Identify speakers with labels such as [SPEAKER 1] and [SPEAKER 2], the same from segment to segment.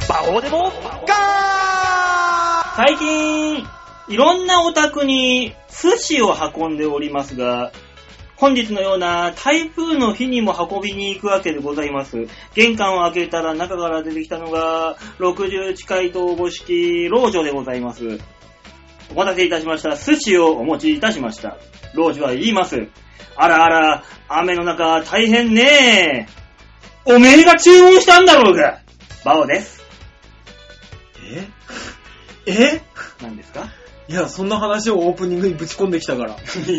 [SPEAKER 1] そうでもガー
[SPEAKER 2] 最近、いろんなお宅に寿司を運んでおりますが、本日のような台風の日にも運びに行くわけでございます。玄関を開けたら中から出てきたのが、60近い統合式老女でございます。お待たせいたしました。寿司をお持ちいたしました。老女は言います。あらあら、雨の中大変ねえ。おめえが注文したんだろうが。バオです。
[SPEAKER 3] ええ
[SPEAKER 2] 何です か
[SPEAKER 3] いや、そんな話をオープニングにぶち込んできたから。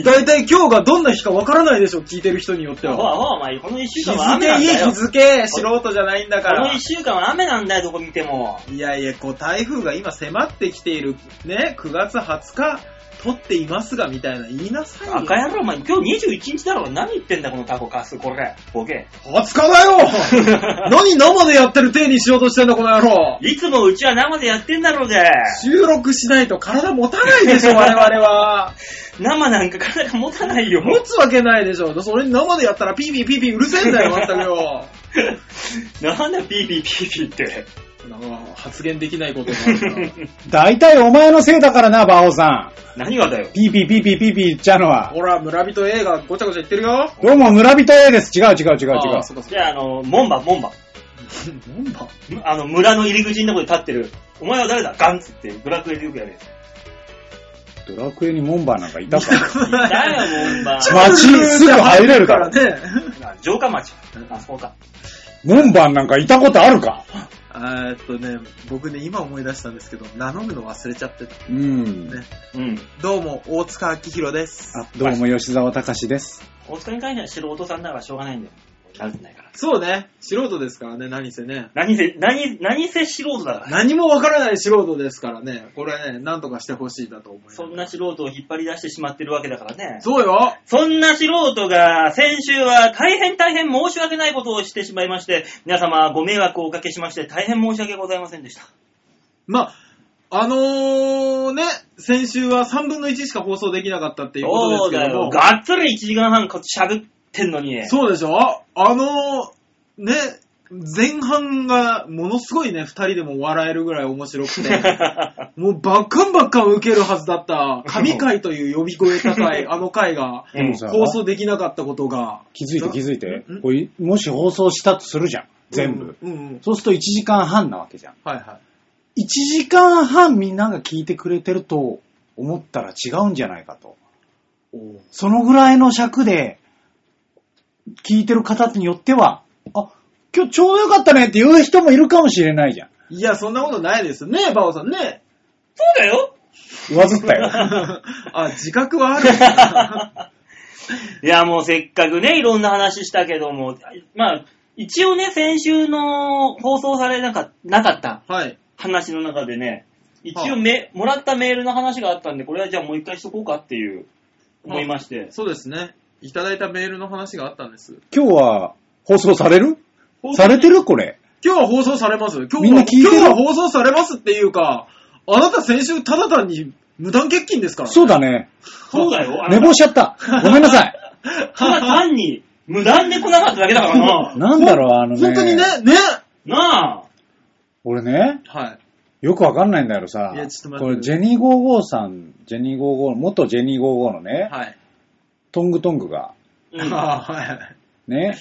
[SPEAKER 3] だいたい今日がどんな日かわからないでしょ、聞いてる人によって
[SPEAKER 2] ほら
[SPEAKER 3] は。
[SPEAKER 2] ほら、お前、この一
[SPEAKER 3] 日
[SPEAKER 2] 週間は雨
[SPEAKER 3] 付
[SPEAKER 2] なん
[SPEAKER 3] いい
[SPEAKER 2] だよ
[SPEAKER 3] 日。付、素人じゃないんだか
[SPEAKER 2] この
[SPEAKER 3] ら
[SPEAKER 2] 一。週間は雨なんだよ、どこ見ても。
[SPEAKER 3] いやいや、こう台風が今迫ってきている、ね、9月20日、撮っていますが、みたいな言いなさいよ。
[SPEAKER 2] 赤野郎、お前、今日21日だろ。何言ってんだ、このタコカス、これ。ボケ。
[SPEAKER 3] 20日だ よ何生でやってる体にしようとしてんだ、この野郎
[SPEAKER 2] いつもうちは生でやってんだろうで。
[SPEAKER 3] 収録しないと体持たないでしょ、我々は。
[SPEAKER 2] 生なんか体が持たない よ。
[SPEAKER 3] 持つわけないでしょ。それに生でやったらピーピーピーピーうるせえんだよ、まった くよ。
[SPEAKER 2] なんだ、ピーピーピーピーって。
[SPEAKER 3] なんか発言できないことがある
[SPEAKER 1] 大体お前のせいだからな、バオさ
[SPEAKER 2] 何がだよ
[SPEAKER 1] ん。。ピーピーピーピーピーピー言っちゃうのは。
[SPEAKER 3] ほら、村人映画ごちゃごちゃ言ってるよ。
[SPEAKER 1] どうも、村人 A です。違う違う違う違
[SPEAKER 3] あ
[SPEAKER 1] う
[SPEAKER 3] あ、。そうかそ
[SPEAKER 2] じ
[SPEAKER 3] うか。
[SPEAKER 2] ゃあ、あの、門番、門番。
[SPEAKER 3] なんだ
[SPEAKER 2] あの、村の入り口のとこで立ってる。お前は誰だガンツって、ドラクエでよくやるやつ。
[SPEAKER 1] ドラクエに門番なんかいたか
[SPEAKER 2] だよ、門番。
[SPEAKER 1] 街すぐ入れるから
[SPEAKER 3] ね。
[SPEAKER 2] あ城下町。あ、そうか。
[SPEAKER 1] 門番なんかいたことあるか
[SPEAKER 3] えっとね、僕ね、今思い出したんですけど、名乗るの忘れちゃってた。
[SPEAKER 1] うん。
[SPEAKER 2] うん。
[SPEAKER 3] どうも、大塚明宏です。
[SPEAKER 1] あ、どうも、吉沢隆です。
[SPEAKER 2] 大塚に関しては素人さんだからしょうがないんだよ。慣れてないから。
[SPEAKER 3] そうね、素人ですからね、何せね。
[SPEAKER 2] 何せ、何、何せ素人だから。
[SPEAKER 3] 何もわからない素人ですからね、これね、なんとかしてほしいだと思います。
[SPEAKER 2] そんな素人を引っ張り出してしまってるわけだからね。
[SPEAKER 3] そうよ
[SPEAKER 2] そんな素人が先週は大変大変申し訳ないことをしてしまいまして、皆様ご迷惑をおかけしまして大変申し訳ございませんでした。
[SPEAKER 3] まあ、あのー、ね、先週は3分の1しか放送できなかったっていうこと
[SPEAKER 2] そう
[SPEAKER 3] です
[SPEAKER 2] だ
[SPEAKER 3] けど
[SPEAKER 2] よ。
[SPEAKER 3] も。
[SPEAKER 2] がっつり1時間半こ喋ってんのに。
[SPEAKER 3] そうでしょあのー、ね、前半がものすごいね、二人でも笑えるぐらい面白くて、 もうバッカンバッカン受けるはずだった、神回という呼び声高 いあの回が、
[SPEAKER 2] でも
[SPEAKER 1] さ
[SPEAKER 3] 放送できなかったことが。
[SPEAKER 1] 気づいて気づいて
[SPEAKER 3] うん。
[SPEAKER 1] これもし放送したとするじゃん。全部。
[SPEAKER 3] うん、うんうん
[SPEAKER 1] そうすると1時間半なわけじゃん。
[SPEAKER 3] はいは
[SPEAKER 1] 1時間半みんなが聞いてくれてると思ったら違うんじゃないかと。
[SPEAKER 3] い。お
[SPEAKER 1] そのぐらいの尺で聞いてる方によっては、あ、今日ちょうどよかったねって言う人もいるかもしれないじゃん。
[SPEAKER 3] いや、そんなことないですね、バオさん ね。
[SPEAKER 2] そうだよ
[SPEAKER 1] 上ずっ たよ。
[SPEAKER 3] あ、自覚はある んだ。
[SPEAKER 2] いや、もうせっかくね、いろんな話したけども、まあ、一応ね、先週の放送されなかなかった
[SPEAKER 3] はい。
[SPEAKER 2] 話の中でね、一
[SPEAKER 3] は
[SPEAKER 2] 応
[SPEAKER 3] あ
[SPEAKER 2] め、もらったメールの話があったんで、これはじゃあもう一回しとこうかっていう、思いまして。
[SPEAKER 3] そうですね。いただいたメールの話があったんです。
[SPEAKER 1] 今日は放送されるされてるこれ。
[SPEAKER 3] 今日は放送されます今日は
[SPEAKER 1] みんな聞いてる
[SPEAKER 3] 今日は放送されますっていうか、あなた先週ただ単に無断欠勤ですから、
[SPEAKER 1] そうだね。
[SPEAKER 2] そうだよ。あの
[SPEAKER 1] 寝坊しちゃった。ごめん なさい。
[SPEAKER 2] ただ単に、無断で来なかっただけだからな。
[SPEAKER 1] なんだろう、あのね。
[SPEAKER 3] 本当にね、ね
[SPEAKER 2] なあ。
[SPEAKER 1] 俺ね、
[SPEAKER 3] はい。
[SPEAKER 1] よくわかんないんだけどさ
[SPEAKER 3] いやちょっと、待
[SPEAKER 1] こ
[SPEAKER 3] って
[SPEAKER 1] れジェニー55さん、ジェニー55、元ジェニー55のね、
[SPEAKER 3] はい。
[SPEAKER 1] トングトングが、
[SPEAKER 2] う
[SPEAKER 3] あ
[SPEAKER 2] ん
[SPEAKER 3] あはい。
[SPEAKER 1] ね、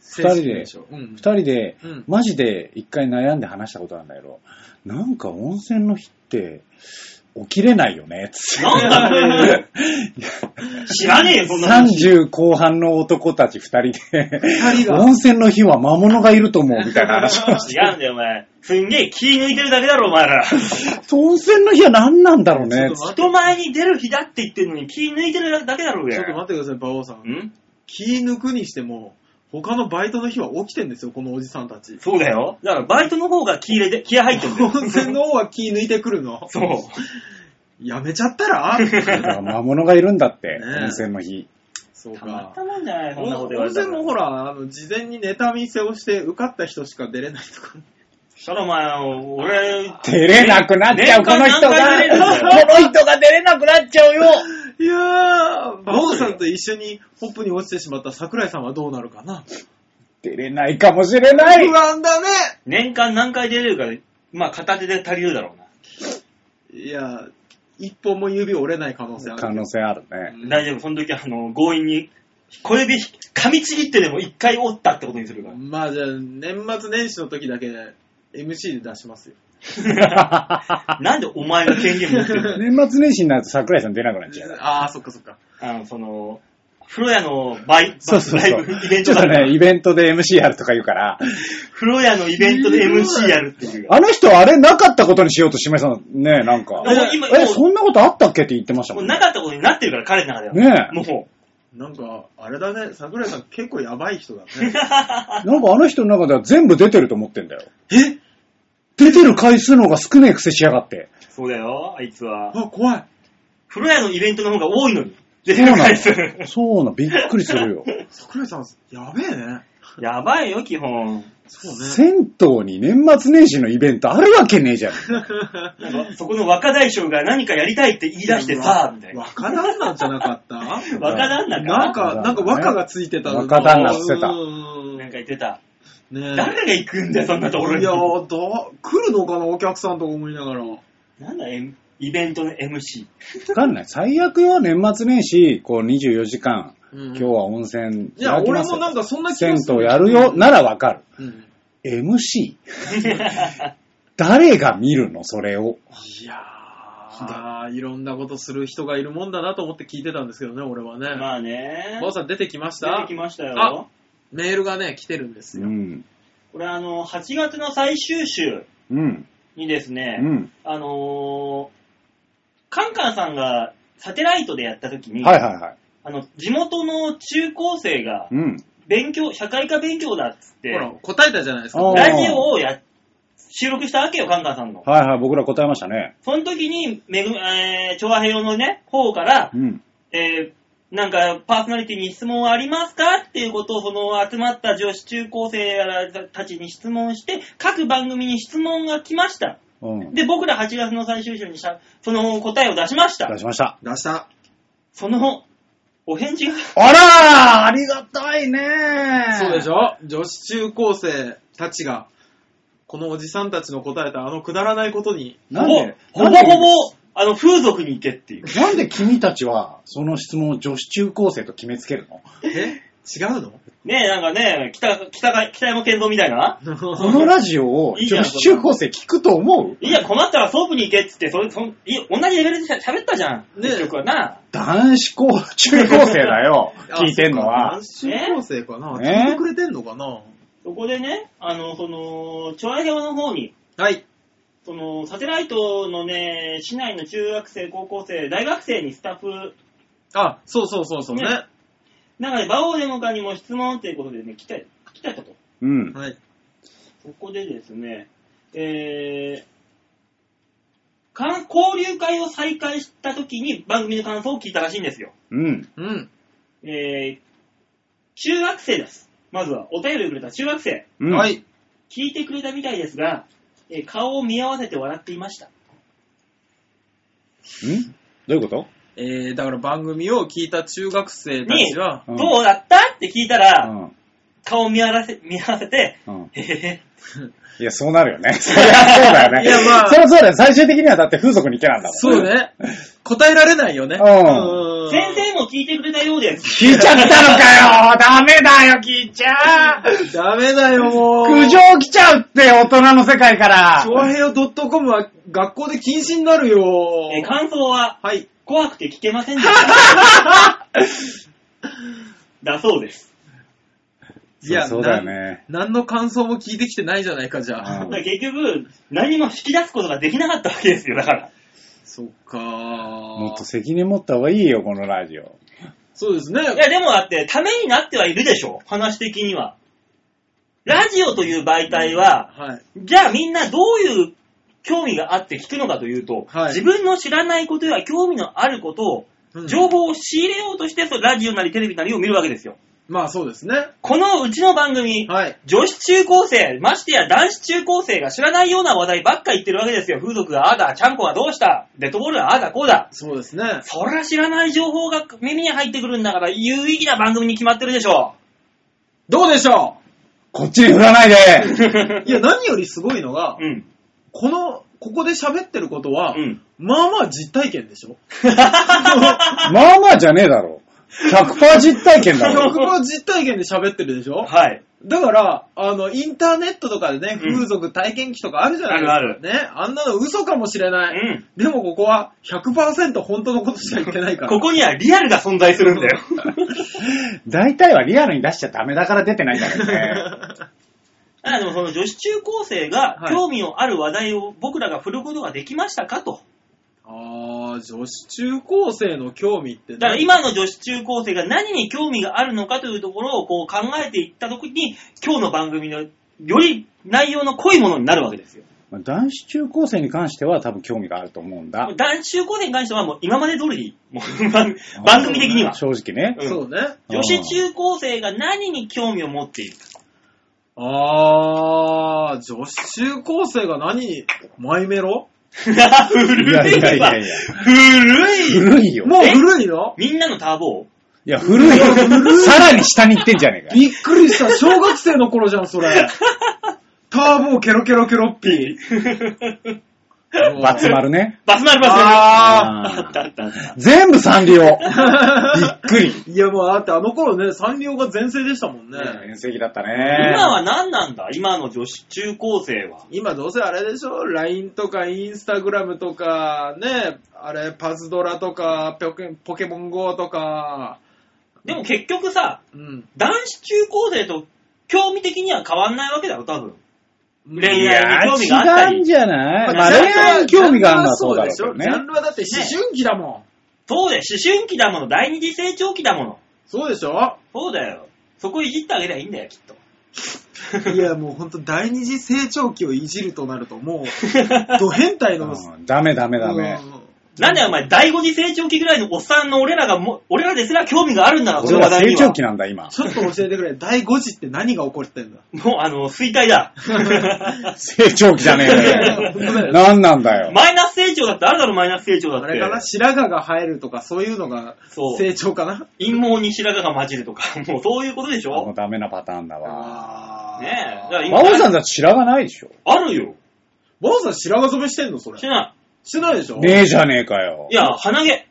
[SPEAKER 1] 二人で
[SPEAKER 3] しょ。うん
[SPEAKER 1] 二。人で
[SPEAKER 3] うん、
[SPEAKER 1] マジで一回悩んで話したことあるんだけど、なんか温泉の日って、起きれないよね、つって。
[SPEAKER 2] なんだこ れ。知らねえよ、そんな話。
[SPEAKER 1] 30後半の男たち二人で、
[SPEAKER 3] 二人
[SPEAKER 1] 温
[SPEAKER 3] が、
[SPEAKER 1] 泉の日は魔物がいると思う、みたい な話をして。
[SPEAKER 2] 違うんだよ、お前。すんげえ気抜いてるだけだろ、お 前ら。
[SPEAKER 1] 温泉の日は何なんだろうね、
[SPEAKER 3] ちょっと待っ
[SPEAKER 2] 人前
[SPEAKER 3] て
[SPEAKER 2] に出る日だって言ってんのに気抜いてるだけだろ、う
[SPEAKER 3] ちょっと待
[SPEAKER 2] が。
[SPEAKER 3] ってください、馬王さん。
[SPEAKER 2] ん
[SPEAKER 3] 気抜くにしても、他のバイトの日は起きてんですよ、このおじさんたち。
[SPEAKER 2] そうだよ。だから、バイトの方が気入れて、気合入ってんだ よ。
[SPEAKER 3] 温泉の方は気抜いてくるの。
[SPEAKER 2] そう。
[SPEAKER 3] やめちゃった ら
[SPEAKER 1] だから魔物がいるんだって、
[SPEAKER 3] ねえ
[SPEAKER 1] 温泉の日。
[SPEAKER 3] そう
[SPEAKER 2] たま
[SPEAKER 3] か
[SPEAKER 2] った。もんじゃない、そんなこと言わ
[SPEAKER 3] 温
[SPEAKER 2] れた
[SPEAKER 3] 泉
[SPEAKER 2] ら
[SPEAKER 3] も。ほら、あの、事前にネタ見せをして受かった人しか出れないとか。
[SPEAKER 2] そしたらお前、俺、
[SPEAKER 1] 出れなくなっちゃう、
[SPEAKER 2] 年
[SPEAKER 1] この
[SPEAKER 2] 間
[SPEAKER 1] 人が。
[SPEAKER 2] 何回出れるんだよ
[SPEAKER 1] この人が出れなくなっちゃうよ。
[SPEAKER 3] いやー、馬王さんと一緒にホップに落ちてしまった桜井さんはどうなるかな。
[SPEAKER 1] 出れないかもしれない。
[SPEAKER 3] 不安だね
[SPEAKER 2] 年間何回出れるか、まあ、片手で足りるだろうな。
[SPEAKER 3] いや、一本も指折れない可能性ある。
[SPEAKER 1] 可能性ある ね。
[SPEAKER 3] うん
[SPEAKER 2] 大丈夫、その時は、あの、強引に、小指、噛みちぎってでも一回折ったってことにするから。
[SPEAKER 3] まあじゃあ、年末年始の時だけ MC で出しますよ。
[SPEAKER 2] なんでお前が権限持ってる の
[SPEAKER 1] 年末年始になると桜井さん出なくなっちゃう。
[SPEAKER 3] ああ、そっかそっか。
[SPEAKER 2] あの、その、風呂屋のバイ、
[SPEAKER 1] そうそう
[SPEAKER 2] ラ
[SPEAKER 1] そ
[SPEAKER 2] イブ、イベ
[SPEAKER 1] う。
[SPEAKER 2] ン
[SPEAKER 1] ちょ
[SPEAKER 2] トだ
[SPEAKER 1] っと
[SPEAKER 2] から
[SPEAKER 1] ね、イベントで MC やるとか言うから、
[SPEAKER 2] 風呂屋のイベントで MC やるっていう。
[SPEAKER 1] あの人あれなかったことにしようとしましたのね、なんか。
[SPEAKER 2] でも今もう
[SPEAKER 1] え、そんなことあったっけって言ってました
[SPEAKER 2] も
[SPEAKER 1] も
[SPEAKER 2] うんな
[SPEAKER 1] ね。
[SPEAKER 2] かったことになってるから、彼の中では。
[SPEAKER 1] ねえ
[SPEAKER 2] も
[SPEAKER 3] なんか、あれだね、桜井さん結構やばい人だ ね。
[SPEAKER 1] なんかあの人の中では全部出てると思ってんだよ。
[SPEAKER 3] え
[SPEAKER 1] 出てる回数の方が少ねえ癖しやがって。
[SPEAKER 2] う、そうだよ、あいつは。
[SPEAKER 3] あ、怖い。
[SPEAKER 2] 風呂屋のイベントの方が多いのに。
[SPEAKER 1] そう
[SPEAKER 2] 出る回数。
[SPEAKER 1] なの。そうなの、びっくりするよ。
[SPEAKER 3] 桜井さん、やべえね。
[SPEAKER 2] やばいよ、基本。
[SPEAKER 3] そうね。
[SPEAKER 1] 銭湯に年末年始のイベントあるわけねえじゃん。
[SPEAKER 2] なんかそこの若大将が何かやりたいって言い出してさ、みたいな。
[SPEAKER 3] 若旦那じゃなかった
[SPEAKER 2] 若旦那
[SPEAKER 3] なん
[SPEAKER 2] か
[SPEAKER 3] か、なんか若がついてたの
[SPEAKER 1] 若旦那つってた
[SPEAKER 3] うーん
[SPEAKER 2] なんか言ってた。
[SPEAKER 3] ねえ。
[SPEAKER 2] 誰が行くんだよ、そんなところ
[SPEAKER 3] いや
[SPEAKER 2] に。
[SPEAKER 3] ーだ、来るのかな、お客さんとか思いながら。
[SPEAKER 2] なんだ、M- イベントの MC。
[SPEAKER 1] わかんない。最悪よ、年末年始、こう24時
[SPEAKER 3] う
[SPEAKER 1] 間、
[SPEAKER 3] ん
[SPEAKER 1] 今日は温泉
[SPEAKER 3] いや、
[SPEAKER 1] 開きま
[SPEAKER 3] 俺
[SPEAKER 1] す
[SPEAKER 3] もなんかそんな気
[SPEAKER 1] 銭
[SPEAKER 3] がする。
[SPEAKER 1] 湯やるよ、ならわかる。
[SPEAKER 3] うん。
[SPEAKER 1] MC? 誰が見るのそれを。
[SPEAKER 3] いやー、いろんなことする人がいるもんだなと思って聞いてたんですけどね、俺はね。
[SPEAKER 2] まあね。
[SPEAKER 3] バオさん出てきまし
[SPEAKER 2] 出
[SPEAKER 3] た
[SPEAKER 2] てきましたよ
[SPEAKER 3] あ。メールがね、来てるんです
[SPEAKER 1] う
[SPEAKER 3] よ。
[SPEAKER 1] ん。
[SPEAKER 2] これあの、8月の最終週
[SPEAKER 1] うん。
[SPEAKER 2] にですね、
[SPEAKER 1] うん。
[SPEAKER 2] あのーカンカンさんがサテライトでやった時に、
[SPEAKER 1] はいはいはい。
[SPEAKER 2] あの、地元の中高生が
[SPEAKER 1] うん。
[SPEAKER 2] 勉強、社会科勉強だっつって、
[SPEAKER 3] ほら、答えたじゃないですか。
[SPEAKER 1] あー
[SPEAKER 3] ね
[SPEAKER 2] ラジオをや、収録したわけよ、カンカンさんの。
[SPEAKER 1] はいはい、僕ら答えましたね。
[SPEAKER 2] その時に、めぐ、えー、調和平和のね、方から
[SPEAKER 1] う、ん。
[SPEAKER 2] えー、なんか、パーソナリティに質問はありますかっていうことを、その、集まった女子中高生やらたちに質問して、各番組に質問が来ました。
[SPEAKER 1] うん。
[SPEAKER 2] で、僕ら8月の最終週にしゃ、その答えを出しました
[SPEAKER 1] 出。しました。
[SPEAKER 3] 出した。
[SPEAKER 2] その、お返事が、
[SPEAKER 1] あらーありがたいね
[SPEAKER 3] そうでし
[SPEAKER 1] ょ
[SPEAKER 3] ょ女子中高生たちが、このおじさんたちの答えたあのくだらないことに、
[SPEAKER 1] なんで
[SPEAKER 2] ほぼ、ほぼほぼ、あの、風俗に行けっていう。
[SPEAKER 1] なんで君たちは、その質問を女子中高生と決めつけ るの
[SPEAKER 3] え違うの
[SPEAKER 2] ねえ、なんかね、北、北が、北山健三みたいな。
[SPEAKER 1] このラジオを
[SPEAKER 2] いいじゃ
[SPEAKER 1] 女
[SPEAKER 2] ん
[SPEAKER 1] 子中高生聞くと思う
[SPEAKER 2] いや、困ったらソープに行けっつって、それ、そん、いい同じレベルでしゃ喋ったじゃん。
[SPEAKER 3] ねえ。
[SPEAKER 2] 結局はな。
[SPEAKER 1] 男子高、中高生だよ 聞いてんのは
[SPEAKER 3] あ。そっか男子高生かな聞
[SPEAKER 1] え
[SPEAKER 3] いてくれてんのかな
[SPEAKER 2] そこでね、あの、その、チョアヘオの方に、
[SPEAKER 3] はい。
[SPEAKER 2] その、サテライトのね、市内の中学生、高校生、大学生にスタッフ、
[SPEAKER 3] あ、そうそうそうそうね。
[SPEAKER 2] ねなんかね、バオデモカにも質問っていうことでね、来た、来たと。
[SPEAKER 1] うん。
[SPEAKER 3] はい。
[SPEAKER 2] そこでですね、えー、かん交流会を再開した時に番組の感想を聞いたらしいんですよ。
[SPEAKER 1] うん。
[SPEAKER 3] うん。
[SPEAKER 2] えー、中学生です。まずは、お便りをくれた中学生。
[SPEAKER 1] うん。
[SPEAKER 3] は。い。
[SPEAKER 2] 聞いてくれたみたいですが、えー顔を見合わせて笑っていました。
[SPEAKER 1] んどういうこと
[SPEAKER 3] えー、だから番組を聞いた中学生たちは、
[SPEAKER 1] うん
[SPEAKER 2] どうだったって聞いた
[SPEAKER 1] う
[SPEAKER 2] ら、
[SPEAKER 1] ん。
[SPEAKER 2] 顔を見合わせ見合わせて、
[SPEAKER 1] うん。
[SPEAKER 2] へへへ。
[SPEAKER 1] いや、そうなるよ ね。そりゃそうだよね。
[SPEAKER 3] いやまあ
[SPEAKER 1] そりゃそうだよ。最終的にはだって風俗に行けなんだもん。
[SPEAKER 3] そう。ね。答えられないよね。
[SPEAKER 1] うん
[SPEAKER 3] う
[SPEAKER 2] 先生も聞いてくれたようです。
[SPEAKER 1] 聞いちゃったのかよダメだよ、聞いちゃ
[SPEAKER 3] 生ダメだよ、もう。
[SPEAKER 1] 苦情来ちゃうって、大人の世界から。
[SPEAKER 3] 昭和平和 .com は学校で禁止になるよ。
[SPEAKER 2] えー感想は、
[SPEAKER 3] はい。
[SPEAKER 2] 怖くて聞けませんでした。 だそうです。
[SPEAKER 3] いや、
[SPEAKER 1] そうだよね。
[SPEAKER 3] な何の感想も聞いてきてないじゃないか、じゃ
[SPEAKER 1] う
[SPEAKER 3] あ。
[SPEAKER 2] だ
[SPEAKER 1] ん
[SPEAKER 2] から結局、何も引き出すことができなかったわけですよ、だから。
[SPEAKER 3] そっかー
[SPEAKER 1] もっと責任持った方がいいよ、このラジオ。
[SPEAKER 3] そうですね。
[SPEAKER 2] いや、でもだって、ためになってはいるでしょ、話的には。ラジオという媒体は、
[SPEAKER 3] はい。
[SPEAKER 2] じゃあみんなどういう興味があって聞くのかというと、
[SPEAKER 3] はい
[SPEAKER 2] 自分の知らないことや興味のあること
[SPEAKER 3] うん
[SPEAKER 2] を、情報を仕入れようとして、そのラジオなりテレビなりを見るわけですよ。
[SPEAKER 3] まあそうですね。
[SPEAKER 2] このうちの番組、
[SPEAKER 3] はい。
[SPEAKER 2] 女子中高生、ましてや男子中高生が知らないような話題ばっか言ってるわけですよ。風俗がああだ、ちゃんこがどうした、デッドボールがああだ、こうだ。
[SPEAKER 3] そうですね。
[SPEAKER 2] そりゃ知らない情報が耳に入ってくるんだから、有意義な番組に決まってるでしょ。
[SPEAKER 3] どうでしょ
[SPEAKER 1] こっちに振らないで
[SPEAKER 2] う
[SPEAKER 3] ういや、何よりすごいのが、
[SPEAKER 2] ん。
[SPEAKER 3] この、ここで喋ってることは、
[SPEAKER 2] うん。
[SPEAKER 3] まあまあ実体 験でしょ
[SPEAKER 1] まあまあじゃねえだろ。100%実体験だ ろ。
[SPEAKER 3] 僕は実体験で喋ってるでしょ
[SPEAKER 2] はい。
[SPEAKER 3] だから、あの、インターネットとかでね、
[SPEAKER 2] うん
[SPEAKER 3] 風俗体験記とかあるじゃないですか。
[SPEAKER 2] あるある
[SPEAKER 3] ね。あんなの嘘かもしれ
[SPEAKER 2] う
[SPEAKER 3] ない。
[SPEAKER 2] ん。
[SPEAKER 3] でもここは100%本当のことしか言ってないから。
[SPEAKER 2] ここにはリアルが存在するん だよ。
[SPEAKER 1] 大体はリアルに出しちゃダメだから出てないんだけど ね。
[SPEAKER 2] あでもその女子中高生が
[SPEAKER 3] はい
[SPEAKER 2] 興味のある話題を僕らが振ることができましたかと。
[SPEAKER 3] あー、女子中高生の興味ってね
[SPEAKER 2] だから今の女子中高生が何に興味があるのかというところをこう考えていったときに、今日の番組のより内容の濃いものになるわけですよ。
[SPEAKER 1] まあ男子中高生に関しては多分興味があると思うんだ。
[SPEAKER 2] 男子中高生に関してはもう今まで通りに、もう番番組的には。
[SPEAKER 1] 正直ね。
[SPEAKER 2] うん
[SPEAKER 3] そうね。
[SPEAKER 2] 女子中高生が何に興味を持っているか。
[SPEAKER 3] あー、女子中高生が何に、マイメロ
[SPEAKER 1] い
[SPEAKER 2] 古いわ
[SPEAKER 1] やいやいやいや。
[SPEAKER 2] 古い
[SPEAKER 1] 古いよ。
[SPEAKER 3] もう古いの
[SPEAKER 2] みんなのターボ
[SPEAKER 1] いや、古いよ。さらに下に行ってんじゃねえか。
[SPEAKER 3] びっくりした。小学生の頃じゃん、そ れ。ターボーケロケロケロッピー。
[SPEAKER 1] バツ丸ね。
[SPEAKER 2] バスマルバス
[SPEAKER 3] あ
[SPEAKER 2] マルあったあったあった。
[SPEAKER 1] 全部サンリオ。びっくり。
[SPEAKER 3] いや、もうだってあの頃ね、サンリオが全盛でしたもんね。
[SPEAKER 1] 遠征だったね。
[SPEAKER 2] 今は何なんだ今の女子中高生は。
[SPEAKER 3] 今どうせあれでしょ ?LINE とか Instagram とか、ね、あれ、パズドラとか、ポケポケモン GO とか、
[SPEAKER 2] でも結局さ、
[SPEAKER 3] うん。
[SPEAKER 2] 男子中高生と興味的には変わんないわけだろ、多分。
[SPEAKER 1] い
[SPEAKER 2] 恋
[SPEAKER 1] や
[SPEAKER 2] 愛に興味があっ
[SPEAKER 1] ー、
[SPEAKER 2] た
[SPEAKER 1] 違うん
[SPEAKER 2] り。
[SPEAKER 1] じゃないまあ
[SPEAKER 3] ジャン
[SPEAKER 1] 恋
[SPEAKER 3] ルは
[SPEAKER 1] 愛に興味があるのはそうだろう
[SPEAKER 3] ジ
[SPEAKER 1] け
[SPEAKER 3] ャ
[SPEAKER 1] ど
[SPEAKER 3] ンルはそうでしょジャ
[SPEAKER 1] ね
[SPEAKER 3] ン。ルはだって思春期だもん。
[SPEAKER 2] そうだよ、思春期だもの、第二次成長期だもの。
[SPEAKER 3] そうでしょ
[SPEAKER 2] そうだよ。そこいじってあげりゃいいんだよ、きっと。
[SPEAKER 3] いや、もうほんと第二次成長期をいじるとなると、もう、 ド変態の、
[SPEAKER 1] うんダメダメダメ。
[SPEAKER 2] なんだよ、お前、第五次成長期ぐらいのおっさんの俺らがも、俺らですら興味があるんだな、そ
[SPEAKER 1] 俺
[SPEAKER 2] の
[SPEAKER 1] は
[SPEAKER 2] 話題
[SPEAKER 1] 成
[SPEAKER 2] に
[SPEAKER 1] 長
[SPEAKER 2] は。
[SPEAKER 1] 期なんだ、今。
[SPEAKER 3] ちょっと教えてくれ。第5次って何が起こってんだ
[SPEAKER 2] もう、あの、衰退 だ。
[SPEAKER 1] 成長期じゃね
[SPEAKER 3] 本当だ
[SPEAKER 1] え
[SPEAKER 3] よ
[SPEAKER 1] なんなんだよ。
[SPEAKER 2] マイナス成長だってあるだろ、マイナス成長だって。
[SPEAKER 3] あれかな白髪が生えるとか、そういうのが
[SPEAKER 2] そう
[SPEAKER 3] 成長かな
[SPEAKER 2] 陰謀に白髪が混じるとか、 もうそういうことでし
[SPEAKER 1] もう
[SPEAKER 2] ょ
[SPEAKER 1] ダメなパターンだわ。
[SPEAKER 3] あー
[SPEAKER 2] ねえだから今
[SPEAKER 1] 馬王さんだって白髪ないでしょ。
[SPEAKER 2] あるよ。
[SPEAKER 3] 坊さん白髪染めしてんのそれ
[SPEAKER 2] し。な
[SPEAKER 3] してないでしょ
[SPEAKER 1] ねえじゃねえかよ。
[SPEAKER 2] い。いや、鼻毛。
[SPEAKER 3] え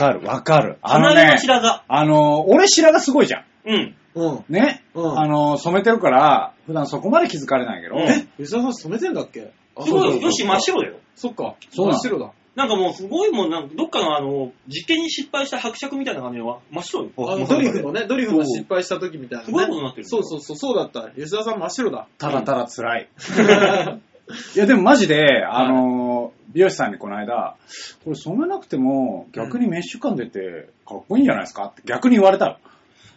[SPEAKER 1] わかる、わかる。あ
[SPEAKER 2] 鼻
[SPEAKER 1] の
[SPEAKER 2] 毛
[SPEAKER 1] ね
[SPEAKER 2] の、白髪。
[SPEAKER 1] あの、俺白髪すごいじゃん。
[SPEAKER 2] うん。
[SPEAKER 3] うん。
[SPEAKER 1] ね。
[SPEAKER 3] うん
[SPEAKER 1] あの、染めてるから、普段そこまで気づかれないけど。
[SPEAKER 2] うん
[SPEAKER 3] え吉田さん染めてんだっけあ
[SPEAKER 2] すごいよ、
[SPEAKER 3] そうそうそう
[SPEAKER 2] よし、真っ白だよ。
[SPEAKER 3] そっか。
[SPEAKER 1] そうな
[SPEAKER 3] 真
[SPEAKER 1] の
[SPEAKER 3] っ白だ。
[SPEAKER 2] なんかもうすごいもん、なんかどっかのあの、実験に失敗した伯爵みたいな感じは、真っ白よ。
[SPEAKER 3] あ
[SPEAKER 2] も
[SPEAKER 3] の
[SPEAKER 2] うそ
[SPEAKER 3] ド
[SPEAKER 2] れ
[SPEAKER 3] リ
[SPEAKER 2] まで
[SPEAKER 3] フのね、ドリフが失敗した時みたいなね。
[SPEAKER 2] すごいことになってる
[SPEAKER 3] そうそうそう、そうだった。吉田さん真っ白だ。
[SPEAKER 1] ただただ辛 い。いや、でもマジで、あの、美容師さんにこの間、これ染めなくても逆にメッシュ感出てかっこいいんじゃないですかって逆に言われたの。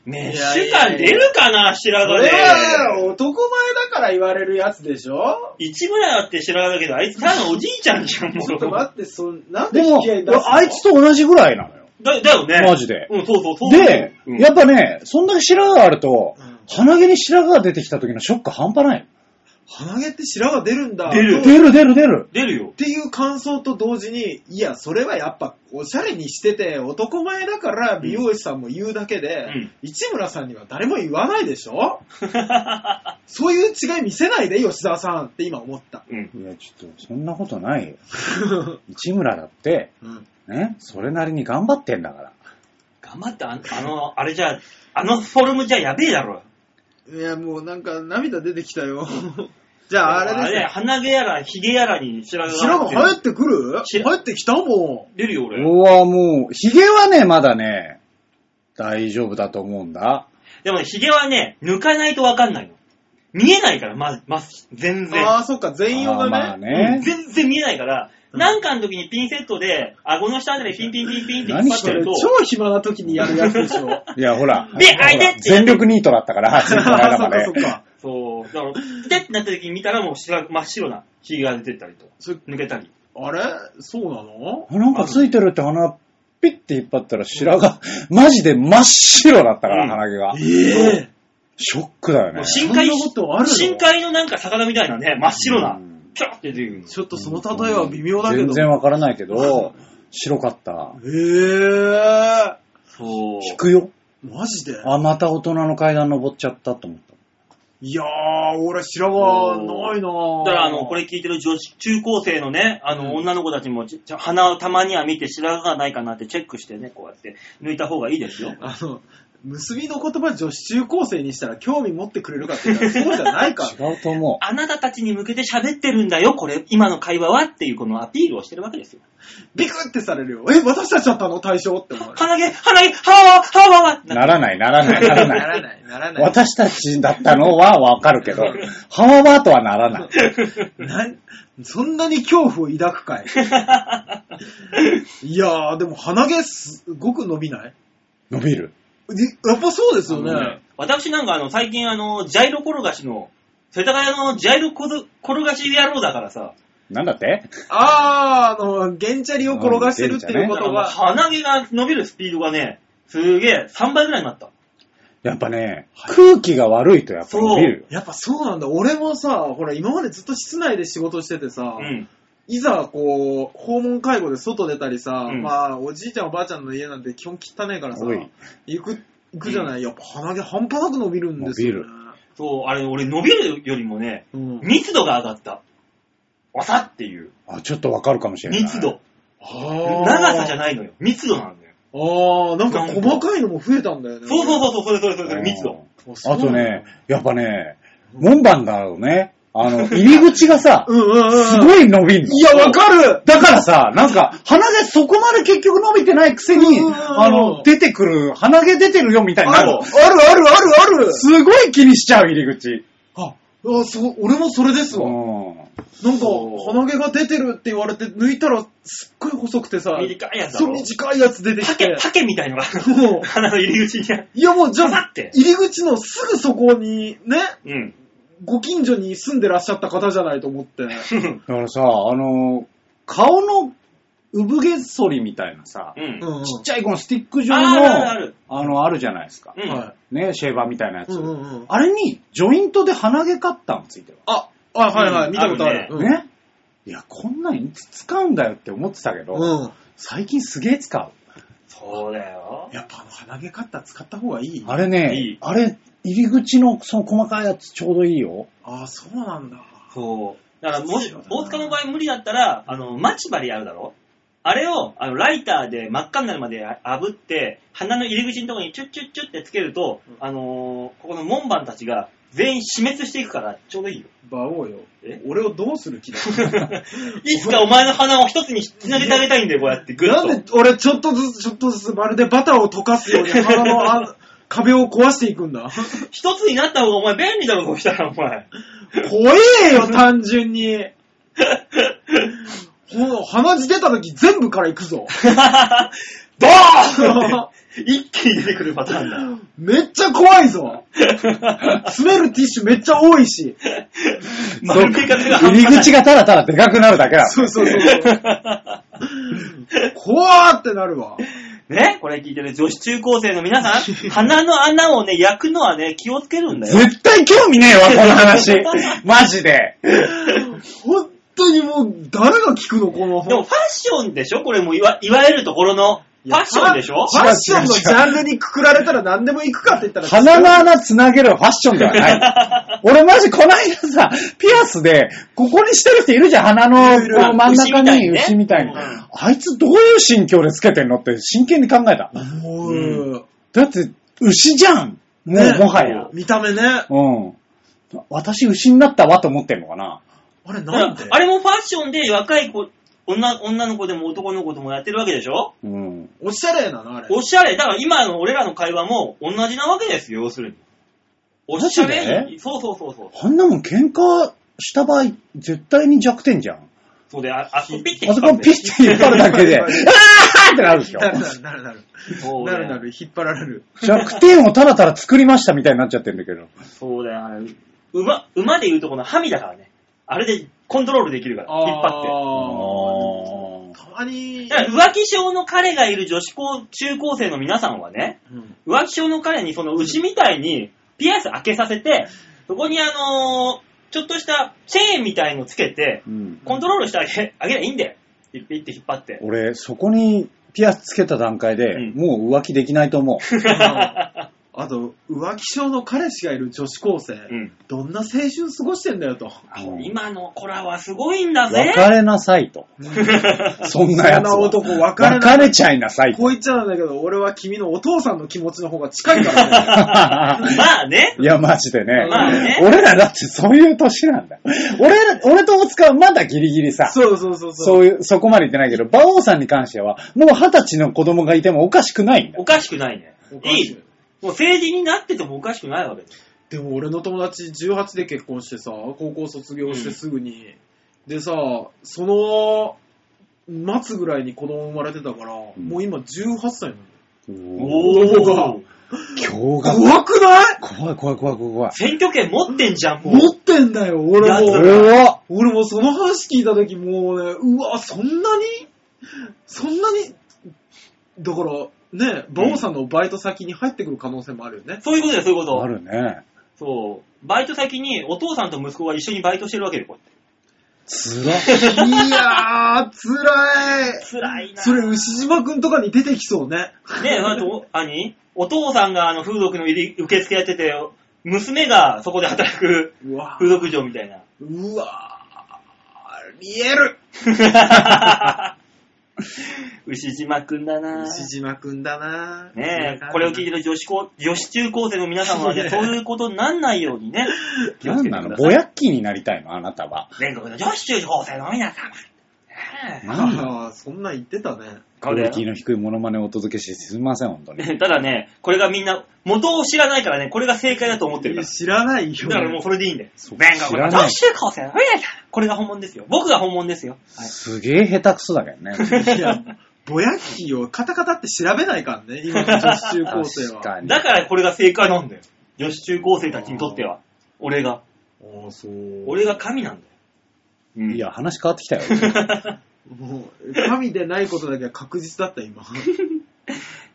[SPEAKER 2] メッ
[SPEAKER 3] いや
[SPEAKER 2] シ
[SPEAKER 3] い
[SPEAKER 2] ュ
[SPEAKER 3] やい
[SPEAKER 2] 感
[SPEAKER 3] や
[SPEAKER 2] 出るかな、白
[SPEAKER 3] そ
[SPEAKER 2] 髪で
[SPEAKER 3] れ。は男前だから言われるやつでしょ
[SPEAKER 2] 一ぐらいあって白髪だけど、あいつただのおじいちゃんじゃん、も
[SPEAKER 3] ちょっと
[SPEAKER 2] う。
[SPEAKER 3] 待って、そんなんで
[SPEAKER 1] で
[SPEAKER 3] 引
[SPEAKER 1] も
[SPEAKER 3] き合い出す、の
[SPEAKER 1] あいつと同じぐらいなのよ。
[SPEAKER 2] だだよね。
[SPEAKER 1] マジで
[SPEAKER 2] うん、そうそう、そう。
[SPEAKER 1] で、
[SPEAKER 2] うん
[SPEAKER 1] やっぱね、そんだけ白髪があると
[SPEAKER 3] うん、
[SPEAKER 1] 鼻毛に白髪が出てきた時のショック半端ない。
[SPEAKER 3] 鼻毛って白が出るんだ。
[SPEAKER 2] 出る
[SPEAKER 3] どうっ
[SPEAKER 1] 出る出る出る。
[SPEAKER 2] 出るよ。
[SPEAKER 3] ていう感想と同時に、いや、それはやっぱ、おしゃれにしてて、男前だから美容師さんも言うだけで、
[SPEAKER 2] うん
[SPEAKER 3] 市村さんには誰も言わないでし ょそういう違い見せないで、吉沢さんって今思った。
[SPEAKER 2] うん。
[SPEAKER 1] いや、ちょっと、そんなことない よ。市村だって、
[SPEAKER 3] うん
[SPEAKER 1] ね、それなりに頑張ってんだから。
[SPEAKER 2] 頑張って、ああの、あれじゃ、あのフォルムじゃやべえだろ。
[SPEAKER 3] いや、もうなんか涙出てきたよ。 じゃあ、あれです
[SPEAKER 2] あれ
[SPEAKER 3] ね。
[SPEAKER 2] 鼻毛やら、髭やらに白髪
[SPEAKER 3] 白が
[SPEAKER 2] 入
[SPEAKER 3] 入ってくる
[SPEAKER 2] し
[SPEAKER 3] 入ってきたも
[SPEAKER 2] 出るよ、俺。
[SPEAKER 1] うわ、もう、髭はね、まだね、大丈夫だと思うんだ。
[SPEAKER 2] でもね、ヒゲはね、抜かないとわかんないの。見えないから、ま、ま、全
[SPEAKER 3] ん。
[SPEAKER 2] 然。
[SPEAKER 3] ああ、そっか、全容
[SPEAKER 1] あーま
[SPEAKER 3] が
[SPEAKER 1] あ
[SPEAKER 2] う
[SPEAKER 3] ね。
[SPEAKER 2] ん
[SPEAKER 1] ね。
[SPEAKER 2] 全然見えないから、
[SPEAKER 3] うん
[SPEAKER 2] なんかの時にピンセットで、顎の下あたりでピンピンピンピンって引っ
[SPEAKER 1] 何
[SPEAKER 2] 張っ
[SPEAKER 1] してて
[SPEAKER 2] る
[SPEAKER 1] る
[SPEAKER 2] と、
[SPEAKER 3] 超暇な時にやるやつでし ょ。
[SPEAKER 1] いや、ほら。
[SPEAKER 2] で
[SPEAKER 1] ほら
[SPEAKER 2] あいてって
[SPEAKER 1] 全力ニートだったから、ついこの間まで
[SPEAKER 3] そっかそっか。
[SPEAKER 2] そう、だから、ピタってなった時に見たらもう白真っ白なヒゲが出てったりと、
[SPEAKER 3] それ
[SPEAKER 2] 抜けたり。
[SPEAKER 3] あれそうなの
[SPEAKER 1] あなんかついてるって鼻、ピッて引っ張ったら白髪、マジで真っ白だったか
[SPEAKER 2] うん
[SPEAKER 1] ら、鼻毛が。
[SPEAKER 3] え
[SPEAKER 1] ショックだよね
[SPEAKER 2] もう。深海
[SPEAKER 3] そんなことあるの
[SPEAKER 2] 深海のなんか魚みたいなね、真っ白な
[SPEAKER 1] うん、
[SPEAKER 2] ピョって出てくるの。
[SPEAKER 3] ちょっとその例えは微妙だけど。
[SPEAKER 1] 全然わからないけど、白かった。
[SPEAKER 3] ええ
[SPEAKER 2] そう。
[SPEAKER 1] 引くよ。
[SPEAKER 3] マジで
[SPEAKER 1] あ、また大人の階段登っちゃったと思った。
[SPEAKER 3] いやー、俺知らがない
[SPEAKER 2] だ
[SPEAKER 3] なー。
[SPEAKER 2] から、あの、これ聞いてる女子、中高生のね、あの、
[SPEAKER 3] うん
[SPEAKER 2] 女の子たちもち、ちゃ鼻をたまには見て白髪がないかなってチェックしてね、こうやって抜いた方がいいですよ。
[SPEAKER 3] あの、結びの言葉女子中高生にしたら興味持ってくれるかって言ったらそうじゃない から。
[SPEAKER 1] 違うと思
[SPEAKER 2] あなたたちに向けて喋ってるんだよ、これ、今の会話はっていうこのアピールをしてるわけですよ。
[SPEAKER 3] ビクってされるよ。え、私たちだったの対象って思う。
[SPEAKER 2] 鼻毛、鼻毛、はぁ、はぁ、は
[SPEAKER 1] う。
[SPEAKER 2] ぁ、
[SPEAKER 1] ならない、な らない、ならな い。
[SPEAKER 3] ない、なら。
[SPEAKER 1] 私たちだったのはわかるけど、ハワワーとはならない。
[SPEAKER 3] なそんなに恐怖を抱く かいいやー、でも鼻毛すごく伸びない
[SPEAKER 1] 伸びる。
[SPEAKER 3] えやっぱそうですよね。
[SPEAKER 2] あのね私なんかあの、最近あの、ジャイロ転がしの、世田谷のジャイロこど転がし野郎だからさ、
[SPEAKER 1] なんだって
[SPEAKER 3] あー、あの、ゲンチャリを転がしてるっていうこと
[SPEAKER 2] あの
[SPEAKER 3] は、
[SPEAKER 2] 鼻毛が伸びるスピードがね、すげえ、3倍ぐらいになった。
[SPEAKER 1] やっぱね、空気が悪いとやっぱ伸びるよ。
[SPEAKER 3] やっぱそうなんだ。俺もさ、ほら、今までずっと室内で仕事しててさ、
[SPEAKER 2] うん。
[SPEAKER 3] いざ、こう、訪問介護で外出たりさ、
[SPEAKER 2] うん
[SPEAKER 3] まあ、おじいちゃんおばあちゃんの家なんて基本汚ねえからさ
[SPEAKER 1] おい、
[SPEAKER 3] 行く、行くじゃない、やっぱ鼻毛半端なく伸びるんですよ、ね。
[SPEAKER 2] そう、あれ、俺伸びるよりもね、
[SPEAKER 3] うん。
[SPEAKER 2] 密度が上がった。わさっていう。
[SPEAKER 1] あ、ちょっとわかるかもしれない。
[SPEAKER 2] 密度。長
[SPEAKER 3] 長
[SPEAKER 2] さじゃな
[SPEAKER 3] ない。
[SPEAKER 2] いのよ。密度なんだよ。
[SPEAKER 3] あー、なんか細かいのも増えたんだよね。
[SPEAKER 2] そうそうそうそう、それそれそれそれ、密度。
[SPEAKER 1] うん
[SPEAKER 3] あそう
[SPEAKER 1] あとね、やっぱね、
[SPEAKER 3] うん
[SPEAKER 1] 門番だろうね。あの、入り口がさ、
[SPEAKER 3] うんうんうん。
[SPEAKER 1] すごい伸びんの。
[SPEAKER 3] いや、わかる
[SPEAKER 1] だからさ、なんか、鼻毛そこまで結局伸びてないくせに、
[SPEAKER 3] うんうんうん
[SPEAKER 1] あの、出てくる、鼻毛出てるよみたいに
[SPEAKER 3] あ
[SPEAKER 1] な
[SPEAKER 3] る
[SPEAKER 1] る
[SPEAKER 3] あ。るあるあるある
[SPEAKER 1] すごい気にしちゃう、入り口。
[SPEAKER 3] あ、あそう、俺もそれですわ。
[SPEAKER 1] う
[SPEAKER 3] なんか
[SPEAKER 2] そ、う
[SPEAKER 3] 鼻毛が出てるって言われて、抜いたらすっごい細くてさ、
[SPEAKER 2] 短いやつだ
[SPEAKER 3] そう
[SPEAKER 2] ろ。
[SPEAKER 3] 短いやつ出てき
[SPEAKER 2] 竹
[SPEAKER 3] て、、
[SPEAKER 2] 竹みたいのが、
[SPEAKER 3] もう
[SPEAKER 2] 鼻の入り口にある。
[SPEAKER 3] いやもうじゃ
[SPEAKER 2] 刺さ
[SPEAKER 3] あ
[SPEAKER 2] って、
[SPEAKER 3] 入り口のすぐそこに、ね、
[SPEAKER 2] うん。
[SPEAKER 3] ご近所に住んでらっしゃった方じゃないと思って。
[SPEAKER 1] ん。だからさ、あの、顔の産毛剃りみたいなさ、
[SPEAKER 2] う。
[SPEAKER 3] うんんうん。
[SPEAKER 1] ちっちゃいこのスティック状
[SPEAKER 2] あるあるあ
[SPEAKER 1] の
[SPEAKER 2] る、
[SPEAKER 1] あの、あるじゃないですか。
[SPEAKER 2] うん。
[SPEAKER 3] は
[SPEAKER 1] ね、シェーバーみたいなや
[SPEAKER 3] い。う
[SPEAKER 1] つ
[SPEAKER 3] んう。んうん。
[SPEAKER 1] あれに、ジョイントで鼻毛カッターもついてる
[SPEAKER 3] あ、あ、はいは
[SPEAKER 2] う
[SPEAKER 3] い、
[SPEAKER 2] ん
[SPEAKER 3] 見たことあ
[SPEAKER 2] あ
[SPEAKER 3] る。
[SPEAKER 1] わ。ね。いや、こんなんいつ使うんだよって思ってたけ
[SPEAKER 3] う
[SPEAKER 1] ど、
[SPEAKER 3] ん。うん。
[SPEAKER 1] 最近すげえ使う。
[SPEAKER 2] そうだよ。
[SPEAKER 3] やっぱあの鼻毛カッター使った方がいい
[SPEAKER 1] あれね、
[SPEAKER 2] いい
[SPEAKER 1] あれ、入り口のその細かいやつちょうどいいよ。
[SPEAKER 3] ああ、そうなんだ。
[SPEAKER 2] そう。だから、もし
[SPEAKER 3] そうだ、な
[SPEAKER 2] 大塚の場合無理だったら、あの、待ち針あるだろあれを、あの、ライターで真っ赤になるまで炙って、鼻の入り口のところにチュッチュッチュッってつけると
[SPEAKER 3] うん、
[SPEAKER 2] あのーここの門番たちが全員死滅していくから、ちょうどいいよ。
[SPEAKER 3] 馬王よ
[SPEAKER 2] え。
[SPEAKER 3] 俺をどうする気だ
[SPEAKER 2] いつかお前の鼻を一つにつなげてあげたいんだよ、こうやって、ぐっ
[SPEAKER 3] な
[SPEAKER 2] と。
[SPEAKER 3] んで俺ちょっとずつちょっとずつまるでバターを溶かすように鼻の あ壁を壊していくんだ。
[SPEAKER 2] 一つになった方がお前便利だろ、こうしたら、お前。
[SPEAKER 3] 怖え よ、単純に。ほ鼻血出た時全部から行く ぞ。
[SPEAKER 2] ドーンって一気に出てくるパターンだ。
[SPEAKER 3] めっちゃ怖いぞ。詰めるティッシュめっちゃ多いし。
[SPEAKER 2] 丸め方が
[SPEAKER 1] 入
[SPEAKER 2] 半
[SPEAKER 1] り
[SPEAKER 2] 端ない
[SPEAKER 1] 口がたらたらでかくなるだけだ。
[SPEAKER 3] そうそうそう そう。怖ーってなるわ。
[SPEAKER 2] ね、これ聞いてる女子中高生の皆さん、鼻の穴をね、焼くのはね、気をつけるんだよ。
[SPEAKER 1] 絶対興味ねえわ、この 話。マジで。
[SPEAKER 3] 本当にもう誰が聞くの、この
[SPEAKER 2] でもファッションでしょこれもいわいわゆるところの。ファッションでしょ
[SPEAKER 3] ファッションのジャンルにくくられたら何でも行くかって言ったら。
[SPEAKER 1] 鼻の穴つなげるファッションではない。俺マジこの間さ、ピアスで、ここにしてる人いるじゃん、鼻の
[SPEAKER 3] いるいる
[SPEAKER 1] この真ん中
[SPEAKER 2] 牛
[SPEAKER 1] に牛
[SPEAKER 2] み
[SPEAKER 1] みたいに。
[SPEAKER 2] うん
[SPEAKER 1] あいつどういう心境でつけてんのって真剣に考えた。
[SPEAKER 3] も
[SPEAKER 2] う
[SPEAKER 3] う、
[SPEAKER 1] だって、牛じゃん。も
[SPEAKER 3] ね
[SPEAKER 1] う、もはや。
[SPEAKER 3] 見た目ね。あ
[SPEAKER 1] うん。私牛になったわと思ってんのかな。
[SPEAKER 3] れ
[SPEAKER 2] だから
[SPEAKER 3] なんで
[SPEAKER 2] あれもファッションで若い子、女女の子でも男の子でもやってるわけでしょ
[SPEAKER 1] うん。
[SPEAKER 3] おしゃれなのあれ。
[SPEAKER 2] おしゃれ。だから今の俺らの会話も同じなわけですよ、要するに。おしゃ
[SPEAKER 1] マ
[SPEAKER 2] れ
[SPEAKER 1] ジ
[SPEAKER 2] に。そうそうそうそう。
[SPEAKER 1] あんなもん喧嘩した場合、絶対に弱点じゃん。
[SPEAKER 2] そうで、ああそこピッて
[SPEAKER 1] あそこピッて引っ張るだけで、あーってなるでしょ
[SPEAKER 3] な。るなるなるなる。
[SPEAKER 2] そう
[SPEAKER 3] な
[SPEAKER 2] だ
[SPEAKER 3] るな
[SPEAKER 2] よ。
[SPEAKER 3] る、引っ張られる。
[SPEAKER 1] 弱点をただただ作りましたみたいになっちゃってるんだけど。
[SPEAKER 2] そうだよあれ。馬、馬で言うとこのハミだからね。あれでコントロールできるから、引っ張って。
[SPEAKER 1] あ
[SPEAKER 3] って。たまに
[SPEAKER 2] だ、から浮気症の彼がいる女子高、中高生の皆さんはね、
[SPEAKER 3] うん
[SPEAKER 2] 浮気症の彼にその牛みたいにピアス開けさせて、そこにあのーちょっとしたチェーンみたいのつけて、
[SPEAKER 1] うん。
[SPEAKER 2] コントロールしてあげ、あげりゃいいんだよ。ピッピッて引っ張って。
[SPEAKER 1] 俺、そこにピアスつけた段階で、
[SPEAKER 2] うん
[SPEAKER 1] もう浮気できないと思う。
[SPEAKER 3] ああと、浮気症の彼氏がいる女子高生、
[SPEAKER 2] うん
[SPEAKER 3] どんな青春過ごしてんだよと。
[SPEAKER 1] うん
[SPEAKER 2] 今の子らはすごいんだぜ。
[SPEAKER 1] 別れなさいと。そんなやつは。
[SPEAKER 3] そんな男別れな
[SPEAKER 1] 別れちゃいなさいと。
[SPEAKER 3] こう言っちゃうんだけど、俺は君のお父さんの気持ちの方が近いから、ね、
[SPEAKER 2] まあね。
[SPEAKER 1] いや、マジでね。
[SPEAKER 2] まあね
[SPEAKER 1] 俺らだってそういう年なんだ。俺ら、俺と大塚はまだギリギリさ。
[SPEAKER 3] そうそうそうそう。
[SPEAKER 1] そういう、そこまで言ってないけど、馬王さんに関しては、もう二十歳の子供がいてもおかしくないんだ
[SPEAKER 2] お。かしくないね
[SPEAKER 3] お。か
[SPEAKER 2] い
[SPEAKER 3] しい
[SPEAKER 2] い。もう成人になっててもおかしくないわけです。
[SPEAKER 3] でも俺の友達18で結婚してさ、高校卒業してすぐに。でさ、その、末ぐらいに子供生まれてたから、
[SPEAKER 1] ん
[SPEAKER 3] もう今18歳なの。
[SPEAKER 1] お
[SPEAKER 3] おー
[SPEAKER 1] 驚愕。
[SPEAKER 3] 怖くない
[SPEAKER 1] 怖い怖い怖い怖い怖い。
[SPEAKER 2] 選挙権持ってんじゃん、もう。
[SPEAKER 3] 持ってんだよ、俺
[SPEAKER 2] や
[SPEAKER 3] も
[SPEAKER 2] だ。
[SPEAKER 1] 怖っ
[SPEAKER 3] 俺もその話聞いた時もうね、うわ、そんなにそんなにだから、ね、馬王さんのバイト先に入ってくる可能性もあるよね。
[SPEAKER 2] そういうことだよ、そういうこと。
[SPEAKER 1] あるね。
[SPEAKER 2] そう。バイト先にお父さんと息子が一緒にバイトしてるわけで、こうやって。
[SPEAKER 1] つら。
[SPEAKER 3] い やー、辛い。
[SPEAKER 2] 辛いな
[SPEAKER 3] それ、牛島くんとかに出てきそうね。
[SPEAKER 2] ねえ、あと、兄お父さんがあの風俗の入り受付やってて、娘がそこで働く
[SPEAKER 3] うわ
[SPEAKER 2] 風俗嬢みたいな。
[SPEAKER 3] うわー、リエル。
[SPEAKER 2] 牛島くんだな
[SPEAKER 3] 牛島くんだな
[SPEAKER 2] ねえ、これを聞いて
[SPEAKER 3] て。
[SPEAKER 2] る女子高、女子中高生の皆様はね、そういうことになんないようにね、気を
[SPEAKER 1] な
[SPEAKER 2] つ
[SPEAKER 1] ん
[SPEAKER 2] けてく
[SPEAKER 1] な
[SPEAKER 2] だ
[SPEAKER 1] の
[SPEAKER 2] さ
[SPEAKER 1] ぼ
[SPEAKER 2] い。
[SPEAKER 1] やっきになりたいのあなたは。
[SPEAKER 2] 全国の女子中高生の皆様。ね
[SPEAKER 1] なん なの
[SPEAKER 3] ああ、そんなん言ってたね。
[SPEAKER 2] こ
[SPEAKER 1] クオ
[SPEAKER 2] れ
[SPEAKER 1] リティの低いモノマネをお届けしてすみません、本当に。
[SPEAKER 2] え ただね、これがみんな、元を知らないからね、これが正解だと思ってるから。
[SPEAKER 3] 知らないよ。
[SPEAKER 2] だからもうそれでいいんだよ。
[SPEAKER 1] そう
[SPEAKER 2] 全国
[SPEAKER 1] 知
[SPEAKER 2] の
[SPEAKER 1] ら
[SPEAKER 2] 女
[SPEAKER 1] ない
[SPEAKER 2] 子中高生の皆様。これが本物ですよ。僕が本物ですよ。はい
[SPEAKER 1] すげえ下手くそだけどね。
[SPEAKER 3] いや、ぼやっきをカタカタって調べないからね、今の女子中高生
[SPEAKER 1] 確
[SPEAKER 3] は。
[SPEAKER 1] かに。
[SPEAKER 2] だからこれが正解なんだよ。女子中高生たちにとっては。俺が。
[SPEAKER 3] ああ、そう。
[SPEAKER 2] 俺が神なんだよ。うん
[SPEAKER 1] いや、話変わってきたよ。
[SPEAKER 3] もう、神でないことだけは確実だっ た、今。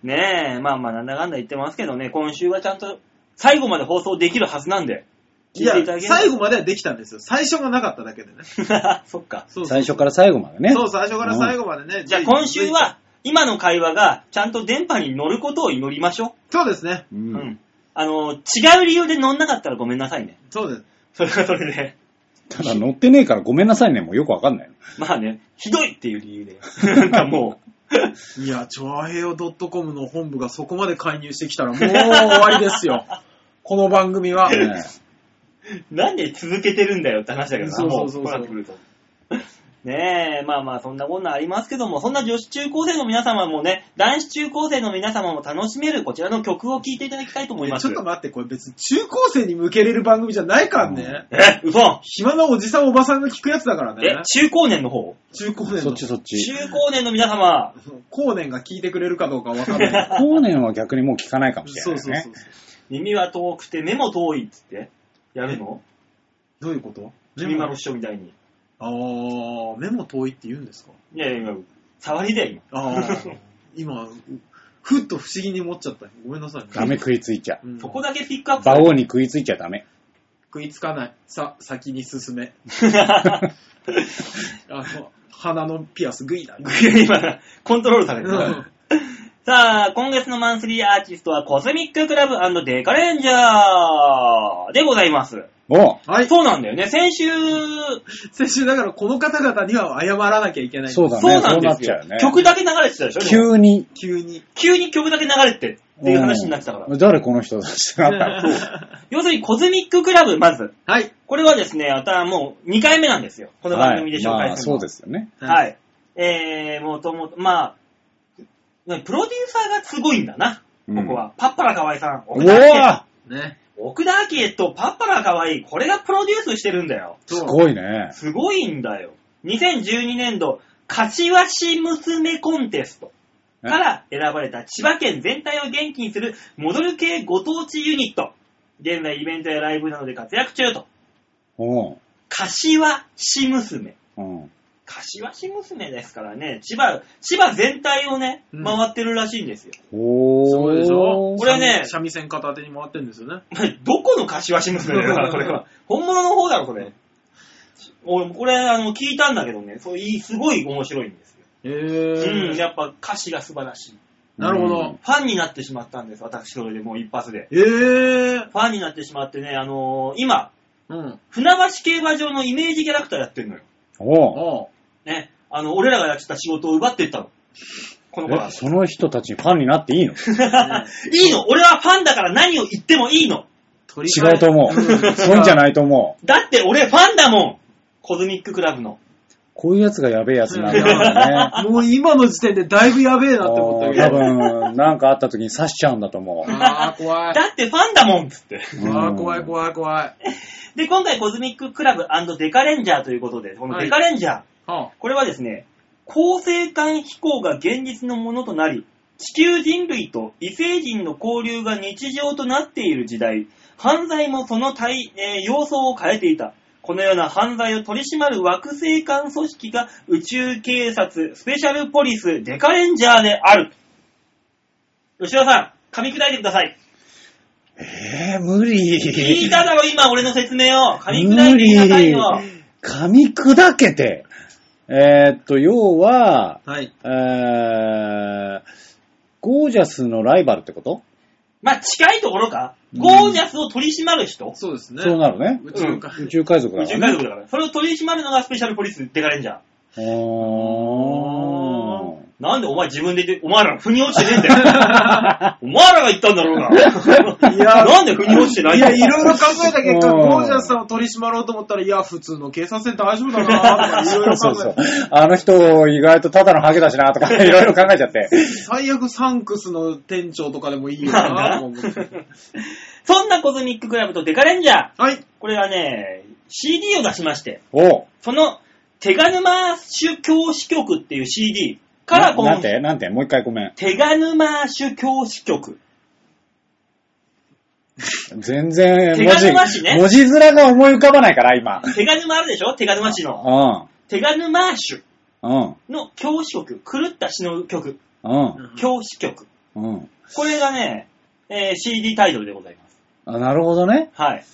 [SPEAKER 2] ねえ、まあまあなんだかんだ言ってますけどね、今週はちゃんと最後まで放送できるはずなんで。
[SPEAKER 3] い
[SPEAKER 2] 聞い
[SPEAKER 3] や
[SPEAKER 2] ていただ、ければ
[SPEAKER 3] 最後まではできたんですよ。最初がなかっただけでね。
[SPEAKER 2] そっか。
[SPEAKER 3] そうそう
[SPEAKER 1] 最初から最後までね。
[SPEAKER 3] そう、最初から最後までね。
[SPEAKER 2] じゃあ今週は、今の会話がちゃんと電波に乗ることを祈りましょ
[SPEAKER 3] そうですね。
[SPEAKER 1] う
[SPEAKER 2] う。
[SPEAKER 1] ん。
[SPEAKER 2] うん。あの、違う理由で乗んなかったらごめんなさいね。
[SPEAKER 3] そうです。
[SPEAKER 2] それはそれで。
[SPEAKER 1] ただ乗ってねえからごめんなさいね、もうよくわかんない の。
[SPEAKER 2] まあね、ひどいっていう理由で。 なんかも
[SPEAKER 3] いや、超平洋 .com の本部がそこまで介入してきたらもう終わりです よ。この番組は。
[SPEAKER 1] ね
[SPEAKER 2] う、 なんで続けてるんだよって話だけどな、
[SPEAKER 3] そうそ
[SPEAKER 2] も
[SPEAKER 3] う
[SPEAKER 2] う、
[SPEAKER 3] そうそう
[SPEAKER 2] こなってくると。ねえ、まあまあそんなこんなありますけども、そんな女子中高生の皆様もね、男子中高生の皆様も楽しめるこちらの曲を聴いていただきたいと思います。
[SPEAKER 3] ちょっと待って、これ別に中高生に向けれる番組じゃないからね。
[SPEAKER 2] え、嘘
[SPEAKER 3] 暇なおじさんおばさんが聞くやつだから
[SPEAKER 2] え
[SPEAKER 3] ね、。
[SPEAKER 2] 中高年の方
[SPEAKER 3] 中高年
[SPEAKER 1] えそ
[SPEAKER 3] の
[SPEAKER 1] っちそっち。
[SPEAKER 2] 中高年の皆様、
[SPEAKER 3] 高年が聞いてくれるかどうかわかんない。
[SPEAKER 1] 後年は逆にもう聞かないかもしれ
[SPEAKER 3] そ
[SPEAKER 1] な
[SPEAKER 3] う
[SPEAKER 1] い
[SPEAKER 3] そうそ
[SPEAKER 1] ね
[SPEAKER 3] う。。
[SPEAKER 2] 耳は遠くて目も遠いっつって、やるの
[SPEAKER 3] どういうこと
[SPEAKER 2] 君まろ師匠みたいに。
[SPEAKER 3] あー、目も遠いって言うんですか
[SPEAKER 2] いやいやいや、触りだよ、
[SPEAKER 3] あ ー、今、ふっと不思議に思っちゃった。ごめんなさいね。
[SPEAKER 1] ダメ食いついちゃう。
[SPEAKER 3] うん
[SPEAKER 2] 今。そこだけピックアップさ
[SPEAKER 1] 馬
[SPEAKER 2] れ
[SPEAKER 1] 王に食いついちゃダメ。
[SPEAKER 3] 食いつかない。さ、先に進め。 あの、鼻のピアスグイだ。
[SPEAKER 2] 今、コントロールされて
[SPEAKER 3] うん
[SPEAKER 2] る。さあ、今月のマンスリーアーティストはコスミッククラブデカレンジャーでございます。
[SPEAKER 1] おう
[SPEAKER 3] はい。
[SPEAKER 2] そうなんだよね。先週、
[SPEAKER 3] 先週だからこの方々には謝らなきゃいけない。
[SPEAKER 1] そうだ
[SPEAKER 2] そ
[SPEAKER 1] ね
[SPEAKER 2] うなんですよ
[SPEAKER 1] そうなっちゃうよね
[SPEAKER 2] 曲だけ流れてたでしょでも
[SPEAKER 1] 急に。
[SPEAKER 3] 急に。
[SPEAKER 2] 急に曲だけ流れてっていう話になってたから。
[SPEAKER 1] うん誰この人たちってな ったの
[SPEAKER 2] 要するにコズミッククラブ、まず。
[SPEAKER 3] はい。。
[SPEAKER 2] これはですね、あとはもう2回目なんですよ。この番組で紹
[SPEAKER 1] はい
[SPEAKER 2] 介
[SPEAKER 1] まあ
[SPEAKER 2] するの
[SPEAKER 1] そ
[SPEAKER 2] は。
[SPEAKER 1] うですよね。
[SPEAKER 2] はいい。えー、もともと、まあ、プロデューサーがすごいんだな、ここは。パッパラ河合さん、
[SPEAKER 1] おお
[SPEAKER 2] 奥田明恵
[SPEAKER 3] ね。
[SPEAKER 2] 奥田明恵とパッパラ河合、これがプロデュースしてるんだよ。
[SPEAKER 1] す
[SPEAKER 3] そう
[SPEAKER 1] ごいね。
[SPEAKER 2] すごいんだよ。2012年度、柏市娘コンテストから選ばれた千葉県全体を元気にするモデル系ご当地ユニット。現在イベントやライブなどで活躍中と。
[SPEAKER 1] おう
[SPEAKER 2] 柏市娘。
[SPEAKER 1] うん。
[SPEAKER 2] 柏市娘ですからね、千葉、千葉全体をね、
[SPEAKER 3] うん
[SPEAKER 2] 回ってるらしいんですよ。
[SPEAKER 1] おー
[SPEAKER 3] すごいでしょ
[SPEAKER 2] これね
[SPEAKER 3] 三味線片手に回ってるんですよね。
[SPEAKER 2] どこの柏市娘だよ、だからこれは。本物の方だろ、これ。俺、これ、あの、聞いたんだけどね、そういい、すごい面白いんですよ。
[SPEAKER 3] へ
[SPEAKER 2] うん、
[SPEAKER 3] ぇ
[SPEAKER 2] やっぱ歌詞が素晴らしい。
[SPEAKER 3] なるほ
[SPEAKER 1] う
[SPEAKER 3] ど
[SPEAKER 1] ん。
[SPEAKER 2] ファンになってしまったんです、私それでもう一発で。
[SPEAKER 3] えー。
[SPEAKER 2] ファンになってしまってね、あのー今、
[SPEAKER 3] うん。
[SPEAKER 2] 船橋競馬場のイメージキャラクターやってんのよ。
[SPEAKER 1] おう
[SPEAKER 3] おう
[SPEAKER 2] ね。あの、俺らがやってた仕事を奪っていったの。この子は
[SPEAKER 1] え、。その人たちにファンになっていい の
[SPEAKER 2] いいの俺はファンだから何を言ってもいいの
[SPEAKER 3] 取り替え
[SPEAKER 1] 違うと思う。そういうんじゃないと思う。
[SPEAKER 2] だって俺ファンだもんコズミッククラブの。
[SPEAKER 1] こういうやつがやべえやつなんだよね。
[SPEAKER 3] もう今の時点でだいぶやべえなって思った
[SPEAKER 1] 多
[SPEAKER 3] けど。
[SPEAKER 1] 分、なんかあった時に刺しちゃうんだと思う。
[SPEAKER 3] あー怖い。
[SPEAKER 2] だってファンだもんっつって。
[SPEAKER 1] うん
[SPEAKER 3] あー怖い怖い怖い。
[SPEAKER 2] で、今回コズミッククラブデカレンジャーということで、このデカレンジャー、
[SPEAKER 3] は
[SPEAKER 2] これはですね、恒星間飛行が現実のものとなり、地球人類と異星人の交流が日常となっている時代、犯罪もその対、えー様相を変えていた。このような犯罪を取り締まる惑星間組織が宇宙警察、スペシャルポリス、デカレンジャーである。吉田さん、噛み砕いてください。
[SPEAKER 1] えー、無理。
[SPEAKER 2] 聞いただろ、今、俺の説明を。噛み砕いてくださいよ
[SPEAKER 1] 無。噛み砕けて。えーっと、要は、
[SPEAKER 3] はい。
[SPEAKER 1] えー、ゴージャスのライバルってこと
[SPEAKER 2] まあ、近いところか。ゴージャスを取り締まる人、
[SPEAKER 3] そうですね。
[SPEAKER 1] そうなるね。
[SPEAKER 3] 宇宙か。
[SPEAKER 1] 宇宙海賊だ
[SPEAKER 2] 宇
[SPEAKER 1] か
[SPEAKER 2] 宙
[SPEAKER 1] ら
[SPEAKER 2] 海
[SPEAKER 1] ね。
[SPEAKER 2] 賊だから。それを取り締まるのがスペシャルポリス、デカレンジャー。
[SPEAKER 1] うーん
[SPEAKER 2] なんでお前自分で言って、お前ら腑に落ちてねえんだよ。お前らが言ったんだろうが。
[SPEAKER 3] いや
[SPEAKER 2] なんで腑に落ちてない
[SPEAKER 3] い
[SPEAKER 2] んだ
[SPEAKER 3] や、
[SPEAKER 2] よ
[SPEAKER 3] いろいろ考えた結 果、
[SPEAKER 1] うん
[SPEAKER 3] ゴージャスさんを取り締まろうと思ったら、いや、普通の警察で大丈夫だなとか、いろいろ
[SPEAKER 1] そ
[SPEAKER 3] 考
[SPEAKER 1] うそう
[SPEAKER 3] えて、。
[SPEAKER 1] あの人、意外とただのハゲだしな、とか、いろいろ考えちゃって。
[SPEAKER 3] 最悪サンクスの店長とかでもいいよなとか思って。
[SPEAKER 2] そんなコズミッククラブとデカレンジャー。
[SPEAKER 3] はい。
[SPEAKER 2] これはね、CD を出しまして、
[SPEAKER 1] おう
[SPEAKER 2] その、手賀沼主教師局っていう CD からこ
[SPEAKER 1] なな
[SPEAKER 2] の
[SPEAKER 1] ん、てなんてもう一回ごめん。
[SPEAKER 2] 手賀沼主教師局。
[SPEAKER 1] 全然、
[SPEAKER 2] 手
[SPEAKER 1] 文字
[SPEAKER 2] 紙なしね、
[SPEAKER 1] 文字面が思い浮かばないから、今。
[SPEAKER 2] 手賀沼あるでしょ手賀沼市の。
[SPEAKER 1] う
[SPEAKER 2] 手賀沼主
[SPEAKER 1] ん。うん。
[SPEAKER 2] の教師局。狂った詩の曲。
[SPEAKER 1] うん。
[SPEAKER 2] 教師局。
[SPEAKER 1] うん。
[SPEAKER 2] これがね、えー CD タイトルでございます。
[SPEAKER 1] あなるほどね。
[SPEAKER 2] はい。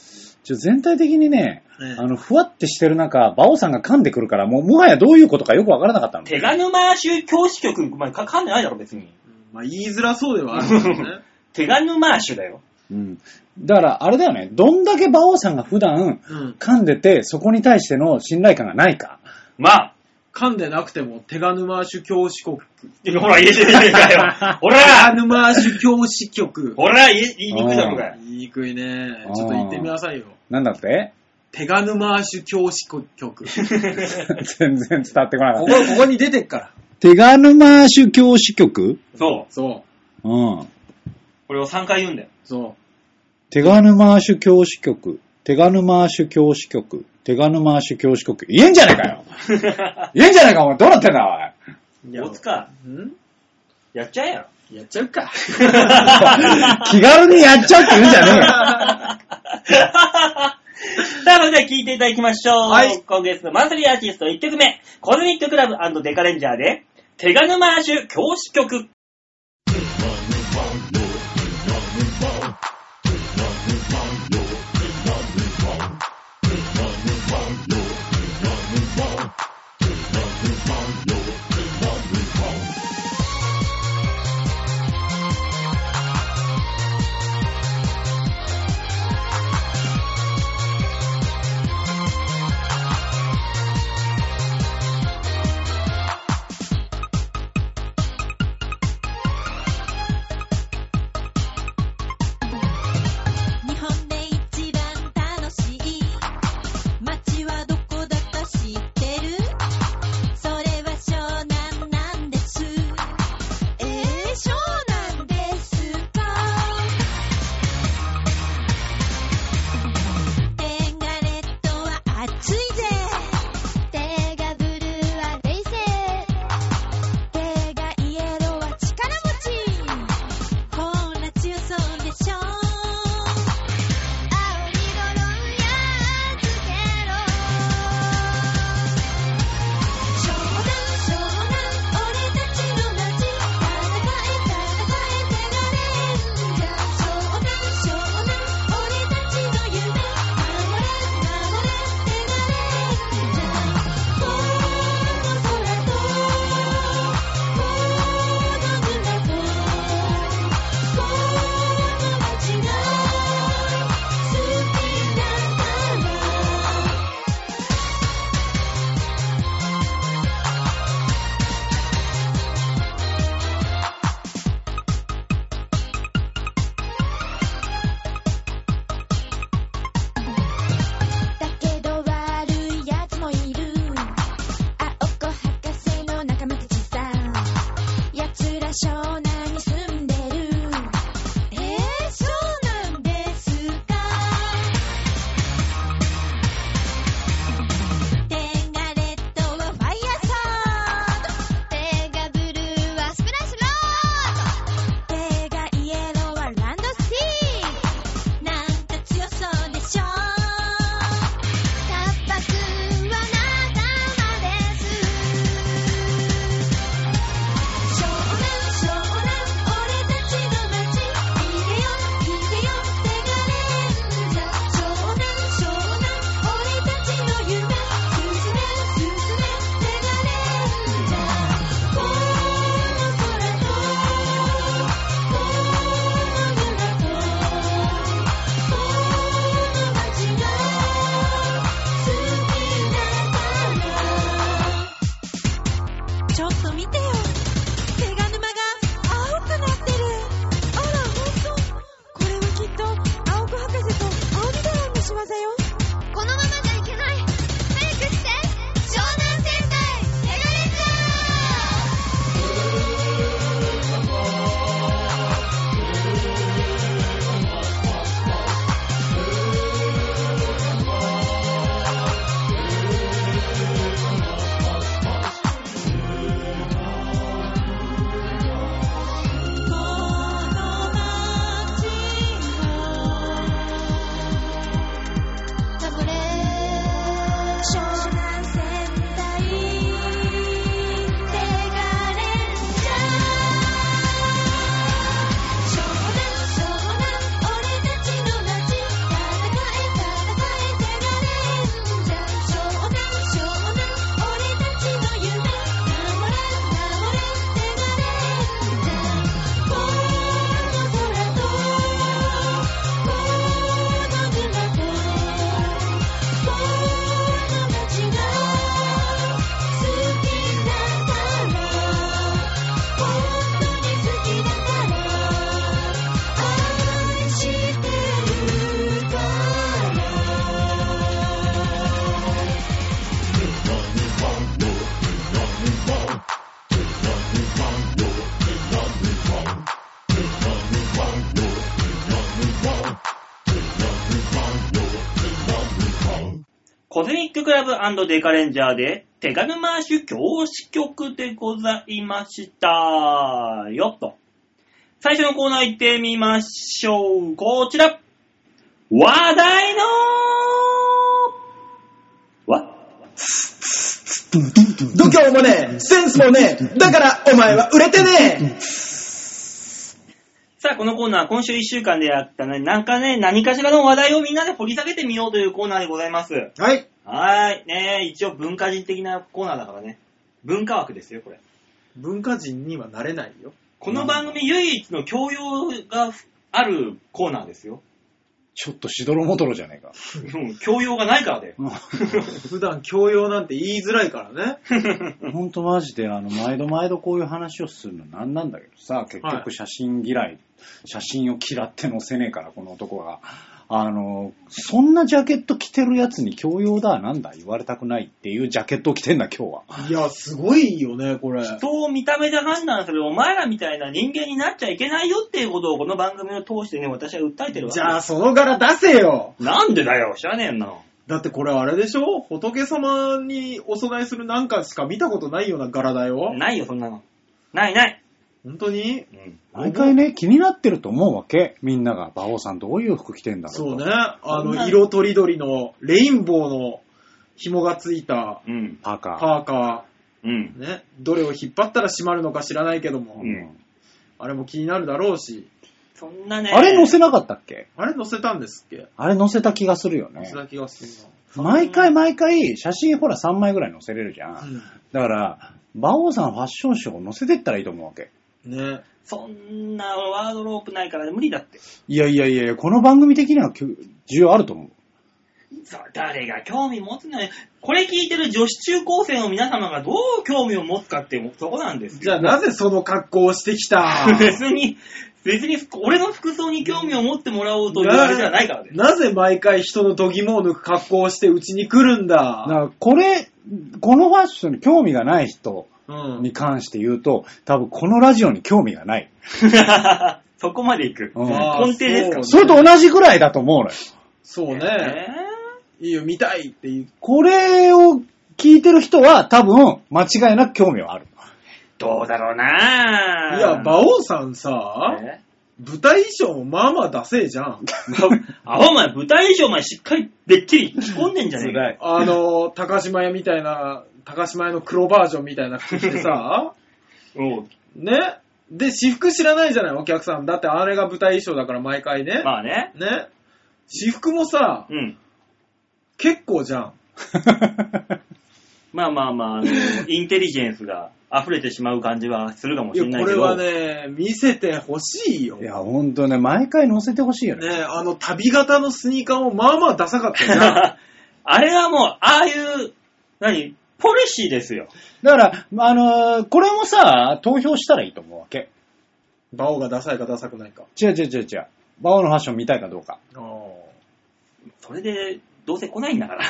[SPEAKER 1] ちょ全体的にね、
[SPEAKER 3] ね
[SPEAKER 1] あの、ふわってしてる中、バオさんが噛んでくるから、もう、もはやどういうことかよくわからなかったの。
[SPEAKER 2] 手賀沼州教師局、まあ、かかんでないだろ、別に。
[SPEAKER 3] まあ、言いづらそうではあるんですね。
[SPEAKER 2] 手賀沼州だよ。
[SPEAKER 1] うん。だから、あれだよね。どんだけバオさんが普段、
[SPEAKER 3] うん。
[SPEAKER 1] 噛んでて、そこに対しての信頼感がないか。
[SPEAKER 2] まあ、
[SPEAKER 3] 噛んでなくても、手賀沼主教支 国。
[SPEAKER 2] ほら、入れてるじゃねえか よ。ほ
[SPEAKER 3] 手賀
[SPEAKER 2] ら、
[SPEAKER 3] 沼主教支局。
[SPEAKER 2] ほら、言い言いにくいだろうが。
[SPEAKER 3] 言いにくいね。ちょっと言ってみなさいよ。
[SPEAKER 1] なんだって
[SPEAKER 3] 手賀沼主教支局。こ
[SPEAKER 1] 全然伝わってこなか
[SPEAKER 3] こ、こ
[SPEAKER 1] った。
[SPEAKER 3] こに出てっから。
[SPEAKER 1] 手賀沼主教支局
[SPEAKER 2] そう。
[SPEAKER 3] そう。
[SPEAKER 1] うん。
[SPEAKER 2] これを3回言うんだよ。
[SPEAKER 3] そ
[SPEAKER 1] 手賀沼主教支局。手賀沼主教支局。手賀沼主教支局。言えんじゃねえか よ言えんじゃねえかお前どうなってんだ
[SPEAKER 3] う。
[SPEAKER 2] 大塚、
[SPEAKER 3] ん
[SPEAKER 2] やっちゃえ よ。
[SPEAKER 3] やっちゃう か。
[SPEAKER 1] おい気軽にやっちゃうって言うんじゃねえよ
[SPEAKER 2] さあ、それでは聞いていただきましょう。
[SPEAKER 3] はい
[SPEAKER 2] 今月のマンスリーアーティスト1曲目、コズミッククラブデカレンジャーで、手賀沼州教師局。
[SPEAKER 4] 日本
[SPEAKER 2] コズミッククラブデカレンジャーで、手軽マーシュ教師曲でございました。よっと。最初のコーナー行ってみましょう。こちら。話題のわ
[SPEAKER 4] 度胸もねえ、センスもねえ、だからお前は売れてね
[SPEAKER 2] さあ、このコーナー、今週1週間でやったね、なんかね、何かしらの話題をみんなで掘り下げてみようというコーナーでございます。
[SPEAKER 3] はい。
[SPEAKER 2] はーい。ねえ一応文化人的なコーナーだからね。文化枠ですよ、これ。
[SPEAKER 3] 文化人にはなれないよ。
[SPEAKER 2] この番組唯一の教養があるコーナーですよ。
[SPEAKER 1] ちょっとしどろもどろじゃねえか。
[SPEAKER 2] うん教養がないからだよ。
[SPEAKER 3] 普段教養なんて言いづらいからね。
[SPEAKER 1] ほんとマジで、あの、毎度毎度こういう話をするのなんなんだけどさ、結
[SPEAKER 3] はい
[SPEAKER 1] 局写真嫌い、写真を嫌って載せねえから、この男が。あの、そんなジャケット着てるやつに教養だ、なんだ、言われたくないっていうジャケットを着てんだ、今日は。
[SPEAKER 3] いや、すごいよね、これ。
[SPEAKER 2] 人を見た目で判断するお前らみたいな人間になっちゃいけないよっていうことをこの番組を通してね、私は訴えてるわけ
[SPEAKER 3] じゃあ、その柄出せよ。
[SPEAKER 2] なんでだよ、知らねえんな。
[SPEAKER 3] だってこれあれでしょ仏様にお供えするなんかしか見たことないような柄だよ。
[SPEAKER 2] ないよ、そんなの。ないない。
[SPEAKER 3] 本当に
[SPEAKER 2] うん。
[SPEAKER 1] 毎回ね、気になってると思うわけ。みんなが、馬王さんどういう服着てんだろうと。
[SPEAKER 3] そうね。あ
[SPEAKER 2] そんな
[SPEAKER 3] の、色とりどりのレインボーの紐がついた
[SPEAKER 2] うん。
[SPEAKER 1] パーカ
[SPEAKER 3] パーカ
[SPEAKER 2] うん。
[SPEAKER 3] ー。ね。どれを引っ張ったら閉まるのか知らないけど
[SPEAKER 1] ー。
[SPEAKER 3] も
[SPEAKER 2] う。ん
[SPEAKER 3] あれも気になるだろうし。
[SPEAKER 2] そんなね。
[SPEAKER 1] あれ載せなかったっけ
[SPEAKER 3] あれ載せたんですっけ
[SPEAKER 1] あれ載せた気がするよ
[SPEAKER 3] 載
[SPEAKER 1] ね
[SPEAKER 3] せ。た気がする
[SPEAKER 1] 毎回毎回、写真ほら3枚ぐらい載せれるじゃ
[SPEAKER 3] な。
[SPEAKER 1] ん。だから、馬王さんファッションショーを載せてったらいいと思うわけ。
[SPEAKER 3] うんね。
[SPEAKER 2] そんなワードロープないから無理だって。
[SPEAKER 1] いやいやいや、この番組的にはきゅ需要あると思う。
[SPEAKER 2] さ誰が興味持つのよ。これ聞いてる女子中高生の皆様がどう興味を持つかって、そこなんですよ。
[SPEAKER 3] じゃあなぜその格好をしてきた
[SPEAKER 2] 別に、別に俺の服装に興味を持ってもらおうというあれじゃないからね。
[SPEAKER 3] なぜ毎回人の度肝を抜く格好をしてうちに来るん
[SPEAKER 1] だ
[SPEAKER 3] だ
[SPEAKER 1] からこれ、このファッションに興味がない人
[SPEAKER 3] うん
[SPEAKER 1] に。関して言うと、多分このラジオに興味がない。
[SPEAKER 2] そこまで行く。
[SPEAKER 1] うん
[SPEAKER 3] あー
[SPEAKER 2] 根底ですか
[SPEAKER 1] それと同じぐらいだと思うのよ。
[SPEAKER 3] そうね。そう
[SPEAKER 2] え
[SPEAKER 3] ねいいよ、見たいって言う。
[SPEAKER 1] これを聞いてる人は多分間違いなく興味はある。
[SPEAKER 2] ーどうだろうなぁ
[SPEAKER 3] いや、馬王さんさ、
[SPEAKER 2] え
[SPEAKER 3] 舞台衣装もまあまあダセえじゃ ん。
[SPEAKER 2] あ、お前、舞台衣装お前しっかりべっちり着込んでんじゃねえか。
[SPEAKER 1] い。
[SPEAKER 3] あの、高島屋みたいな、高島屋の黒バージョンみたいな服着てさ、
[SPEAKER 2] おう
[SPEAKER 3] ね。で、私服知らないじゃない、お客さん。だってあれが舞台衣装だから毎回ね。
[SPEAKER 2] まあね。
[SPEAKER 3] ね。私服もさ、
[SPEAKER 2] うん。
[SPEAKER 3] 結構じゃん。
[SPEAKER 2] まあまあまあ、あ の、インテリジェンスが溢れてしまう感じはするかも
[SPEAKER 3] い
[SPEAKER 2] し
[SPEAKER 3] や、
[SPEAKER 2] れない
[SPEAKER 3] こ
[SPEAKER 2] け
[SPEAKER 3] れ
[SPEAKER 2] ど。
[SPEAKER 3] はね、見せてほしいよ。
[SPEAKER 1] い
[SPEAKER 3] ね
[SPEAKER 1] や、ほんとね、毎回載せてほしいよね。
[SPEAKER 3] あの、旅型のスニーカーもまあまあダサかったじゃん。
[SPEAKER 2] あれはもう、ああいう、何ポリシーですよ。
[SPEAKER 1] だから、あのーこれもさ、投票したらいいと思うわけ。
[SPEAKER 3] バオがダサいかダサくないか。
[SPEAKER 1] 違う違う違う違う。バオのファッション見たいかどうか。
[SPEAKER 3] あー
[SPEAKER 2] それで、どうせ来ないんだから。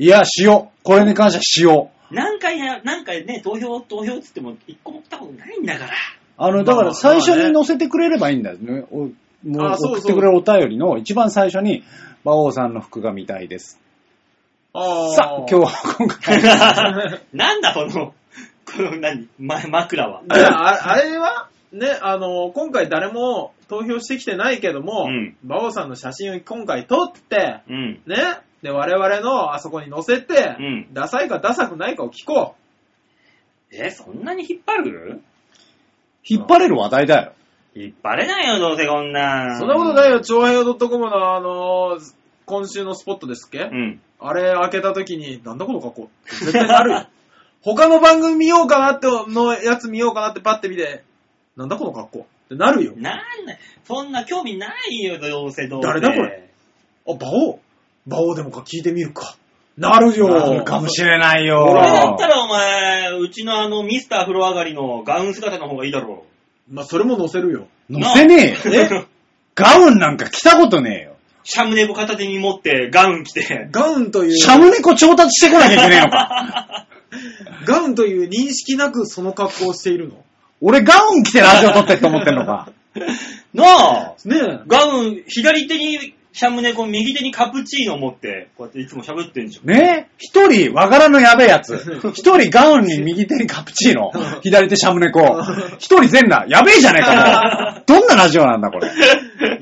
[SPEAKER 1] いや、しよう。これに関してはしよう。
[SPEAKER 2] 何回や、何回ね、投票、投票っつっても、一個も来たことないんだから。
[SPEAKER 1] あ
[SPEAKER 3] ま
[SPEAKER 1] の、
[SPEAKER 3] あ
[SPEAKER 1] だから最初に載せてくれればいいんだよね。おもう
[SPEAKER 3] あそうそう
[SPEAKER 1] 送ってくれるお便りの一番最初に、馬王さんの服が見たいです。
[SPEAKER 3] あー。
[SPEAKER 1] さあ、今日は今回。
[SPEAKER 2] なんだ、この、この何、ま、枕は。
[SPEAKER 3] じゃあ、ああれは、ね、あの、今回誰も投票してきてないけども、
[SPEAKER 2] うん
[SPEAKER 3] 馬王さんの写真を今回撮って、
[SPEAKER 2] うん。
[SPEAKER 3] ね、で、我々のあそこに載せて、
[SPEAKER 2] うん
[SPEAKER 3] ダサいかダサくないかを聞こ
[SPEAKER 2] え、そんなに引っ張る
[SPEAKER 1] 引っ張れる話題だよ。
[SPEAKER 2] 引っ張れないよ、どうせこん
[SPEAKER 3] う。
[SPEAKER 2] な。
[SPEAKER 3] そんなことないよ、長平洋 .com のあの、今週のスポットですっけ、
[SPEAKER 2] うん。
[SPEAKER 3] あれ開けた時に、なんだこの格好って絶対なるよ。 他の番組見ようかなって、のやつ見ようかなってパッて見て、なんだこの格好ってなるよ。
[SPEAKER 2] なんだ、そんな興味ないよ、どうせどうせ。
[SPEAKER 3] 誰だこれ。あ、馬王馬王でもか聞いてみるか。なるよ。
[SPEAKER 1] あるかもしれないよ。
[SPEAKER 2] これだったらお前、うちのあのミスター風呂上がりのガウン姿の方がいいだろ
[SPEAKER 3] まあ、それも載せるよ。
[SPEAKER 1] 載せねえ
[SPEAKER 2] う。
[SPEAKER 1] よ。
[SPEAKER 2] え
[SPEAKER 1] ガウンなんか着たことねえよ。
[SPEAKER 2] シャムネコ片手に持ってガウン着て。
[SPEAKER 3] ガウンという、
[SPEAKER 1] シャムネコ調達してこなきゃいけねえのか。
[SPEAKER 3] ガウンという認識なくその格好をしているの。
[SPEAKER 1] 俺ガウン着てラジオ撮ってって思ってんのか。
[SPEAKER 2] なあ
[SPEAKER 3] ね
[SPEAKER 2] ガウン、左手にシャムネコ右手にカプチーノ持って、こうやっていつも喋ってるんでしょ。
[SPEAKER 1] ね一人、和柄のやべえやつ。一人、ガウンに右手にカプチーノ。左手シャムネコ。一人、全裸。やべえじゃねえか、もう。どんなラジオなんだ、これ。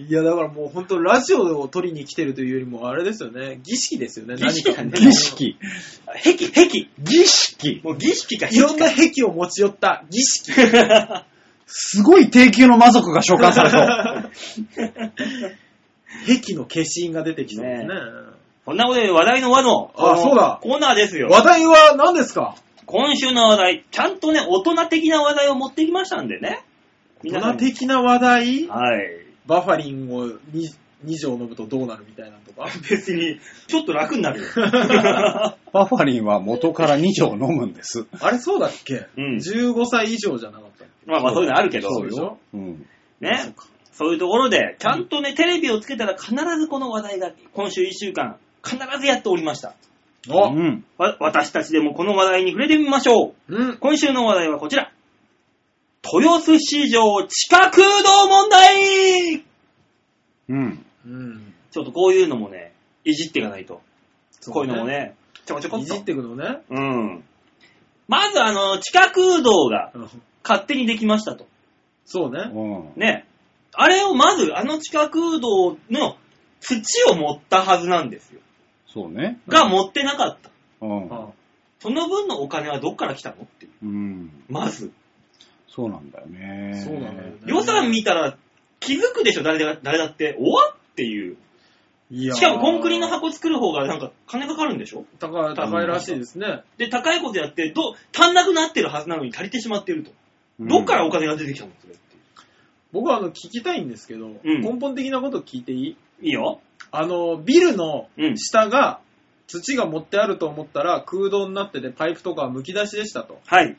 [SPEAKER 3] いや、だからもう本当ラジオを撮りに来てるというよりも、あれですよね。儀式ですよね。
[SPEAKER 2] 儀式だね
[SPEAKER 3] 何か
[SPEAKER 1] 儀式。
[SPEAKER 2] 壁、壁。
[SPEAKER 1] 儀式。
[SPEAKER 2] もう儀式か、
[SPEAKER 3] いろんな癖を持ち寄った儀式。
[SPEAKER 1] すごい低級の魔族が召喚さ れそう。
[SPEAKER 3] 癖の化身が出てきそうですね。
[SPEAKER 2] ねこんなことで話題の和の、
[SPEAKER 3] あ
[SPEAKER 2] この
[SPEAKER 3] そうだ
[SPEAKER 2] コーナーですよ。
[SPEAKER 3] 話題は何ですか
[SPEAKER 2] 今週の話題、ちゃんとね、大人的な話題を持ってきましたんでね。
[SPEAKER 3] 大
[SPEAKER 2] さ
[SPEAKER 3] 人
[SPEAKER 2] んに
[SPEAKER 3] 的な話題
[SPEAKER 2] はい。
[SPEAKER 3] バファリンを 2, 2錠飲むとどうなるみたいなのと か。
[SPEAKER 2] 別に、ちょっと楽になる よ。
[SPEAKER 1] バファリンは元から2錠飲むんです。
[SPEAKER 3] あれそうだっけ、
[SPEAKER 2] うん
[SPEAKER 3] ?15 歳以上じゃなかったっけ
[SPEAKER 2] まあまあそういうのあるけど。
[SPEAKER 3] そうでしょ
[SPEAKER 1] うん。
[SPEAKER 2] ね。そういうところで、ちゃんとね、テレビをつけたら必ずこの話題が、今週1週間、必ずやっておりました。
[SPEAKER 1] う
[SPEAKER 3] あ、
[SPEAKER 1] ん。
[SPEAKER 2] わ私たちでもこの話題に触れてみましょう。
[SPEAKER 3] うん。
[SPEAKER 2] 今週の話題はこちら。豊洲市場地下空洞問題
[SPEAKER 1] うん。
[SPEAKER 3] うん。
[SPEAKER 2] ちょっとこういうのもね、いじっていかないと。
[SPEAKER 3] そ
[SPEAKER 2] こういうのも。ね、ちょこちょこっ
[SPEAKER 3] いじ
[SPEAKER 2] と
[SPEAKER 3] っ。てくのね。
[SPEAKER 2] うん。まずあの、地下空洞が
[SPEAKER 3] うん
[SPEAKER 2] 勝手にできましたと。
[SPEAKER 3] そう
[SPEAKER 1] う
[SPEAKER 3] ね。
[SPEAKER 1] ん。
[SPEAKER 2] ね。あれをまず、あの地下空洞の土を持ったはずなんですよ。
[SPEAKER 1] そうね。
[SPEAKER 2] が持ってなかった。
[SPEAKER 1] うん。
[SPEAKER 3] あ
[SPEAKER 2] その分のお金はどっから来たのっていう。
[SPEAKER 1] うん。
[SPEAKER 2] まず。
[SPEAKER 1] そうなんだよね。
[SPEAKER 3] そうなのよね。
[SPEAKER 2] 予算見たら気づくでしょ、誰だ誰だって。おわっていう。
[SPEAKER 3] いやー
[SPEAKER 2] しかもコンクリの箱作る方がなんか金かかるんでしょ
[SPEAKER 3] 高い、高いらしいですね。
[SPEAKER 2] で、高いことやって、ど、足んなくなってるはずなのに足りてしまってると。
[SPEAKER 1] うん
[SPEAKER 2] どっからお金が出てきたのそれってい
[SPEAKER 3] 僕はあの聞きたいんですけど、
[SPEAKER 2] ん
[SPEAKER 3] 根本的なこと聞いていいう
[SPEAKER 2] いいよ。
[SPEAKER 3] あの、ビルの
[SPEAKER 2] うん
[SPEAKER 3] 下が土が持ってあると思ったら空洞になっててパイプとかは剥き出しでしたと。
[SPEAKER 2] はい。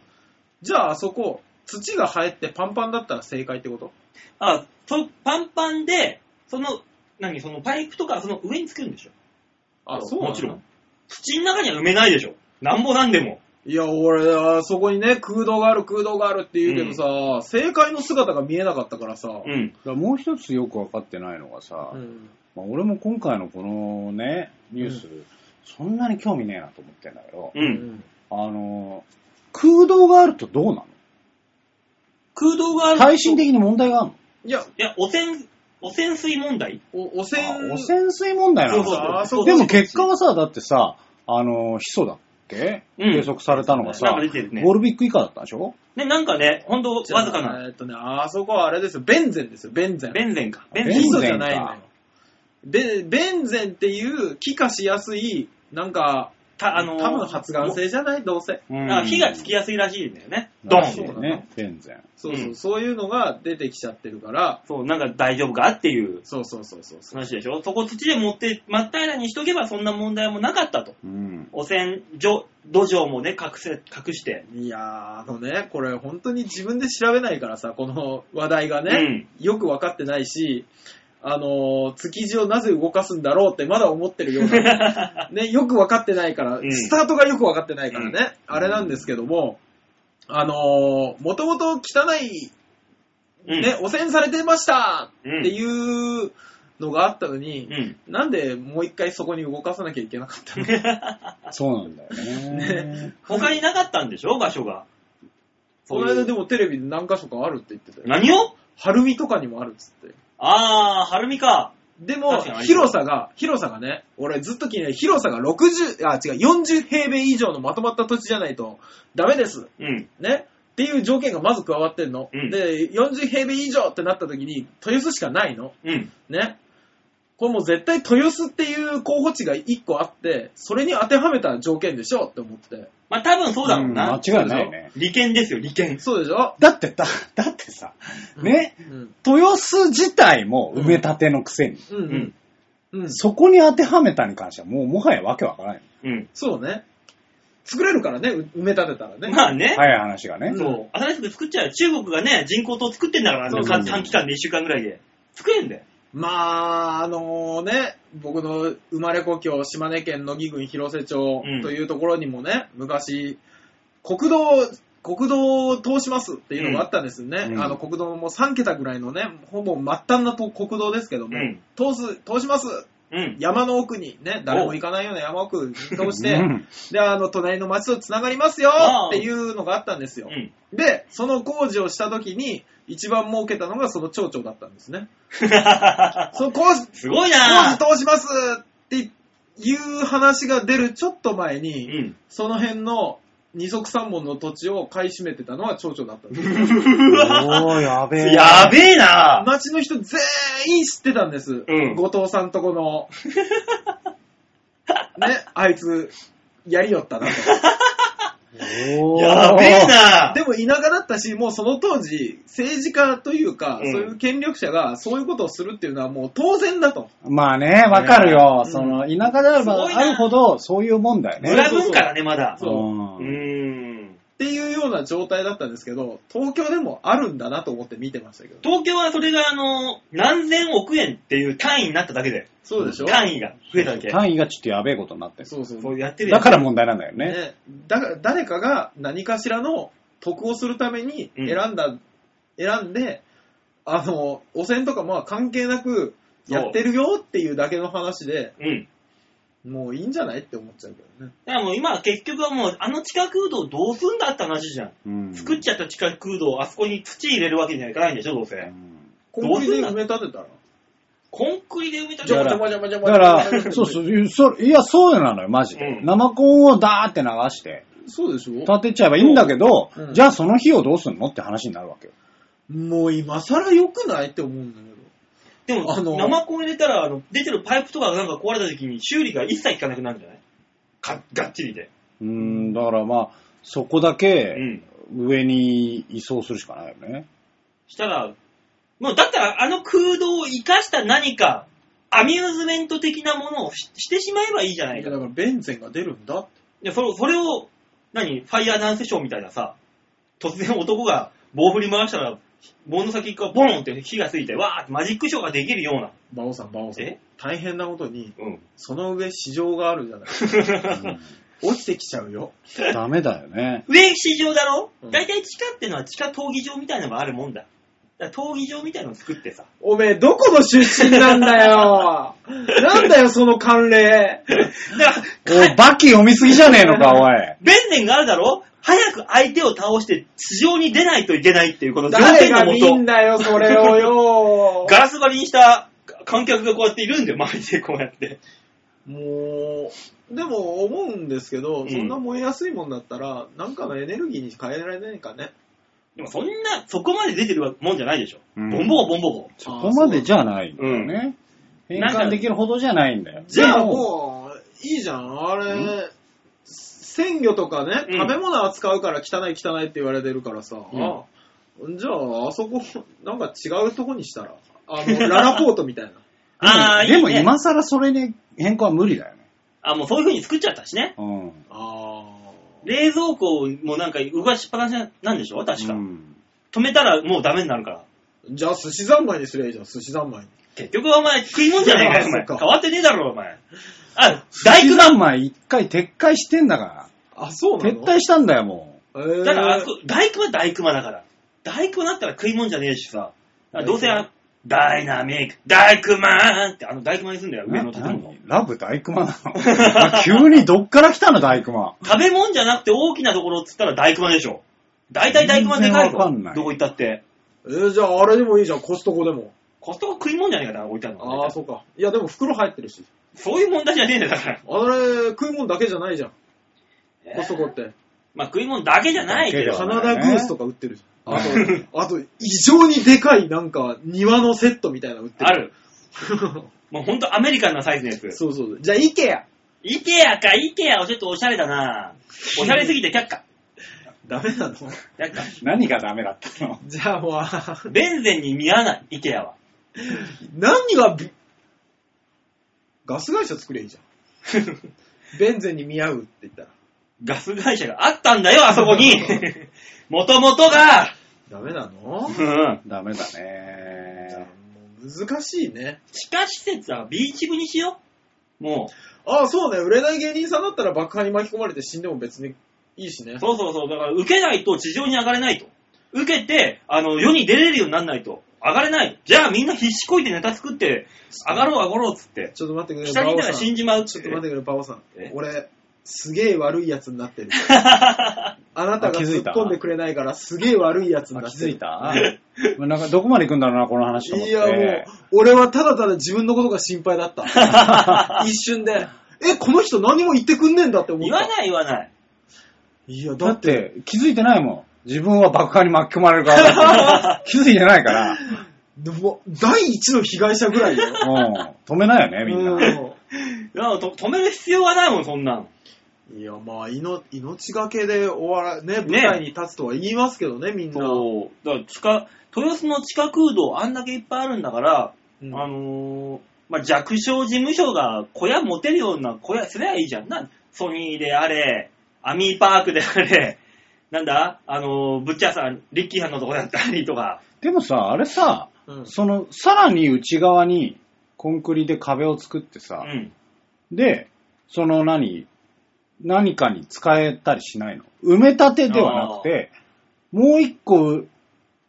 [SPEAKER 3] じゃああそこ、土が生えてパンパンだったら正解ってこと
[SPEAKER 2] あ、そう、パンパンで、その、何、そのパイプとかその上につけるんでしょ
[SPEAKER 3] あ、そうなの
[SPEAKER 2] もちろん。土の中には埋めないでしょ。なんぼなんでも。
[SPEAKER 3] いや、俺、あそこにね、空洞がある、空洞があるって言うけどさ、正解の姿が見えなかったからさ、
[SPEAKER 2] うん。
[SPEAKER 1] だからもう一つよく分かってないのがさ、
[SPEAKER 3] うん
[SPEAKER 1] まあ、俺も今回のこのね、ニュース、そんなに興味ねえなと思ってんだけど、
[SPEAKER 2] うん。
[SPEAKER 1] あのー、空洞があるとどうな
[SPEAKER 2] 空洞があ
[SPEAKER 1] の
[SPEAKER 2] る。
[SPEAKER 1] 耐震
[SPEAKER 2] い
[SPEAKER 1] 的に問題がある
[SPEAKER 3] いや、
[SPEAKER 2] や、汚染、汚染水問題
[SPEAKER 3] お、汚染
[SPEAKER 1] のあ汚染水問題なん
[SPEAKER 2] そうそう
[SPEAKER 1] だ。
[SPEAKER 3] あそう
[SPEAKER 1] でも結果はさ、だってさ、あのー、ヒ素だっけ、
[SPEAKER 2] うん
[SPEAKER 1] 計測されたのが
[SPEAKER 2] なん
[SPEAKER 1] さ
[SPEAKER 2] か、出てるね
[SPEAKER 1] ゴ。ルビック以下だったでしょ
[SPEAKER 2] ね、なんかね、ほんと、わずかな。
[SPEAKER 3] えーっとね、あそこはあれですよ、ベンゼンですよ、ベンゼン。
[SPEAKER 2] ベンゼンか。ベン
[SPEAKER 1] ベ
[SPEAKER 2] ゼ
[SPEAKER 1] ン
[SPEAKER 2] ン
[SPEAKER 3] ヒ
[SPEAKER 1] ゼン
[SPEAKER 3] 素じゃないのよ。ベベンゼンっていう、気化しやすい、なんか、
[SPEAKER 2] た、あのー、
[SPEAKER 3] 多分発がん性じゃないどうせ。
[SPEAKER 1] う
[SPEAKER 2] も
[SPEAKER 1] ん
[SPEAKER 2] あ火がつきやすいらしいんだよね。ド
[SPEAKER 1] ド
[SPEAKER 2] ン
[SPEAKER 1] ン
[SPEAKER 3] そ
[SPEAKER 1] そうう
[SPEAKER 3] だ
[SPEAKER 1] だ
[SPEAKER 3] ね
[SPEAKER 1] ね。全然。
[SPEAKER 3] そうそう、
[SPEAKER 2] うん
[SPEAKER 3] そういうのが出てきちゃってるから、
[SPEAKER 2] そう、なんか大丈夫かっていう
[SPEAKER 3] そうそうそうそうそう。
[SPEAKER 2] 話でしょ。そこ土で持って、真っ平らにしとけばそんな問題もなかったと。
[SPEAKER 1] うん。
[SPEAKER 2] 汚染土土壌もね、隠せ、隠して。
[SPEAKER 3] いやー、あのね、これ本当に自分で調べないからさ、この話題がね、よく分かってないし、あのー、築地をなぜ動かすんだろうってまだ思ってるような、ね、よく分かってないから、
[SPEAKER 2] うん
[SPEAKER 3] スタートがよく分かってないからね、
[SPEAKER 1] うん
[SPEAKER 3] あれなんですけども、あのー、もともと汚い、
[SPEAKER 2] うん。
[SPEAKER 3] ね、汚染されてました
[SPEAKER 2] うん
[SPEAKER 3] っていうのがあったのに
[SPEAKER 2] う、 ん。
[SPEAKER 3] なんでもう一回そこに動かさなきゃいけなかったの
[SPEAKER 1] そうなんだよね。
[SPEAKER 2] 他になかったんでしょ場所が。
[SPEAKER 3] この間でもテレビで何箇所かあるって言ってたよ。
[SPEAKER 2] 何を
[SPEAKER 3] 晴海とかにもあるっつって。
[SPEAKER 2] あー、はるみか。
[SPEAKER 3] でも
[SPEAKER 2] 確かにあ、りそう
[SPEAKER 3] 広さが、広さがね、俺ずっと気になる、広さが60、あ、違う、40平米以上のまとまった土地じゃないとダメです。
[SPEAKER 2] うん。
[SPEAKER 3] ね。っていう条件がまず加わってんの。
[SPEAKER 2] うん
[SPEAKER 3] で、40平米以上ってなった時に、豊洲しかないの。
[SPEAKER 2] うん。
[SPEAKER 3] ね。これもう絶対豊洲っていう候補地が1個あって、それに当てはめた条件でしょって思って。
[SPEAKER 2] まあ多分そうだろうな。
[SPEAKER 1] ん間違いないね。
[SPEAKER 2] 利権ですよ、利権。
[SPEAKER 3] そうでしょ
[SPEAKER 1] だって、だ、だってさ、ね、
[SPEAKER 3] うん。
[SPEAKER 1] 豊洲自体も埋め立てのくせに、
[SPEAKER 3] うんうん。うん。
[SPEAKER 1] そこに当てはめたに関してはもうもはやわけわからない。
[SPEAKER 2] うん。
[SPEAKER 3] そうね。作れるからね、う埋め立てたらね。
[SPEAKER 2] まあね。
[SPEAKER 1] 早い話がね。
[SPEAKER 3] うん
[SPEAKER 2] そう。新しく作っちゃう。中国がね、人工島作ってんだから、
[SPEAKER 3] そう
[SPEAKER 1] そうそう
[SPEAKER 2] 短期間で1週間ぐらいで。作れんだよ。
[SPEAKER 3] まあ、あのね、僕の生まれ故郷、島根県野木郡広瀬町
[SPEAKER 2] うん
[SPEAKER 3] というところにもね、昔、国道、国道を通しますっていうのがあったんですよね。
[SPEAKER 2] うん
[SPEAKER 3] あの、国道も3桁ぐらいのね、ほぼ末端のと国道ですけども、
[SPEAKER 2] うん
[SPEAKER 3] 通す、通します
[SPEAKER 2] うん。
[SPEAKER 3] 山の奥にね、誰も行かないような山奥に通して、
[SPEAKER 1] うん
[SPEAKER 3] で、あの、隣の町と繋がりますよ
[SPEAKER 2] あー
[SPEAKER 3] っていうのがあったんですよ
[SPEAKER 2] う。ん。
[SPEAKER 3] で、その工事をした時に、一番儲けたのがその町長だったんですね。その工事、
[SPEAKER 2] すごい
[SPEAKER 3] 工
[SPEAKER 2] な
[SPEAKER 3] 事通しますっていう話が出るちょっと前
[SPEAKER 2] う
[SPEAKER 3] に、
[SPEAKER 2] ん。
[SPEAKER 3] その辺の二足三門の土地を買い占めてたのは町長だったんです。
[SPEAKER 2] うわ
[SPEAKER 1] おー、やべえ。
[SPEAKER 2] やべえな
[SPEAKER 3] 町の人全員知ってたんです。
[SPEAKER 2] うん
[SPEAKER 3] 後藤さんと この。ね、あいつ、やりよっ たなと。
[SPEAKER 1] おー
[SPEAKER 2] やべえな
[SPEAKER 3] でも田舎だったし、もうその当時、政治家というか、
[SPEAKER 2] うん
[SPEAKER 3] そういう権力者がそういうことをするっていうのはもう当然だと。
[SPEAKER 1] まあね、わかるよ。
[SPEAKER 3] うん
[SPEAKER 1] その、田舎であれば
[SPEAKER 2] すごいな
[SPEAKER 1] あるほど、そういうもんだよね。
[SPEAKER 2] 村文化だね、まだ。
[SPEAKER 3] そう
[SPEAKER 2] う
[SPEAKER 1] う
[SPEAKER 2] ーん。
[SPEAKER 1] ん
[SPEAKER 3] っていうような状態だったんですけど、東京でもあるんだなと思って見てましたけど。
[SPEAKER 2] 東京はそれが、あの、何千億円っていう単位になっただけで。
[SPEAKER 3] そうでしょ
[SPEAKER 2] 単位が増えただけ。
[SPEAKER 1] 単位がちょっとやべえことになってる。
[SPEAKER 3] そうそう。
[SPEAKER 2] そうやってるよ
[SPEAKER 1] だから問題なんだよね。
[SPEAKER 3] ね、だから誰かが何かしらの得をするために
[SPEAKER 2] うん
[SPEAKER 3] 選んだ、選んで、あの、汚染とかまあ関係なく
[SPEAKER 2] そう
[SPEAKER 3] やってるよっていうだけの話で、
[SPEAKER 2] うん。
[SPEAKER 3] もういいんじゃないって思っちゃうけどね。
[SPEAKER 2] だからもう今は結局はもう、あの地下空洞どうすんだって話じゃん。
[SPEAKER 1] うん
[SPEAKER 2] 作っちゃった地下空洞、あそこに土入れるわけにはいかないんでしょ、どうせ。
[SPEAKER 3] コンクリで埋め立てたら。
[SPEAKER 2] コンクリで埋めた
[SPEAKER 1] じゃあ
[SPEAKER 2] ら、
[SPEAKER 1] だ
[SPEAKER 3] ジャバジャ。
[SPEAKER 1] だから、そうそうう、そういや、そうなのよ、マジで。
[SPEAKER 2] うん
[SPEAKER 1] 生コンをダーって流して、
[SPEAKER 3] そうでしょ
[SPEAKER 1] 立てちゃえばいいんだけど、
[SPEAKER 3] うん
[SPEAKER 1] じゃあその費用どうすんのって話になるわけよ。
[SPEAKER 3] もう今更良くないって思うんだけど。
[SPEAKER 2] でも、
[SPEAKER 3] あの
[SPEAKER 2] 生コン入れたら、あの出てるパイプとかがなんか壊れた時に修理が一切効かなくなるんじゃないかがっちりで。
[SPEAKER 1] うーん、だからまあ、そこだ
[SPEAKER 2] う
[SPEAKER 1] け
[SPEAKER 2] ん。
[SPEAKER 1] 上に移送するしかないよね。
[SPEAKER 2] したら、もうだったらあの空洞を生かした何か、アミューズメント的なものをししてしまえばいいじゃないい
[SPEAKER 3] や
[SPEAKER 2] か。
[SPEAKER 3] だからベンゼンが出るんだって。
[SPEAKER 2] でそれそれを、何ファイヤーダンスショーみたいなさ、突然男が棒振り回したら、棒の先からボロンって火がついて、わーってマジックショーができるような。
[SPEAKER 3] バオさん、バオさん
[SPEAKER 2] え。
[SPEAKER 3] 大変なことに、
[SPEAKER 2] うん。
[SPEAKER 3] その上市場があるじゃない。落ちてきちゃうよ。
[SPEAKER 1] うんダメだよ ね。
[SPEAKER 2] 上市場だろ
[SPEAKER 3] うん
[SPEAKER 2] 大体地下ってのは地下闘技場みたいなのがあるもんだ。だから闘技場みたいなの作ってさ。
[SPEAKER 3] おめえ、どこの出身なんだよ。なんだよ、その慣例。
[SPEAKER 2] だから、
[SPEAKER 1] おい、バキ読みすぎじゃねえのか、おい。
[SPEAKER 2] 弁念があるだろ早く相手を倒して地上に出ないといけないっていうこの条
[SPEAKER 3] 誰
[SPEAKER 2] 件
[SPEAKER 3] が
[SPEAKER 2] の
[SPEAKER 3] 見ん
[SPEAKER 2] もと、
[SPEAKER 3] だよ、それを よ。
[SPEAKER 2] ガラス張りにした観客がこうやっているんだよ、周りでこうやって。
[SPEAKER 3] もう、でも思うんですけ
[SPEAKER 2] う
[SPEAKER 3] ど、
[SPEAKER 2] ん
[SPEAKER 3] そんな燃えやすいもんだったら、なんかのエネルギーに変えられないかね。
[SPEAKER 2] でもそんな、そこまで出てるもんじゃないでしょ。
[SPEAKER 1] うん
[SPEAKER 2] ボンボコボンボコ。
[SPEAKER 1] そこまでじゃないんだよね。変
[SPEAKER 2] なんか
[SPEAKER 1] 換できるほどじゃないんだよ。
[SPEAKER 3] じゃあ
[SPEAKER 1] でも
[SPEAKER 3] もう、いいじゃん。あ
[SPEAKER 1] う
[SPEAKER 3] れ、鮮魚とかね、
[SPEAKER 2] うん
[SPEAKER 3] 食べ物扱うから汚い汚いって言われてるからさ、じゃあ、あそこ、なんか違うとこにしたら、あの、ララポートみたいな。
[SPEAKER 2] ああ、いい、ね。
[SPEAKER 1] でも今更それに変更は無理だよね。
[SPEAKER 2] あ、もうそういう風に作っちゃったしね。
[SPEAKER 1] うん。
[SPEAKER 3] あ
[SPEAKER 2] 冷蔵庫もなんか動かしっぱなしなんでしょ確か、
[SPEAKER 1] うん
[SPEAKER 2] 止めたらもうダメになるから。
[SPEAKER 3] ーじゃあ、寿司三昧にすりゃいいじゃん、寿司三昧に。
[SPEAKER 2] 結局お前食い物じゃねえかよ、お
[SPEAKER 3] あそ
[SPEAKER 2] 前。
[SPEAKER 3] っ
[SPEAKER 2] 変
[SPEAKER 3] か
[SPEAKER 2] わってねえだろ、お前。あ、大
[SPEAKER 1] 大
[SPEAKER 2] 工
[SPEAKER 1] 工
[SPEAKER 2] だ
[SPEAKER 1] 三昧一回撤回してんだか
[SPEAKER 3] あ、そう
[SPEAKER 1] ら。
[SPEAKER 3] なの
[SPEAKER 1] 撤退したんだよ、も
[SPEAKER 3] え
[SPEAKER 2] だからあそ
[SPEAKER 3] ー、
[SPEAKER 2] こ、大工は大工だから。大工だったら食い物じゃねえしさ。だからどうせあ、ダイナミック、大工マンって、あの大工マンにすんだよ、
[SPEAKER 1] う。
[SPEAKER 2] 上
[SPEAKER 1] な
[SPEAKER 2] の建物。
[SPEAKER 1] 何ラブ大工マなの急にどっから来たの、大工マ。
[SPEAKER 2] 食べ物じゃなくて大きなところっつったら大工マンでしょ。大体大工マンでかいぞ
[SPEAKER 1] 全然わかんな。い
[SPEAKER 2] どこ行ったって。
[SPEAKER 3] えーじゃあ、あれでもいいじゃん、コストコでも。
[SPEAKER 2] コストコ食い物じゃねえか、だから置いたの
[SPEAKER 3] あ
[SPEAKER 2] は
[SPEAKER 3] あ、。そうか。いや、でも袋入ってるし。
[SPEAKER 2] そういう問題じゃねえんだよ、だから。
[SPEAKER 3] あれ、食い物だけじゃないじゃん、コストコ
[SPEAKER 2] えー
[SPEAKER 3] って。
[SPEAKER 2] まあ食い物だけじゃないけ
[SPEAKER 1] だけじゃ
[SPEAKER 2] ど。
[SPEAKER 1] な
[SPEAKER 3] カ
[SPEAKER 1] い
[SPEAKER 3] ナダグースとか売ってるじゃん。あ
[SPEAKER 1] う
[SPEAKER 3] と、あと、異常にでかい、なんか、庭のセットみたいなの売ってる。
[SPEAKER 2] あ。る。もうほんとアメリカンなサイズのやつ。
[SPEAKER 3] そうそう。じゃあ、イケア。
[SPEAKER 2] イケアか、イケアはちょっとおしゃれだなおしゃれすぎて却下。
[SPEAKER 3] ダメなの
[SPEAKER 2] 却下。
[SPEAKER 1] 何がダメだったの
[SPEAKER 3] じゃあ、まあ、
[SPEAKER 2] ベンゼンに見合わない、イケアは。
[SPEAKER 3] 何がび、ガス会社作りゃいいじゃん。ベンゼンに見合うって言ったら。
[SPEAKER 2] ガス会社があったんだよ、あそこ に。もともとが。
[SPEAKER 3] ダメなの
[SPEAKER 2] うん。
[SPEAKER 1] ダメだ
[SPEAKER 3] じゃあ
[SPEAKER 1] ね。
[SPEAKER 3] もう難しいね。
[SPEAKER 2] 地下施設はビーチ部にしよう。も
[SPEAKER 3] ああ、そうね。売れない芸人さんだったら爆破に巻き込まれて死んでも別にいいしね。
[SPEAKER 2] そうそうそう。だから、受けないと地上に上がれないと。受けて、あの、世に出れるようにならないと。上がれない。じゃあみんな必死こいてネタ作って、上がろう上がろうっつって。
[SPEAKER 3] ちょっと待ってくれ、
[SPEAKER 2] 下にいたら
[SPEAKER 3] 馬王さん
[SPEAKER 2] 死んじまうっ
[SPEAKER 3] ち
[SPEAKER 2] つ
[SPEAKER 3] ょ
[SPEAKER 2] っ
[SPEAKER 3] ってと。待ってくれ、パオさん
[SPEAKER 2] え。
[SPEAKER 3] 俺、すげえ悪いやつになっ てる。あなたが
[SPEAKER 1] あ気づ
[SPEAKER 3] 突
[SPEAKER 1] い
[SPEAKER 3] った込んでくれないから、すげえ悪いやつにな
[SPEAKER 1] あ
[SPEAKER 3] っ
[SPEAKER 1] 気
[SPEAKER 3] て
[SPEAKER 1] づ
[SPEAKER 3] る。
[SPEAKER 1] いたまあなんかどこまで行くんだろうな、この話と思っ
[SPEAKER 3] い
[SPEAKER 1] て。
[SPEAKER 3] や、もう、俺はただただ自分のことが心配だ った。一瞬で。え、この人何も言ってくんねえんだって思っ
[SPEAKER 2] 言
[SPEAKER 3] た
[SPEAKER 2] わ。ない言わない。
[SPEAKER 3] いや、だ
[SPEAKER 1] だ
[SPEAKER 3] っ、
[SPEAKER 1] ってて気づいてないもん。自分は爆破に巻き込まれるから。 気づいてないから。
[SPEAKER 3] でも第一の被害者ぐらいよ。
[SPEAKER 1] うん。止めない よね、みんな。
[SPEAKER 2] いやと止める必要はないもん、そんなの。
[SPEAKER 3] うんいや、まあ、いの命がけで終わら、ね、舞台に立つとは言いますけどね、みんな。
[SPEAKER 2] そう。だから地下、豊洲の地下空洞あんだけいっぱいあるんだから、
[SPEAKER 3] うん
[SPEAKER 2] あのーまあ、弱小事務所が小屋持てるような小屋すりゃいいじゃん。な、ソニーであれ、アミーパークであれ、 なんだあのー、ブッチャーさん、リッキーさんのとこだったりとか。
[SPEAKER 1] でもさ、あれさ、
[SPEAKER 3] うん
[SPEAKER 1] その、さらに内側にコンクリで壁を作っ
[SPEAKER 2] う
[SPEAKER 1] てさ、
[SPEAKER 2] ん。
[SPEAKER 1] で、その何、何かに使えたりしないの埋め立てではなくて、もう一個、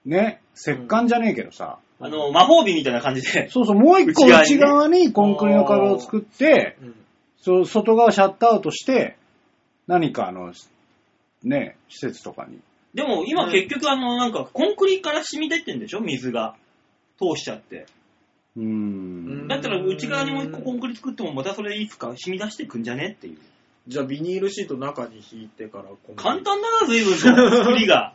[SPEAKER 1] ね、石棺じゃねえけどさ、
[SPEAKER 2] あのー、魔法瓶みたいな感じで。
[SPEAKER 1] そうそう、もう一個
[SPEAKER 2] 内側にね
[SPEAKER 1] 内側にコンクリの壁を作って、
[SPEAKER 3] うん
[SPEAKER 1] そう外側シャットアウトして、何かあの、ね、施設とかに。
[SPEAKER 2] でも今結局あの、なんかコンクリから染み出てんでしょ水が。通しちゃって。
[SPEAKER 1] うーん。
[SPEAKER 2] だったら内側にもう一個コンクリ作ってもまたそれいつか染み出してくんじゃねっていう。
[SPEAKER 3] じゃあ、ビニールシート中に引いてから、
[SPEAKER 2] 簡単だな、随分と。作りが。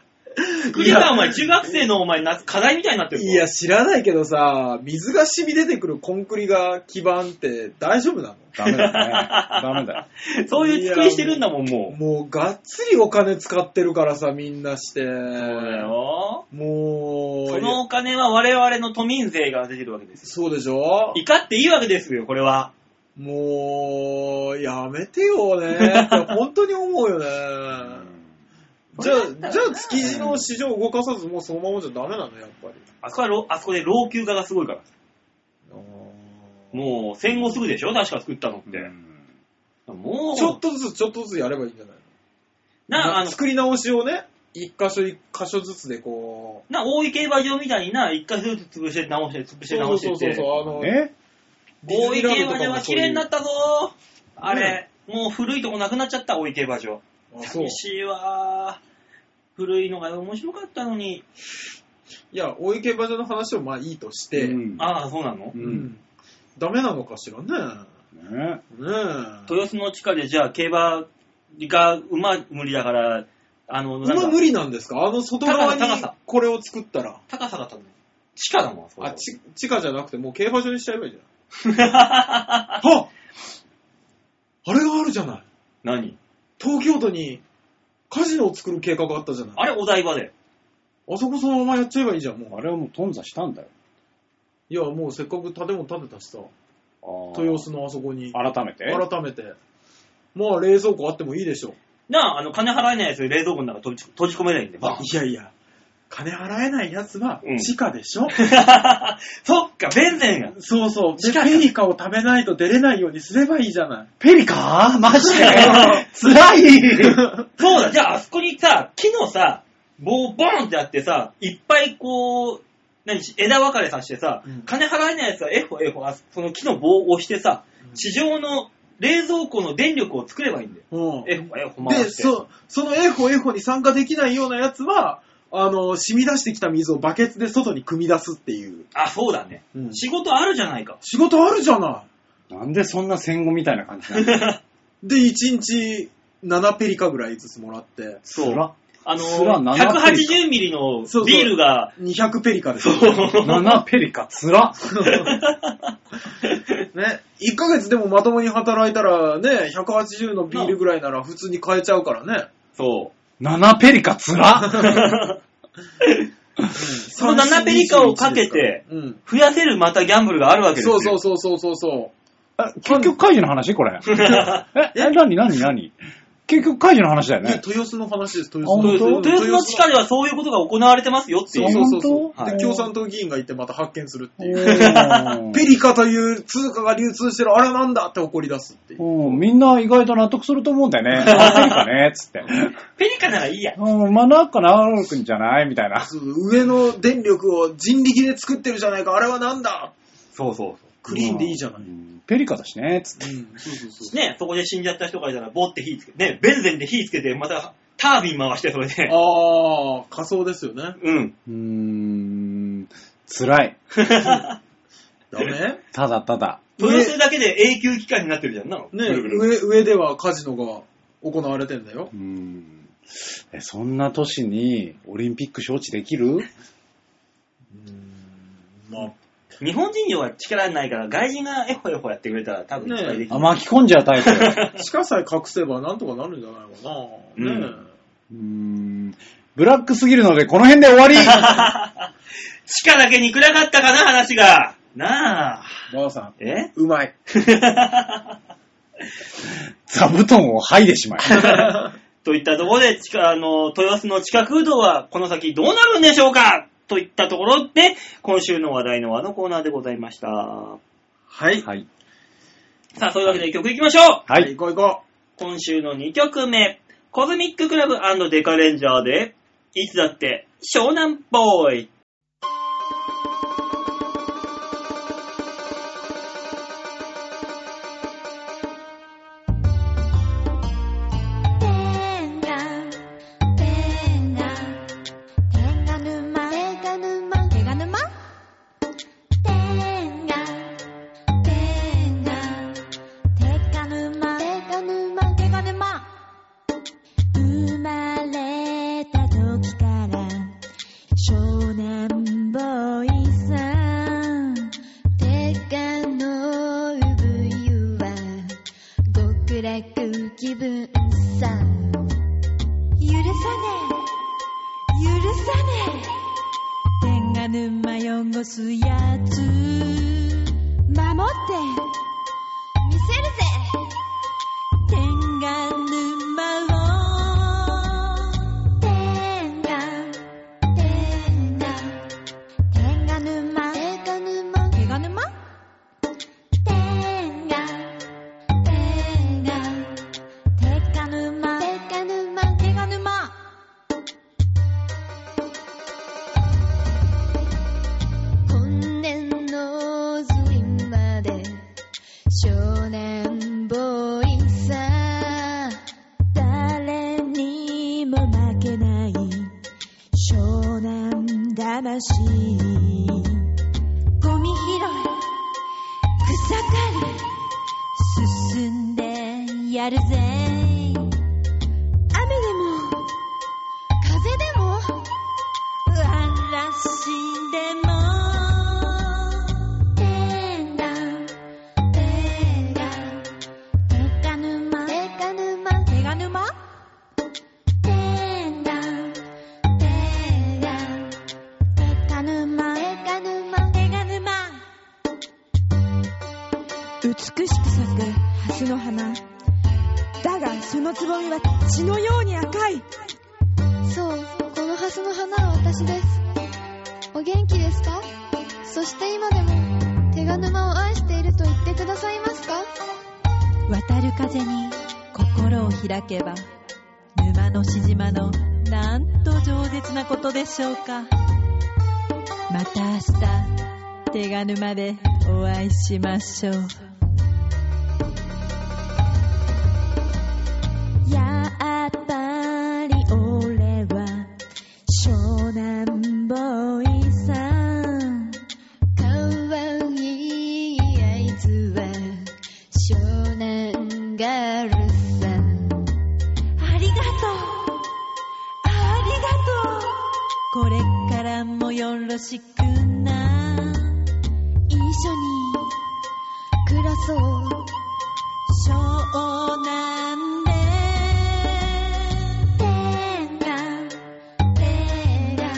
[SPEAKER 2] 作り
[SPEAKER 3] いや
[SPEAKER 2] がお前中学生のお前な課題みたいになってるぞ
[SPEAKER 3] いや、知らないけどさ、水が染み出てくるコンクリが基盤って大丈夫な
[SPEAKER 1] ダメだよね。ダメだよ。
[SPEAKER 2] そういう作りしてるんだもん、
[SPEAKER 3] の
[SPEAKER 2] もう。
[SPEAKER 3] もう、がっつりお金使ってるからさ、みんなして。
[SPEAKER 2] そうだよ。
[SPEAKER 3] もう、
[SPEAKER 2] そのお金は我々の都民税が出てるわけですよ。
[SPEAKER 3] そうでしょ
[SPEAKER 2] 怒っていいわけですよ、これは。
[SPEAKER 3] もう、やめてよね って本当に思うよね。じゃあ、じゃあ築地の市場を動かさず、もうそのままじゃダメなの、やっぱり。
[SPEAKER 2] あそこはろ、あそこで老朽化がすごいから。もう戦後すぐでしょ確か作ったのって。
[SPEAKER 1] うん
[SPEAKER 2] もう、
[SPEAKER 3] ちょっとずつ、ちょっとずつやればいいんじゃない
[SPEAKER 2] な、あの、
[SPEAKER 3] 作り直しをね、一箇所一箇所ずつでこ
[SPEAKER 2] な、大井競馬場みたいにな、一回ずつ潰して直して、潰
[SPEAKER 3] う、
[SPEAKER 2] して直してって。
[SPEAKER 3] そう、あの、
[SPEAKER 1] え
[SPEAKER 2] 大井競馬場は綺麗にな
[SPEAKER 3] っ
[SPEAKER 2] ったぞーあれ、もう古いとこなくなっちゃった、大井競馬場。
[SPEAKER 3] あそう
[SPEAKER 2] 寂。しいわー古いのが面白かったのに。
[SPEAKER 3] いや、大池場所の話をまあいいとして、
[SPEAKER 1] うん
[SPEAKER 2] ああ、そうなの、
[SPEAKER 1] う
[SPEAKER 3] うんんダメなのかしらね。
[SPEAKER 1] ね
[SPEAKER 3] ねえ。
[SPEAKER 2] 豊洲の地下でじゃあ競馬が馬無理だから、あの、なん
[SPEAKER 3] 今
[SPEAKER 2] か
[SPEAKER 3] 無理なんですかあの外側に
[SPEAKER 2] 高さ高さ
[SPEAKER 3] これを作ったら。
[SPEAKER 2] 高さが多分、地下だもん、そこ
[SPEAKER 3] あ、ち、地下じゃなくてもう競馬場にしちゃえばいいじ ゃん。ああれがあるじゃない。
[SPEAKER 2] 何
[SPEAKER 3] 東京都にカジノを作る計画があったじゃない。
[SPEAKER 2] あれお台場で。
[SPEAKER 3] あそこそのままやっちゃえばいいじゃん、もう。
[SPEAKER 1] あれはもう頓挫したんだよ。
[SPEAKER 3] いや、もうせっかく建物建てたしさ、
[SPEAKER 1] あー
[SPEAKER 3] 豊洲のあそこに、
[SPEAKER 1] 改めて
[SPEAKER 3] 改めて。まあ、冷蔵庫あってもいいでしょう。
[SPEAKER 2] なあ、あの、金払えないやつ冷蔵庫の中閉じ閉じ込めないんで、バン
[SPEAKER 3] いやいや、金払えないやつは
[SPEAKER 2] うん
[SPEAKER 3] 地下でしょ、
[SPEAKER 2] そっか、ベンゼンが。
[SPEAKER 3] そうそう。
[SPEAKER 2] 地
[SPEAKER 3] で、
[SPEAKER 2] 下
[SPEAKER 3] ペリカを食べないと出れないようにすればいいじゃない。
[SPEAKER 1] ペリカマ ジで辛い
[SPEAKER 2] そうだ、じゃああそこにさ、木のさ、棒ボーンってあってさ、いっぱいこう、何、枝分かれさせてさ、
[SPEAKER 3] うん
[SPEAKER 2] 金払えないやつはエホエホ、あその木の棒を押してさ
[SPEAKER 3] う、ん
[SPEAKER 2] 地上の冷蔵庫の電力を作ればいいんだよ。
[SPEAKER 3] うん
[SPEAKER 2] エホエホ回
[SPEAKER 3] で、
[SPEAKER 2] して。
[SPEAKER 3] そ、そのエホエホに参加できないようなやつは、あの、染み出してきた水をバケツで外に汲み出すっていう。
[SPEAKER 2] あ、そうだね、
[SPEAKER 3] うん
[SPEAKER 2] 仕事あるじゃないか。
[SPEAKER 3] 仕事あるじゃな
[SPEAKER 1] なんでそんな戦後みたいな感じなの
[SPEAKER 3] い。で、1日7ペリカぐらいずつもらって、
[SPEAKER 2] そう
[SPEAKER 1] 辛っ
[SPEAKER 2] あの、
[SPEAKER 1] すら7ペ
[SPEAKER 2] 180ミリのビ
[SPEAKER 3] そうそう
[SPEAKER 2] ールが、
[SPEAKER 3] 200ペリカです
[SPEAKER 2] そ
[SPEAKER 3] よ
[SPEAKER 2] う。
[SPEAKER 1] 7ペリカ、つら
[SPEAKER 3] ね、1ヶ月でもまともに働いたらね、180のビールぐらいなら普通に買えちゃうからね。
[SPEAKER 2] そう。
[SPEAKER 1] 7ペリカ、つら
[SPEAKER 3] そ
[SPEAKER 2] の7ペリカをかけて
[SPEAKER 3] うん。
[SPEAKER 2] 増やせるまたギャンブルがあるわけです
[SPEAKER 3] そ
[SPEAKER 2] よ。
[SPEAKER 3] うそうそうそうそうそう。
[SPEAKER 1] あ結局、カイジの話これ。え、え、何、何、何結局解除の話だよ
[SPEAKER 3] いや
[SPEAKER 1] ね。
[SPEAKER 3] 豊洲の話です、豊
[SPEAKER 1] あ
[SPEAKER 3] 洲
[SPEAKER 1] 本当
[SPEAKER 2] 豊洲の地下ではそういうことが行われてますよってい。
[SPEAKER 3] そううそうそうそう、
[SPEAKER 2] 本当
[SPEAKER 3] で、共産党議員がいてまた発見するっていう。
[SPEAKER 1] うん
[SPEAKER 3] ペリカという通貨が流通してる、あれなんだって怒り出すっていう。
[SPEAKER 1] うん、みんな意外と納得すると思うんだよね。あペリカね、つって。
[SPEAKER 2] ペリカならいいや。
[SPEAKER 1] うん、まあなんかなくんじゃないみたいな。
[SPEAKER 3] そう上の電力を人力で作ってるじゃないか、あれはなんだ
[SPEAKER 5] そうそう。
[SPEAKER 3] クリーンでいいじゃない。う
[SPEAKER 1] う
[SPEAKER 3] ん
[SPEAKER 1] んペリカだしね、つって。
[SPEAKER 3] そうそうそう。
[SPEAKER 2] ね、そこで死んじゃった人がいたら、ボって火つけて、ね、ベンゼンで火つけて、またタービン回して、それで。
[SPEAKER 3] あー、仮想ですよね。
[SPEAKER 2] うん。
[SPEAKER 1] うーん、辛い。
[SPEAKER 3] ダメ
[SPEAKER 1] ただただ。
[SPEAKER 2] 豊洲だけで永久期間になってるじゃんなの。
[SPEAKER 3] ね
[SPEAKER 2] ぐるぐる
[SPEAKER 3] 上、上ではカジノが行われてんだよ
[SPEAKER 1] う。ん。えそんな都市にオリンピック招致できる
[SPEAKER 3] まあ、
[SPEAKER 2] 日本人には力ないから、外人がエホエホやってくれたら多分いっぱいできる。
[SPEAKER 1] あ、巻き込んじゃうタイプ。
[SPEAKER 3] 地下さえ隠せばなんとかなるんじゃないかな。
[SPEAKER 2] うん
[SPEAKER 3] ね
[SPEAKER 1] うーん。ブラックすぎるので、この辺で終わり
[SPEAKER 2] 地下だけに暗かったかな、話が。なあ。
[SPEAKER 3] ばあさん、
[SPEAKER 2] え
[SPEAKER 3] うまい。
[SPEAKER 1] 座布団を剥いでしまい。
[SPEAKER 2] といったところで、地下あの、豊洲の地下空洞はこの先どうなるんでしょうかといったところで、今週の話題のあのコーナーでございました。
[SPEAKER 3] はい。
[SPEAKER 1] はい。
[SPEAKER 2] さあ、そういうわけで曲いきましょう、
[SPEAKER 1] はい。
[SPEAKER 3] 行こう行こ
[SPEAKER 2] 今週の2曲目、コズミッククラブデカレンジャーで、いつだって湘南ボーイ。
[SPEAKER 6] Vengan, vengan, vengan numa, vengan numa, vengan numa. Vengan, vengan, vengan numa, vengan numa, vengan numa. 生まれた時から湘南ボーイさん。てかの産湯は極楽気分さ。許さねえ、許さねえ。天が沼汚すやつ。守って、見せるぜ。天が沼を天が天が天が沼天が沼天が沼天が天が天が沼天が沼天が沼本年のズインまで少年ボーイさ誰にも負けない湘南魂ゴミ拾い草刈り進んでやるぜ雨でも風でも嵐でも天がてがてがぬまてがぬまてがぬまてがてがてがぬまてがぬまてがぬま
[SPEAKER 7] 美しく咲く蓮の花だがそのつぼみは血のように赤い
[SPEAKER 6] そうこのハスの花は私ですお元気ですかそして今でも手賀沼を愛していると言ってくださいますか
[SPEAKER 7] 渡る風に心を開けば沼のしじまのなんと饒舌なことでしょうかまた明日手賀沼でお会いしましょう
[SPEAKER 6] やっぱり俺は湘南ボーイさんかわいいあいつは湘南ガールさん
[SPEAKER 7] ありがとうありがとうこれからもよろしくな
[SPEAKER 6] 一緒に暮らそう
[SPEAKER 7] 湘南で
[SPEAKER 6] てがてが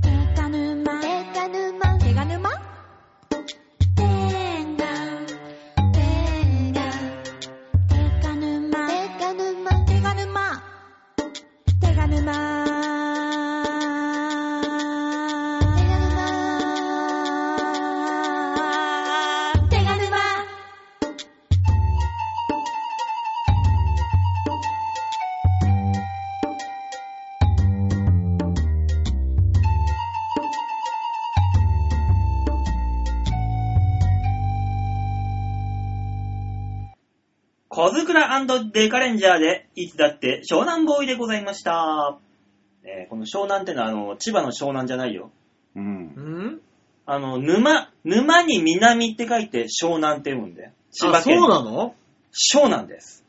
[SPEAKER 6] てがぬまてがぬまてがぬまてがてがてがぬまてがぬまて
[SPEAKER 2] 小ズクラデカレンジャーで、いつだって湘南ボーイでございました。えーこの湘南ってのは、あの、千葉の湘南じゃないよ。
[SPEAKER 1] うん。
[SPEAKER 3] ん
[SPEAKER 2] あの、沼、沼に南って書いて湘南って読むんで。千葉
[SPEAKER 3] あ、そう
[SPEAKER 2] 県。
[SPEAKER 3] なの
[SPEAKER 2] 湘南です。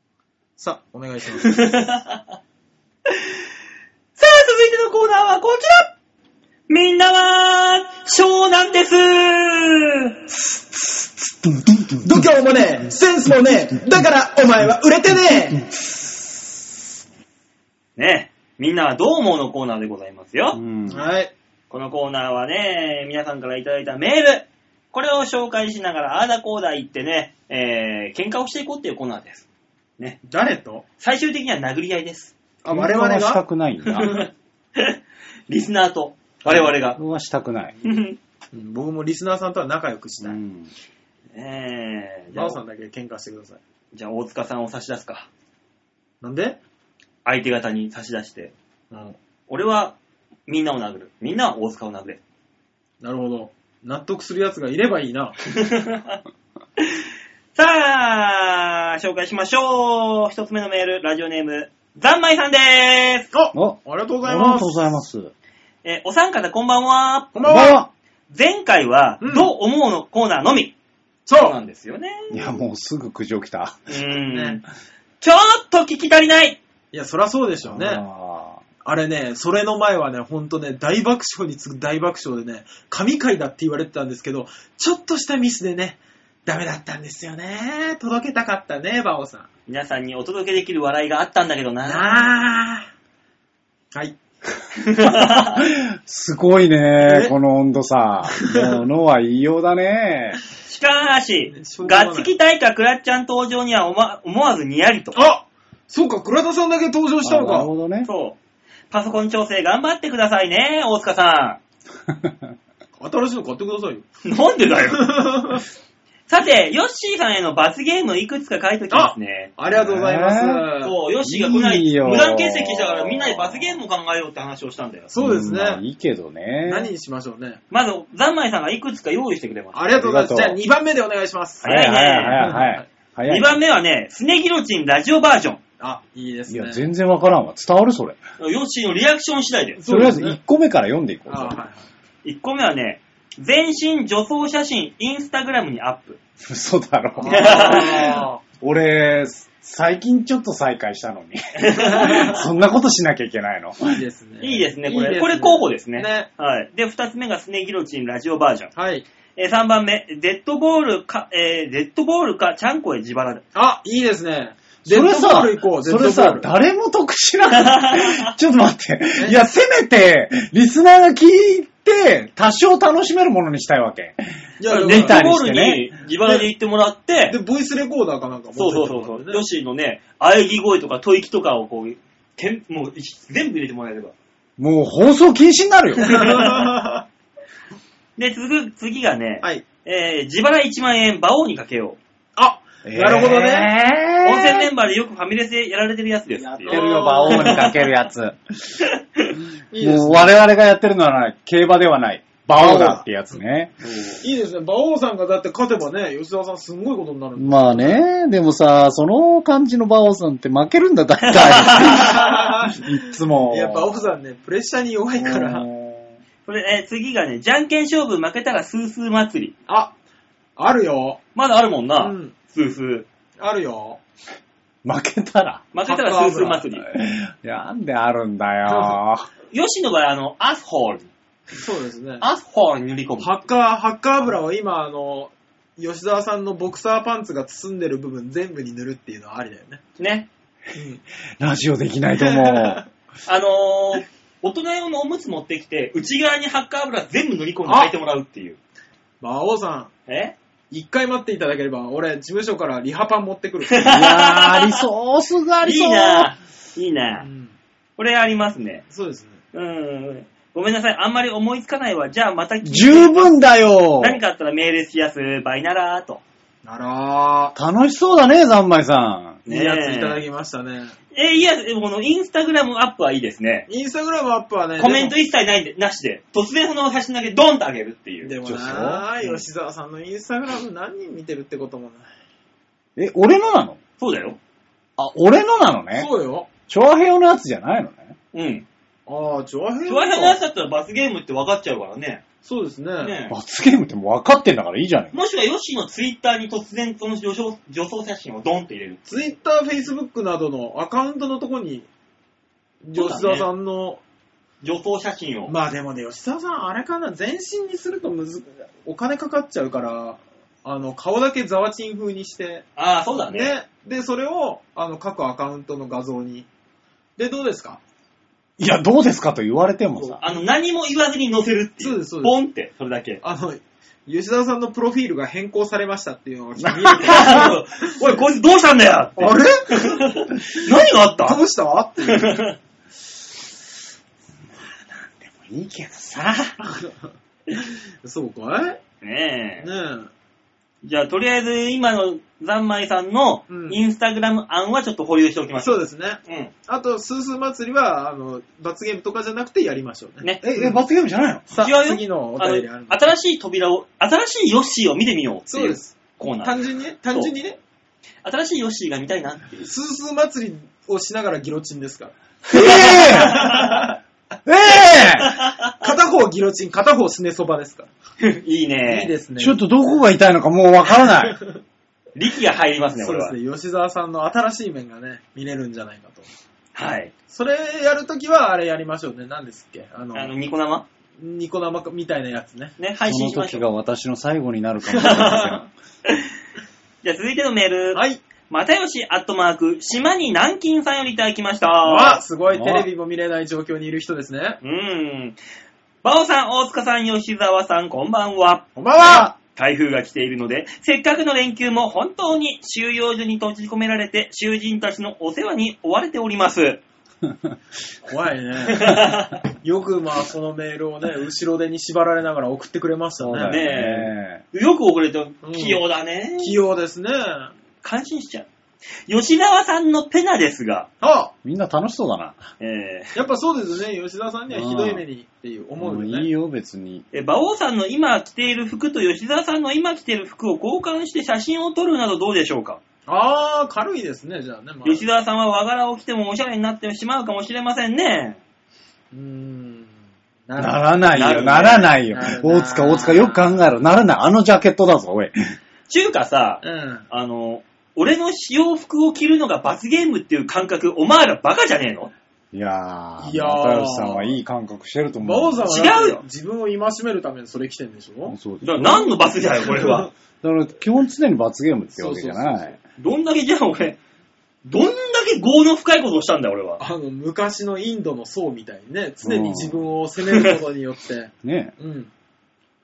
[SPEAKER 3] さあ、お願いしま
[SPEAKER 2] さあ、
[SPEAKER 3] す。
[SPEAKER 2] 続いてのコーナーはこちらみんなは、湘南です
[SPEAKER 4] 度胸もねえ、センスもねえ、だからお前は売れてね
[SPEAKER 2] ねえ、みんなはどう思うのコーナーでございますよ。
[SPEAKER 1] うん
[SPEAKER 3] はい。
[SPEAKER 2] このコーナーはね、皆さんからいただいたメール、これを紹介しながら、あーだこーだ言ってね、えー、喧嘩をしていこうっていうコーナーです。
[SPEAKER 3] 誰と
[SPEAKER 2] 最終的には殴り合いです。
[SPEAKER 3] あ、我々
[SPEAKER 1] はした
[SPEAKER 3] が
[SPEAKER 1] くないんだ。
[SPEAKER 2] リスナーと、我々が。
[SPEAKER 1] 僕はしたくない。
[SPEAKER 3] うん僕もリスナーさんとは仲良くし
[SPEAKER 1] う
[SPEAKER 3] ない。
[SPEAKER 1] ん。
[SPEAKER 2] えー、じゃ
[SPEAKER 3] なおさ
[SPEAKER 2] あ
[SPEAKER 3] ん、だけ喧嘩してください。
[SPEAKER 2] じゃあ大塚さんを差し出すか。
[SPEAKER 3] なんで
[SPEAKER 2] 相手方に差し出して、
[SPEAKER 3] うん。
[SPEAKER 2] 俺はみんなを殴る。みんなは大塚を殴れ。
[SPEAKER 3] なるほど。納得する奴がいればいいな。
[SPEAKER 2] さあ、紹介しましょう。一つ目のメール、ラジオネーム、ざんまいさんです。
[SPEAKER 1] お
[SPEAKER 3] ありがとうご
[SPEAKER 1] あ
[SPEAKER 3] ざい
[SPEAKER 1] りが
[SPEAKER 3] ま
[SPEAKER 1] とうご
[SPEAKER 3] す。
[SPEAKER 1] ざいます。
[SPEAKER 2] えーお三方こんばんは。
[SPEAKER 3] こんばんは。
[SPEAKER 2] 前回は、
[SPEAKER 3] うん
[SPEAKER 2] どう思うのコーナーのみ。
[SPEAKER 3] そう
[SPEAKER 2] なんですよね。
[SPEAKER 1] いや、もうすぐ苦情来た。
[SPEAKER 2] うーん、
[SPEAKER 3] ね
[SPEAKER 2] ちょっと聞き足りない。
[SPEAKER 3] いや、そらそうでしょうね。
[SPEAKER 1] あ
[SPEAKER 3] あれね、それの前はね、ほんとね、大爆笑に次ぐ大爆笑でね、神回だって言われてたんですけど、ちょっとしたミスでね、ダメだったんですよね。届けたかったね、バオさん。
[SPEAKER 2] 皆さんにお届けできる笑いがあったんだけどな。
[SPEAKER 3] なあ。はい。
[SPEAKER 1] ーすごいね
[SPEAKER 3] え、
[SPEAKER 1] この温度差。もうのは異様だね。
[SPEAKER 2] しかし
[SPEAKER 3] しょ、うがない
[SPEAKER 2] ガッツキ大かクラッちゃん登場には思わ思わずにやりと。
[SPEAKER 3] あそうか、倉田さんだけ登場したの
[SPEAKER 1] あなる
[SPEAKER 3] か。
[SPEAKER 1] ほどね。
[SPEAKER 2] そう。パソコン調整頑張ってくださいね、大塚さ
[SPEAKER 3] 新しいの買ってくださいよ。
[SPEAKER 2] ん。 なんでだよ。さて、ヨッシーさんへの罰ゲームいくつか書いときますね。
[SPEAKER 3] ありがとうございます。
[SPEAKER 2] そう、ヨッシーが来ない
[SPEAKER 1] いいよ
[SPEAKER 2] 無断欠席したからみんなで罰ゲームを考えようって話をしたんだよ。
[SPEAKER 3] そうです
[SPEAKER 1] んまあ
[SPEAKER 3] ね。
[SPEAKER 1] いいけどね。
[SPEAKER 3] 何にしましょうね。
[SPEAKER 2] まず、ザンマイさんがいくつか用意してくれま
[SPEAKER 3] ありがとうございます。
[SPEAKER 1] あ
[SPEAKER 3] じ
[SPEAKER 1] り
[SPEAKER 3] ゃあ
[SPEAKER 1] がとう
[SPEAKER 3] 2番目でお願いします。
[SPEAKER 1] 早い
[SPEAKER 2] 早いね
[SPEAKER 1] 早い早い早い。
[SPEAKER 2] す。
[SPEAKER 1] 早い。
[SPEAKER 2] 2番目はね、スネギロチンラジオバージョン。
[SPEAKER 3] あ、いいです
[SPEAKER 1] い
[SPEAKER 3] ね。
[SPEAKER 1] や、全然わからんわ。伝わるそれ。
[SPEAKER 2] ヨッシーのリアクション次第だよ。
[SPEAKER 3] そ
[SPEAKER 1] と
[SPEAKER 3] う
[SPEAKER 1] りあ
[SPEAKER 3] で
[SPEAKER 1] え
[SPEAKER 3] す
[SPEAKER 1] ず
[SPEAKER 3] ね
[SPEAKER 1] 1個目から読んでいこう。
[SPEAKER 3] あはいはい
[SPEAKER 2] 1個目はね、全身女装写真インスタグラムにアップ。
[SPEAKER 1] 嘘だろ。
[SPEAKER 3] あ
[SPEAKER 1] 俺、最近ちょっと再開した のに。そんなことしなきゃいけないの。
[SPEAKER 3] ーいいですね。
[SPEAKER 2] いいですね、これ。
[SPEAKER 3] いい
[SPEAKER 2] これ候補ですね。
[SPEAKER 3] ね。
[SPEAKER 2] はい。で、2つ目がスネギロチンラジオバージョン。
[SPEAKER 3] はい。
[SPEAKER 2] えー3番目、デッドボールか、えーデッドボールか、ちゃんこへ自腹だ。
[SPEAKER 3] あ、いいですね。デッ
[SPEAKER 1] そ
[SPEAKER 3] ドボー
[SPEAKER 1] れさ
[SPEAKER 3] ル行こう、、デッ
[SPEAKER 1] そ
[SPEAKER 3] ドボ
[SPEAKER 1] れ
[SPEAKER 3] ー
[SPEAKER 1] さ
[SPEAKER 3] ル、。
[SPEAKER 1] 誰も得しなか った。ちょっと待って。いや、せめて、リスナーが聞いて、多少楽しめるものにしたいわけ。
[SPEAKER 3] い
[SPEAKER 2] デ
[SPEAKER 3] や、
[SPEAKER 1] レ
[SPEAKER 2] ッ
[SPEAKER 1] ー
[SPEAKER 2] ド
[SPEAKER 1] ターに
[SPEAKER 2] ボー
[SPEAKER 1] し
[SPEAKER 2] ル
[SPEAKER 1] て
[SPEAKER 2] に
[SPEAKER 1] ね
[SPEAKER 2] 自腹で行ってもらって
[SPEAKER 3] で、、ボイスレコーダーかなんか持
[SPEAKER 2] そう
[SPEAKER 3] って
[SPEAKER 2] そうそ
[SPEAKER 3] って
[SPEAKER 2] うそ
[SPEAKER 3] も
[SPEAKER 2] う、
[SPEAKER 3] ら
[SPEAKER 2] ヨ
[SPEAKER 3] っ
[SPEAKER 2] シーのね、喘ぎ声とか吐息とかをこう、けんもう全部入れてもらえれば。
[SPEAKER 1] もう放送禁止にな るよ。
[SPEAKER 3] てね
[SPEAKER 2] で、次ぐ、次がね、
[SPEAKER 3] はい。
[SPEAKER 2] えー自腹1万円、馬王にかけよ
[SPEAKER 3] あ、なるほどね。
[SPEAKER 2] う。温泉
[SPEAKER 1] え
[SPEAKER 2] メンバーでよくファミレスでやられてるやつです
[SPEAKER 1] ーや
[SPEAKER 2] っ
[SPEAKER 1] ってて
[SPEAKER 2] いう
[SPEAKER 1] るよ、馬王にかけるやつ。
[SPEAKER 3] いいです
[SPEAKER 1] もう
[SPEAKER 3] ね。
[SPEAKER 1] 我々がやってるのはね競馬ではない。馬王だってやつね。
[SPEAKER 3] いいですね。馬王さんがだって勝てばね、吉田さんすんごいことになるんだ。
[SPEAKER 1] まあね、でもさ、その感じの馬王さんって負けるんだ、大 体。いっつも。
[SPEAKER 3] やっぱオフさんね、プレッシャーに弱いから。
[SPEAKER 2] それ、えー次がね、じゃんけん勝負負けたらスースー祭り。
[SPEAKER 3] あ、あるよ。
[SPEAKER 2] まだあるもん
[SPEAKER 3] う
[SPEAKER 2] な、
[SPEAKER 3] ん。
[SPEAKER 2] スースー。
[SPEAKER 3] あるよ。
[SPEAKER 1] 負けたら。
[SPEAKER 2] 負けたらスースー祭り。
[SPEAKER 1] なんであるんだ よ。
[SPEAKER 2] ヨシの場合、あの、アスホール。
[SPEAKER 3] そうですね。
[SPEAKER 2] アスホールに塗り込む。
[SPEAKER 3] ハッカー、ハッカー油を今、あの、吉沢さんのボクサーパンツが包んでる部分全部に塗るっていうのはありだよね。
[SPEAKER 2] ね。
[SPEAKER 1] ラジオできないと 思う。
[SPEAKER 2] あのー、大人用のおむつ持ってきて、内側にハッカー油全部塗り込んで履いてもらうっていう。
[SPEAKER 3] 馬王さん、
[SPEAKER 2] え
[SPEAKER 3] 一回待っていただければ、俺、事務所からリハパン持ってく る。
[SPEAKER 1] いやー、ありそう、すぐあり
[SPEAKER 2] い
[SPEAKER 1] そう。
[SPEAKER 2] いないいうなんこれありますね。
[SPEAKER 3] そうですね。
[SPEAKER 2] うん。ごめんなさい。あんまり思いつかないわ。じゃあまた聞いて
[SPEAKER 1] 十分だよ。
[SPEAKER 2] 何かあったらメールしやす。バイならーと。
[SPEAKER 3] なら
[SPEAKER 1] 楽しそうだね、ざんまいさん。
[SPEAKER 3] ー、いいやついただきましたね。
[SPEAKER 2] えーいや、このインスタグラムアップはいいですね。
[SPEAKER 3] インスタグラムアップはね、
[SPEAKER 2] コメント
[SPEAKER 3] で
[SPEAKER 2] 一切ないで、なしで、突然その写真だけドンと上げるってい
[SPEAKER 3] も
[SPEAKER 2] う。
[SPEAKER 3] でも
[SPEAKER 1] ちょっと
[SPEAKER 3] なー、
[SPEAKER 2] うん
[SPEAKER 3] 吉沢さんのインスタグラム何人見てるってこともない。
[SPEAKER 1] え、俺のなの
[SPEAKER 2] そうだよ。
[SPEAKER 1] あ、俺のなのね。
[SPEAKER 3] そうよ。
[SPEAKER 1] チョアヘヨのやつじゃないのね。
[SPEAKER 2] うん。
[SPEAKER 3] ああ、ジョアヘ
[SPEAKER 2] チョアヘのやつだったら罰ゲームって分かっちゃうからね。
[SPEAKER 3] そうですね。
[SPEAKER 2] ね
[SPEAKER 1] 罰ゲームってもう分かってんだからいいじゃねえか。
[SPEAKER 2] もしくはヨッシーのツイッターに突然その女装女装写真をドンって入れる。
[SPEAKER 3] ツイッター、フェイスブックなどのアカウントのとこに、
[SPEAKER 2] そう
[SPEAKER 3] 吉
[SPEAKER 2] だね
[SPEAKER 3] 沢さんの、
[SPEAKER 2] 女装写真を。
[SPEAKER 3] まあでもね、吉沢さんあれかな、全身にするとむず、お金かかっちゃうから、あの、顔だけザワチン風にして、
[SPEAKER 2] ああ、そうだね。
[SPEAKER 3] ね、で、それを、あの、各アカウントの画像に。で、どうですか
[SPEAKER 1] いや、どうですかと言われてもさ。
[SPEAKER 2] あの、何も言わずに載せるっていう。
[SPEAKER 3] そうですそうです。
[SPEAKER 2] ポンって、それだけ
[SPEAKER 3] あの、吉沢さんのプロフィールが変更されましたっていうのが見えて
[SPEAKER 2] おい、こいつどうしたんだよって
[SPEAKER 3] あれ
[SPEAKER 2] 何があった
[SPEAKER 3] どうしたっていう。
[SPEAKER 1] いいけどさ。
[SPEAKER 3] そうかい
[SPEAKER 2] ねえ。
[SPEAKER 3] ね
[SPEAKER 2] じゃあ、とりあえず、今のざんまいさんの
[SPEAKER 3] うん
[SPEAKER 2] インスタグラム案はちょっと保留しておき
[SPEAKER 3] え。
[SPEAKER 2] ましょ。
[SPEAKER 3] そううですね。
[SPEAKER 2] うん。
[SPEAKER 3] あと、スースー祭りは、あの、罰ゲームとかじゃなくてやりましょう
[SPEAKER 2] ね。
[SPEAKER 3] ね。
[SPEAKER 1] え、え、罰ゲームじゃないの
[SPEAKER 3] さ
[SPEAKER 2] 違うよ
[SPEAKER 3] あ、次のお
[SPEAKER 2] あ
[SPEAKER 3] 便りあ
[SPEAKER 2] の
[SPEAKER 3] るん、
[SPEAKER 2] 新しい扉を、新しいヨッシーを見てみようって
[SPEAKER 3] そ
[SPEAKER 2] い
[SPEAKER 3] うで
[SPEAKER 2] う
[SPEAKER 3] す。
[SPEAKER 2] コーナー。
[SPEAKER 3] 単純にね、単純にね、
[SPEAKER 2] 新しいヨッシーが見たいな っていう。
[SPEAKER 3] スースー祭りをしながらギロチンですから。
[SPEAKER 1] えええ
[SPEAKER 3] 片方ギロチン、片方すねそばですか
[SPEAKER 2] いい
[SPEAKER 3] ら。
[SPEAKER 2] ね。
[SPEAKER 3] いいです
[SPEAKER 1] え
[SPEAKER 3] ね。
[SPEAKER 1] ちょっとどこが痛いのかもう分からない。
[SPEAKER 2] 力が入りますね、
[SPEAKER 3] そ
[SPEAKER 2] こ
[SPEAKER 3] う
[SPEAKER 2] れ
[SPEAKER 3] で
[SPEAKER 2] は。
[SPEAKER 3] すね、吉沢さんの新しい面がね、見れるんじゃないかと。
[SPEAKER 2] はい。
[SPEAKER 3] それやるときは、あれやりましょうね。何ですっけあの、
[SPEAKER 2] あの、ニコ生
[SPEAKER 3] ニコ生みたいなやつね。
[SPEAKER 2] ね、配信し
[SPEAKER 1] その
[SPEAKER 2] まし
[SPEAKER 1] 時
[SPEAKER 2] ょう。
[SPEAKER 1] が私の最後になるかもしれま
[SPEAKER 2] じゃあ続いてのメール。
[SPEAKER 3] はい。
[SPEAKER 2] またよしアットマーク、島に南京さんよりいただきました。
[SPEAKER 3] あ、すごい、
[SPEAKER 1] あ
[SPEAKER 3] テレビも見れない状況にいる人ですね。
[SPEAKER 2] うーん。バオさん、大塚さん、吉沢さん、こんばんは。
[SPEAKER 3] こんばんは
[SPEAKER 2] 台風が来ているので、せっかくの連休も本当に収容所に閉じ込められて、囚人たちのお世話に追われております。
[SPEAKER 3] 怖いね。よくまあ、そのメールをね、後ろ手に縛られながら送ってくれました
[SPEAKER 1] せ
[SPEAKER 3] ね。
[SPEAKER 1] ん。ね
[SPEAKER 2] よく遅れて
[SPEAKER 3] う、ん
[SPEAKER 2] 器用だね。
[SPEAKER 3] 器用ですね。
[SPEAKER 2] 感心しちゃう。吉沢さんのペナですが、
[SPEAKER 3] あ
[SPEAKER 1] みんな楽しそうだな。
[SPEAKER 2] え
[SPEAKER 3] やっぱそうですね、吉沢さんにはひどい目にっていう思うよ
[SPEAKER 1] もういい
[SPEAKER 3] ね。
[SPEAKER 1] よ、別に。
[SPEAKER 2] ー、え馬王さんの今着ている服と吉沢さんの今着ている服を交換して写真を撮るなどどうでしょうか、
[SPEAKER 3] あー、軽いですね、じゃあね。まあ、
[SPEAKER 2] 吉沢さんは和柄を着てもおしゃれになってしまうかもしれませんね。
[SPEAKER 3] うーん。な
[SPEAKER 1] ならないよ、な
[SPEAKER 2] な
[SPEAKER 1] らないよ
[SPEAKER 3] なる。な
[SPEAKER 1] 大塚、大塚、よく考えろ。ならない。あのジャケットだぞ、おい。
[SPEAKER 2] ちゅうかさ、
[SPEAKER 3] うん。
[SPEAKER 2] あの、俺の私用服を着るのが罰ゲームっていう感覚、お前らバカじゃねえの
[SPEAKER 1] いやー、
[SPEAKER 3] いやー
[SPEAKER 1] 又吉さんはいい感覚してると思う。
[SPEAKER 3] 馬王さんはだっ
[SPEAKER 2] 違う
[SPEAKER 3] て
[SPEAKER 2] よ
[SPEAKER 3] 自分を戒めるためにそれ着てんでしょ
[SPEAKER 1] そうです
[SPEAKER 2] だから何の罰だよ、これ は。
[SPEAKER 1] だから基本常に罰ゲームってわけじゃ
[SPEAKER 3] そうそう
[SPEAKER 1] ない。
[SPEAKER 2] どんだけじゃあ俺、どんだけ業の深いことをしたんだよ、俺は。
[SPEAKER 3] あの、昔のインドの僧みたいにね、常に自分を責めることによって。
[SPEAKER 1] ね
[SPEAKER 3] うん。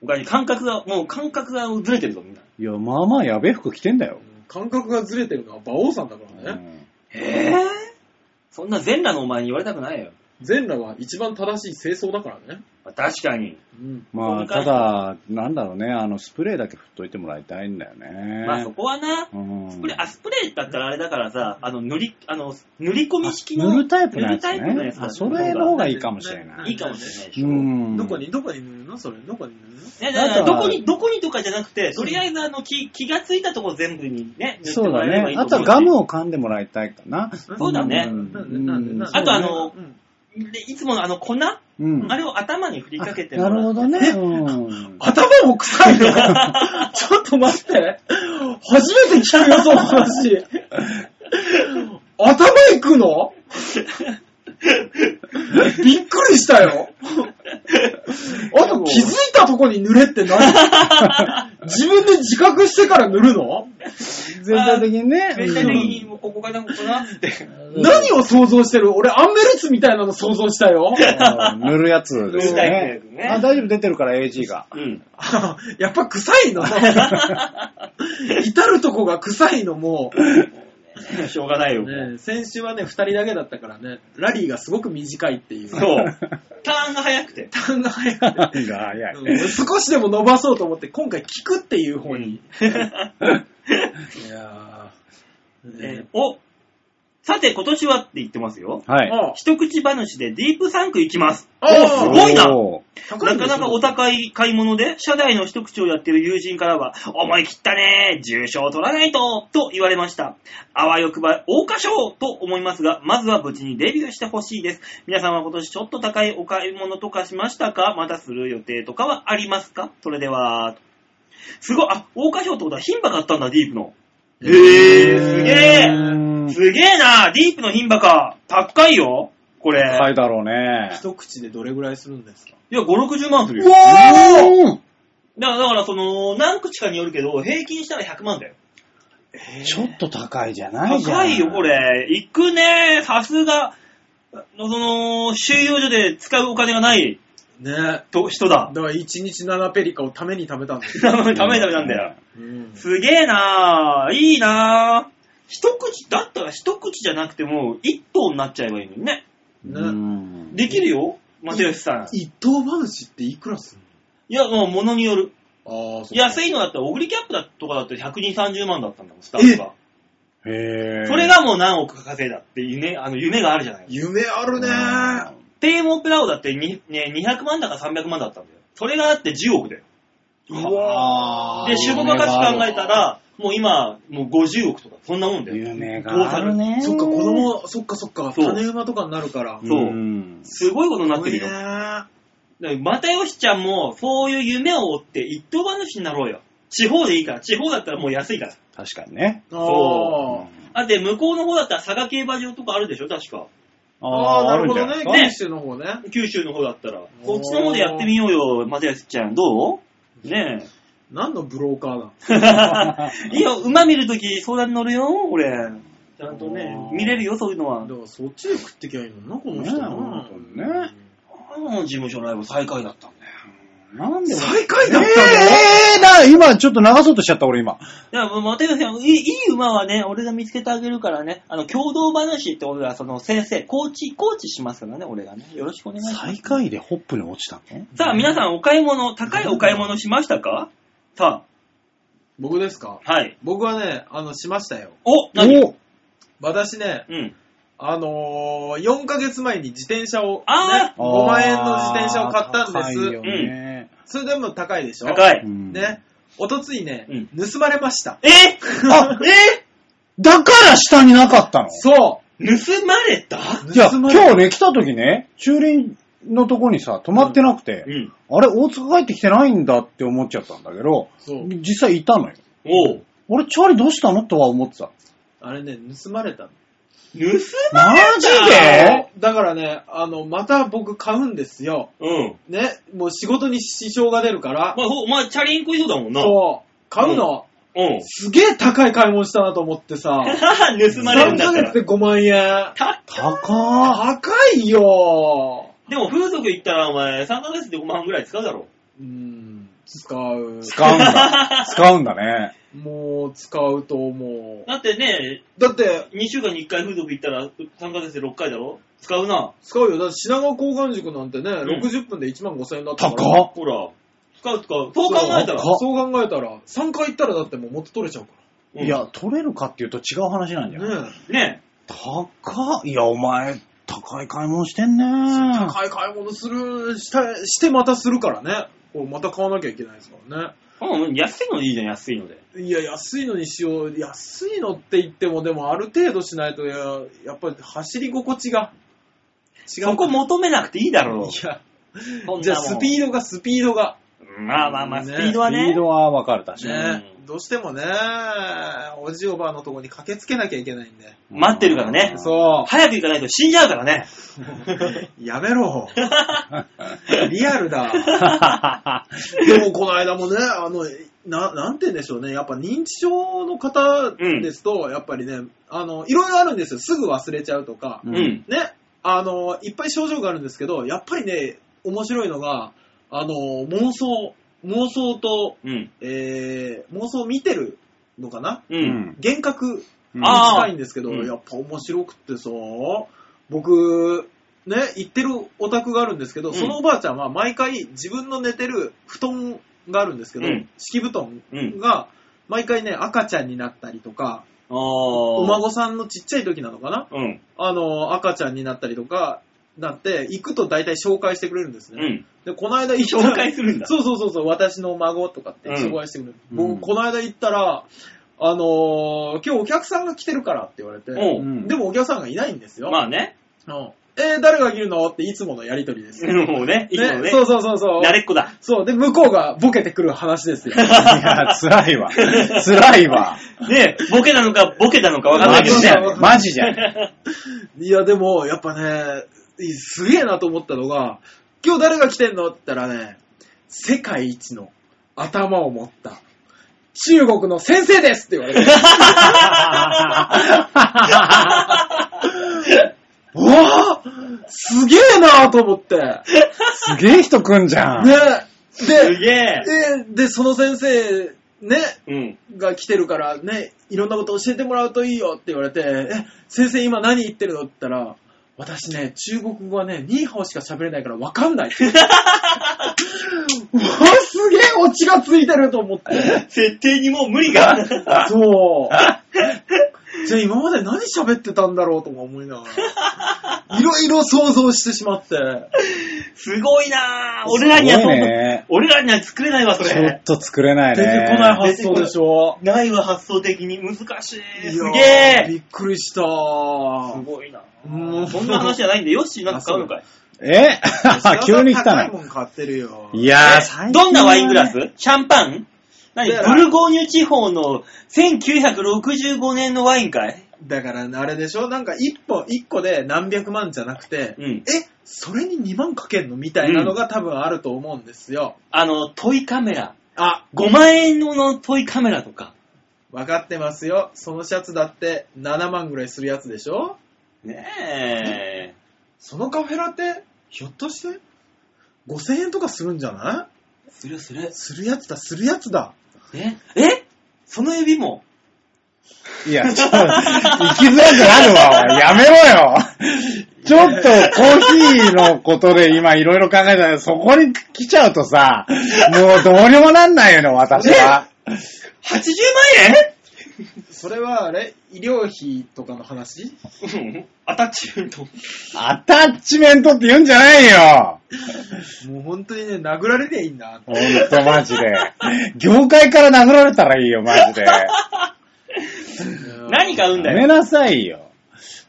[SPEAKER 2] おかしい感覚が、もう感覚がずれてるぞ、みんな。
[SPEAKER 1] いや、まあまあやべえ服着てんだよ。
[SPEAKER 3] 感覚がずれてるのは馬王さんだか
[SPEAKER 1] う
[SPEAKER 3] らね。
[SPEAKER 1] ん
[SPEAKER 2] えぇ、そんな全裸のお前に言われたくないよ。
[SPEAKER 3] 全裸は一番正しい清掃だからね。
[SPEAKER 2] まあ確かに。
[SPEAKER 3] うん。
[SPEAKER 1] まあ、ただ、なんだろうね、あの、スプレーだけ振っといてもらいたいんだよね。
[SPEAKER 2] まあそこはな、
[SPEAKER 1] うん
[SPEAKER 2] スプレー、あ、スプレーだったらあれだからさ、あの、塗り、あの、塗り込み式の。
[SPEAKER 1] あ塗るタイプのやつ
[SPEAKER 2] 塗るタイプの
[SPEAKER 1] ね
[SPEAKER 2] や。つ
[SPEAKER 1] あ、
[SPEAKER 2] だ
[SPEAKER 1] それの方がいいかもしれない
[SPEAKER 2] い
[SPEAKER 1] い。
[SPEAKER 2] いかもしれないでし
[SPEAKER 1] う
[SPEAKER 2] ょ。
[SPEAKER 1] ん。
[SPEAKER 3] どこに、どこに塗るのそれ、どこに塗るの
[SPEAKER 2] ね、だから
[SPEAKER 1] あと
[SPEAKER 2] ど
[SPEAKER 1] は
[SPEAKER 2] こに、どこにとかじゃなくて、とりあえずあの気気がついたとこ全部にね、塗って
[SPEAKER 1] そう
[SPEAKER 2] も
[SPEAKER 1] だ
[SPEAKER 2] らえればい
[SPEAKER 1] ね
[SPEAKER 2] い。と
[SPEAKER 1] あ
[SPEAKER 2] 思う
[SPEAKER 1] とはガムを噛んでもらいたいかな。
[SPEAKER 2] そうだね
[SPEAKER 1] うん
[SPEAKER 3] なんで、なんで、なんで。
[SPEAKER 2] あとあの
[SPEAKER 3] うん、
[SPEAKER 2] でいつものあの粉、
[SPEAKER 1] うん。
[SPEAKER 2] あれを頭に振りかけて
[SPEAKER 1] なるほどね。うん
[SPEAKER 3] 頭も臭いのちょっと待って。初めて聞くよ、その話。頭いくのびっくりしたよ。あと気づいたとこに塗れって何自分で自覚してから塗るの
[SPEAKER 1] 全体的にね。
[SPEAKER 2] 全体的にもうここかな、ここかなって。
[SPEAKER 1] うん
[SPEAKER 3] 何を想像してる俺アンメルツみたいなの想像したよ。
[SPEAKER 1] うん塗るやつです
[SPEAKER 2] 塗るタイ
[SPEAKER 1] ね
[SPEAKER 2] プね。
[SPEAKER 1] あ、大丈夫、出てるから AG が。
[SPEAKER 2] うん。
[SPEAKER 3] あやっぱ臭いの至るとこが臭いのもう。
[SPEAKER 2] しょうがないよ。
[SPEAKER 3] ねえ、先週はね、2人だけだったからね、ラリーがすごく短いっていう。
[SPEAKER 2] そう。ターンが早くて。
[SPEAKER 3] ターンが早くて。
[SPEAKER 1] いやいや
[SPEAKER 3] うん 少しでも伸ばそうと思って、今回聞くっていう方に。いやーね
[SPEAKER 2] えーお、ささて今年はって言ってますよ。
[SPEAKER 1] はい。
[SPEAKER 2] 一口話でディープサンク行きます。
[SPEAKER 3] ああ
[SPEAKER 2] おすごいな
[SPEAKER 1] おー
[SPEAKER 3] 高い
[SPEAKER 2] なん
[SPEAKER 3] で
[SPEAKER 2] か
[SPEAKER 3] すよ
[SPEAKER 2] なかお高い買い物で、社内の一口をやってる友人からは、思い切ったね重賞取らないとと言われました。あわよくば、大花賞と思いますが、まずは無事にデビューしてほしいです。皆さんは今年ちょっと高いお買い物とかしましたかまたする予定とかはありますかそれでは、すごい、あ、大花賞ってことは牝馬買ったんだ、ディープの。えー、すげ
[SPEAKER 1] う
[SPEAKER 2] え
[SPEAKER 1] ーん
[SPEAKER 2] すげえなディープの牝馬か。高いよこれ。
[SPEAKER 1] 高いだろうね。
[SPEAKER 3] 一口でどれぐらいするんですか
[SPEAKER 2] いや、5、60万するよ。だか
[SPEAKER 1] お
[SPEAKER 2] ら、だからその、何口かによるけど、平均したら100万だよ。
[SPEAKER 1] ちょっと高いじゃないじゃん
[SPEAKER 2] 高いよ、こ。れ。行くねさすが、のその、収容所で使うお金がない
[SPEAKER 3] ねだか
[SPEAKER 2] と人だ。
[SPEAKER 3] ら1日7ペリカをために食べたんですよ。
[SPEAKER 2] ダメダメダメなんだよ。
[SPEAKER 3] うん
[SPEAKER 2] すげえないいな一口、だったら一口じゃなくても、一頭になっちゃえばいいのにね。
[SPEAKER 1] う
[SPEAKER 3] ね
[SPEAKER 1] ん
[SPEAKER 2] できるよ、又吉さん。
[SPEAKER 3] 一等半紙っていくらすん
[SPEAKER 2] いや、もう物による。
[SPEAKER 3] のああ、そう。
[SPEAKER 2] 安いのだったら、オグリキャップだとかだって120、30万だったんだもん、スタッフが。
[SPEAKER 1] へえ。
[SPEAKER 2] それがもう何億か稼いだっていうね、あの夢があるじゃない
[SPEAKER 3] 夢あるね
[SPEAKER 2] テーモプラオだってに、ね、200万だか300万だったんだよ。それがあって10億だよ。
[SPEAKER 3] うわ
[SPEAKER 2] で、出
[SPEAKER 1] 主
[SPEAKER 2] 国
[SPEAKER 1] 語
[SPEAKER 2] 価値考えたら、もう今、もう50億とか、そんなもんだよ。
[SPEAKER 1] 夢があるね。
[SPEAKER 3] そっか、子供、そっかそっか、
[SPEAKER 2] そう
[SPEAKER 3] 種馬とかになるから。
[SPEAKER 2] そうんすごいことになってる
[SPEAKER 3] ね
[SPEAKER 2] よ。だからまたよしちゃんも、そういう夢を追って一等馬主になろうよ。地方でいいから。地方だったらもう安いから。
[SPEAKER 1] 確かにね。
[SPEAKER 3] ああ。
[SPEAKER 2] あって、向こうの方だったら佐賀競馬場とかあるでしょ確か。
[SPEAKER 3] ああ、なるほど
[SPEAKER 1] あるん
[SPEAKER 3] ね。
[SPEAKER 1] じゃない
[SPEAKER 3] 九
[SPEAKER 1] です
[SPEAKER 3] 州の方ね。
[SPEAKER 2] 九州の方だったら。
[SPEAKER 3] ー
[SPEAKER 2] こっちの方でやってみようよ、またよしちゃん。どうね
[SPEAKER 3] 何のブローカーだ
[SPEAKER 2] え。いいよ、馬見るとき相談に乗るよ、俺。ちゃんとね
[SPEAKER 1] あ、ー
[SPEAKER 2] 見れるよ、そういうのは
[SPEAKER 3] だか。らそっちで食ってきゃいいのにな、この人
[SPEAKER 1] ねえ
[SPEAKER 3] な
[SPEAKER 1] 本。当にね
[SPEAKER 2] うん事務所ライブ最下位だったんだよ。
[SPEAKER 1] か。なんで
[SPEAKER 3] 最下位
[SPEAKER 1] えー
[SPEAKER 3] だったの
[SPEAKER 1] えーな、今ちょっと流そうとしちゃった俺今。
[SPEAKER 2] いや、もう、又吉さん、いい、いい馬はね、俺が見つけてあげるからね、あの、共同話って俺は、その、先生、コーチ、コーチしますからね、俺がね。よろしくお願いします。
[SPEAKER 1] 最下位でホップに落ちたの
[SPEAKER 2] さあ、皆さん、お買い物、高いお買い物しましたかさ
[SPEAKER 3] 僕ですか
[SPEAKER 2] あ、はい。
[SPEAKER 3] 僕はね、あの、しましたよ。
[SPEAKER 2] お、何
[SPEAKER 1] お
[SPEAKER 3] 私ね、
[SPEAKER 2] うん。
[SPEAKER 3] あのー、4ヶ月前に自転車を、ね、
[SPEAKER 2] あ
[SPEAKER 3] 5万円の自転車を買ったんです。
[SPEAKER 1] 高いよね
[SPEAKER 3] それでも高いでしょ
[SPEAKER 2] 高い。
[SPEAKER 1] うん
[SPEAKER 3] ね。おとついね、
[SPEAKER 2] うん
[SPEAKER 3] 盗まれました。
[SPEAKER 2] え
[SPEAKER 1] あ
[SPEAKER 2] え
[SPEAKER 1] だから下になかったの
[SPEAKER 3] そ
[SPEAKER 2] 盗まれた
[SPEAKER 3] う
[SPEAKER 1] じゃあ、
[SPEAKER 3] 盗ま
[SPEAKER 1] 今
[SPEAKER 3] れた
[SPEAKER 1] 日ね、来た時ね、駐輪のとこにさ、止まってなくて、
[SPEAKER 2] うん。
[SPEAKER 1] あれ、大塚帰ってきてないんだって思っちゃったんだけど、
[SPEAKER 3] そう。
[SPEAKER 1] 実際いたのよ。
[SPEAKER 2] おう。
[SPEAKER 1] 俺、チャーリーどうしたのとは思ってた。
[SPEAKER 3] あれね、盗まれたの。
[SPEAKER 2] 盗ま
[SPEAKER 1] マ
[SPEAKER 2] れ
[SPEAKER 1] ジ
[SPEAKER 2] た
[SPEAKER 1] で
[SPEAKER 3] だからね、あの、また僕買うんですよ。
[SPEAKER 2] うん。
[SPEAKER 3] ね、もう仕事に支障が出るから。
[SPEAKER 2] まあ、ほお前、チャリンコ移動だもんな。
[SPEAKER 3] そう。買うの、
[SPEAKER 2] うん。
[SPEAKER 3] すげえ高い買い物したなと思ってさ。
[SPEAKER 2] 盗まれるん
[SPEAKER 3] 3
[SPEAKER 2] だった
[SPEAKER 3] ヶ月
[SPEAKER 2] ら。
[SPEAKER 3] で5万円。
[SPEAKER 2] た
[SPEAKER 1] 高ー。
[SPEAKER 3] 高いよ
[SPEAKER 2] でも風俗行ったらお前3ヶ月で5万ぐらい使うだろ。
[SPEAKER 3] うーん、使う。
[SPEAKER 1] 使うん だ。使うんだね。
[SPEAKER 3] もう、使うと思
[SPEAKER 2] だってね、
[SPEAKER 3] う。だって、
[SPEAKER 2] 2週間に1回風俗行ったら3ヶ月で6回だろ使うな。
[SPEAKER 3] 使うよ。だって品川交換塾なんてね、60分で1万5千円だったから。
[SPEAKER 1] 高っ
[SPEAKER 2] ほら、使う使う。そう考えたら。
[SPEAKER 1] 高っ
[SPEAKER 3] そう考えたら、3回行ったらだってもう元取れちゃうか
[SPEAKER 2] うん
[SPEAKER 1] いや、取れるかっていうと違う話なんじゃない、
[SPEAKER 3] ら。ねえ。
[SPEAKER 2] ね
[SPEAKER 1] 高っ。いや、お前、高い買い物してんね
[SPEAKER 3] 高い買い物する、した、してまたするからね。こうまた買わなきゃいけないですからね。
[SPEAKER 2] うん、安いのいいじゃん、安いので。
[SPEAKER 3] いや、安いのにしよう。安いのって言っても、でもある程度しないと、いややっぱり走り心地が違う。
[SPEAKER 2] そこ求めなくていいだろ
[SPEAKER 3] いや、
[SPEAKER 2] う。
[SPEAKER 3] じゃあスピードがスピードが。
[SPEAKER 2] ド。まあまあまあ、ス
[SPEAKER 3] ね
[SPEAKER 2] ピードは
[SPEAKER 1] スピ
[SPEAKER 2] ね
[SPEAKER 1] ー。ドは分かる、確かに。
[SPEAKER 3] ね
[SPEAKER 2] う、ん
[SPEAKER 3] どうしてもね、おじおばあのとこに駆けつけなきゃいけないんで。
[SPEAKER 2] 待ってるからね。
[SPEAKER 3] そ
[SPEAKER 2] 早く行かないと死んじゃうからね。
[SPEAKER 3] う。や めろ。リアルだ。でもこの間もね、あの、ななんて言うんでしょうね。やっぱ認知症の方ですと、やっぱりね、あの、いろいろあるんですよ。すぐ忘れちゃうとか。
[SPEAKER 1] う
[SPEAKER 2] うんん。
[SPEAKER 3] ね、あの、いっぱい症状があるんですけど、やっぱりね、面白いのが、あの、妄想、妄想と、
[SPEAKER 2] うん。
[SPEAKER 3] えー、妄想を見てるのかな
[SPEAKER 2] う。
[SPEAKER 1] うんん。
[SPEAKER 3] 幻覚
[SPEAKER 1] うん
[SPEAKER 3] に近いんですけど、
[SPEAKER 2] あーうん
[SPEAKER 3] やっぱ面白くってさ、僕、ね、行ってるお宅があるんですけど、
[SPEAKER 2] うん
[SPEAKER 3] そのおばあちゃんは毎回自分の寝てる布団があるんですけど、
[SPEAKER 2] うん
[SPEAKER 3] 敷布団
[SPEAKER 2] うん。
[SPEAKER 3] が毎回ね、赤ちゃんになったりとか、
[SPEAKER 2] あお
[SPEAKER 3] お孫さんのちっちゃい時なのかな
[SPEAKER 2] うん。
[SPEAKER 3] あの、赤ちゃんになったりとか、なって、行くと大体紹介してくれるんです
[SPEAKER 2] う
[SPEAKER 3] ね。
[SPEAKER 2] ん。
[SPEAKER 3] で、この間行った
[SPEAKER 2] 紹介するんだ。
[SPEAKER 3] そうそうそうそう、私の孫とかって紹介してくれる。
[SPEAKER 1] うんうん
[SPEAKER 3] 僕、この間行ったら、あのー今日お客さんが来てるからって言われて、
[SPEAKER 2] おう
[SPEAKER 1] うん
[SPEAKER 3] でもお客さんがいないんですよ。
[SPEAKER 2] まあね。
[SPEAKER 3] うんえー誰が来るのっていつものやりとりですよ。
[SPEAKER 2] もう ね、いいの
[SPEAKER 3] ね
[SPEAKER 2] ね。
[SPEAKER 3] そうそうそうそう。
[SPEAKER 2] 慣れっこだ。
[SPEAKER 3] そう、で、向こうがボケてくる話ですよ。
[SPEAKER 1] いや、辛い わ。辛いわ。
[SPEAKER 2] ねボケなのか、ボケたのか分かんな
[SPEAKER 1] マ
[SPEAKER 2] いけ
[SPEAKER 1] ジ
[SPEAKER 2] ど
[SPEAKER 1] じゃ
[SPEAKER 2] ね。
[SPEAKER 1] ん。マジじゃん。
[SPEAKER 3] いや、でも、やっぱね、すげえなと思ったのが、今日誰が来てんのって言ったらね、世界一の頭を持った中国の先生ですって言われて。うわぁすげえなと思って。 ね
[SPEAKER 1] すげえ人来んじゃん。
[SPEAKER 2] す
[SPEAKER 3] で、
[SPEAKER 2] げえ。
[SPEAKER 3] で、で、その先生、ね、
[SPEAKER 2] うん。
[SPEAKER 3] が来てるからね、いろんなこと教えてもらうといいよって言われて、え、先生今何言ってるのって言ったら、私ね、中国語はね、ニーハオしか喋れないからわか んないって。うわ、すげえオチがついてると思って。
[SPEAKER 2] 設定にもう無理 が。
[SPEAKER 3] そう。じゃあ今まで何喋ってたんだろうとか思いながら、いろいろ想像してしまって。
[SPEAKER 2] すごいなぁ。俺らには
[SPEAKER 1] す
[SPEAKER 2] そ
[SPEAKER 1] ごい
[SPEAKER 2] んな、
[SPEAKER 1] ね。
[SPEAKER 2] 俺らには作れないわ、そ
[SPEAKER 1] ちょ
[SPEAKER 2] れ
[SPEAKER 1] っ。と作れない
[SPEAKER 3] 出てこない
[SPEAKER 1] ね。
[SPEAKER 3] 発想でしょ。
[SPEAKER 2] ないわ、発想的に。難しい。す
[SPEAKER 3] い
[SPEAKER 2] げ
[SPEAKER 3] やー
[SPEAKER 2] え。
[SPEAKER 3] びっくりした。
[SPEAKER 2] すごいな
[SPEAKER 3] もう
[SPEAKER 2] そんな話じゃないんで、ヨッシーなんか買うのかい
[SPEAKER 1] え 急に来たな。
[SPEAKER 3] もん買ってるよ。
[SPEAKER 1] いやー、
[SPEAKER 2] え
[SPEAKER 1] 最近はね
[SPEAKER 2] どんなワイングラスシャンパン何
[SPEAKER 3] いや
[SPEAKER 2] ブルゴーニュ地方の1965年のワインかい
[SPEAKER 3] だから、あれでしょなんか一本、一個で何百万じゃなくて、
[SPEAKER 2] うん。
[SPEAKER 3] え、それに2万かけんのみたいなのが多分あると思うんですよ。
[SPEAKER 2] あの、トイカメラ。
[SPEAKER 3] あ、
[SPEAKER 2] 5万円のトイカメラとか。
[SPEAKER 3] わかってますよ。そのシャツだって7万ぐらいするやつでしょ
[SPEAKER 2] ねえ。
[SPEAKER 3] そのカフェラテ、ひょっとして、5000円とかするんじゃな
[SPEAKER 2] するす
[SPEAKER 3] い
[SPEAKER 2] る。
[SPEAKER 3] するやつだ、するやつだ。
[SPEAKER 2] ええその指も
[SPEAKER 1] いや、ちょっと、行きづらくなるわ、おいやめろよ。ちょっと、コーヒーのことで今いろいろ考えたら、そこに来ちゃうとさ、もうどうにもなんないよね、私は。
[SPEAKER 2] ?80 万円
[SPEAKER 3] それはあれ医療費とかの話
[SPEAKER 2] アタッチメント。
[SPEAKER 1] アタッチメントって言うんじゃないよ。
[SPEAKER 3] もう本当にね、殴られりゃいいんだ。
[SPEAKER 1] ほんと、マジで。業界から殴られたらいいよ、マジで。
[SPEAKER 2] 何買うん
[SPEAKER 1] や
[SPEAKER 2] だ
[SPEAKER 1] め
[SPEAKER 2] よ。
[SPEAKER 1] なさいよ。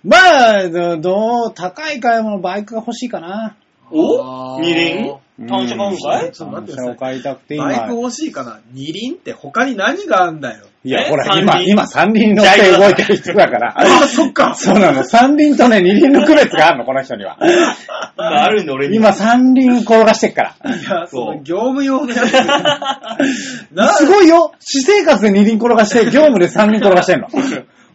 [SPEAKER 1] まあ、どどう、高い買い物、バイクが欲しいかな。
[SPEAKER 3] あ
[SPEAKER 2] お
[SPEAKER 3] ー
[SPEAKER 2] 二輪単車買うんかい
[SPEAKER 1] ちょっと待ってください単車を買いたくて
[SPEAKER 3] バイク
[SPEAKER 1] 今。
[SPEAKER 3] 欲しいかな二輪って他に何があんだよ。
[SPEAKER 1] いや、
[SPEAKER 2] え
[SPEAKER 1] ほら、
[SPEAKER 2] 三
[SPEAKER 1] 今、
[SPEAKER 2] 輪
[SPEAKER 1] 今三輪乗って動いてる人だから。
[SPEAKER 3] あ、そっか。
[SPEAKER 1] そうなの。三輪とね、二輪の区別があるの、この人には。
[SPEAKER 2] 今あるんで俺に。
[SPEAKER 1] 今、三輪転がしてっから。
[SPEAKER 3] いや、そ
[SPEAKER 2] そう
[SPEAKER 3] の業務用のやつ。な
[SPEAKER 1] すごいよ私生活で二輪転がして、業務で三輪転がしてんの。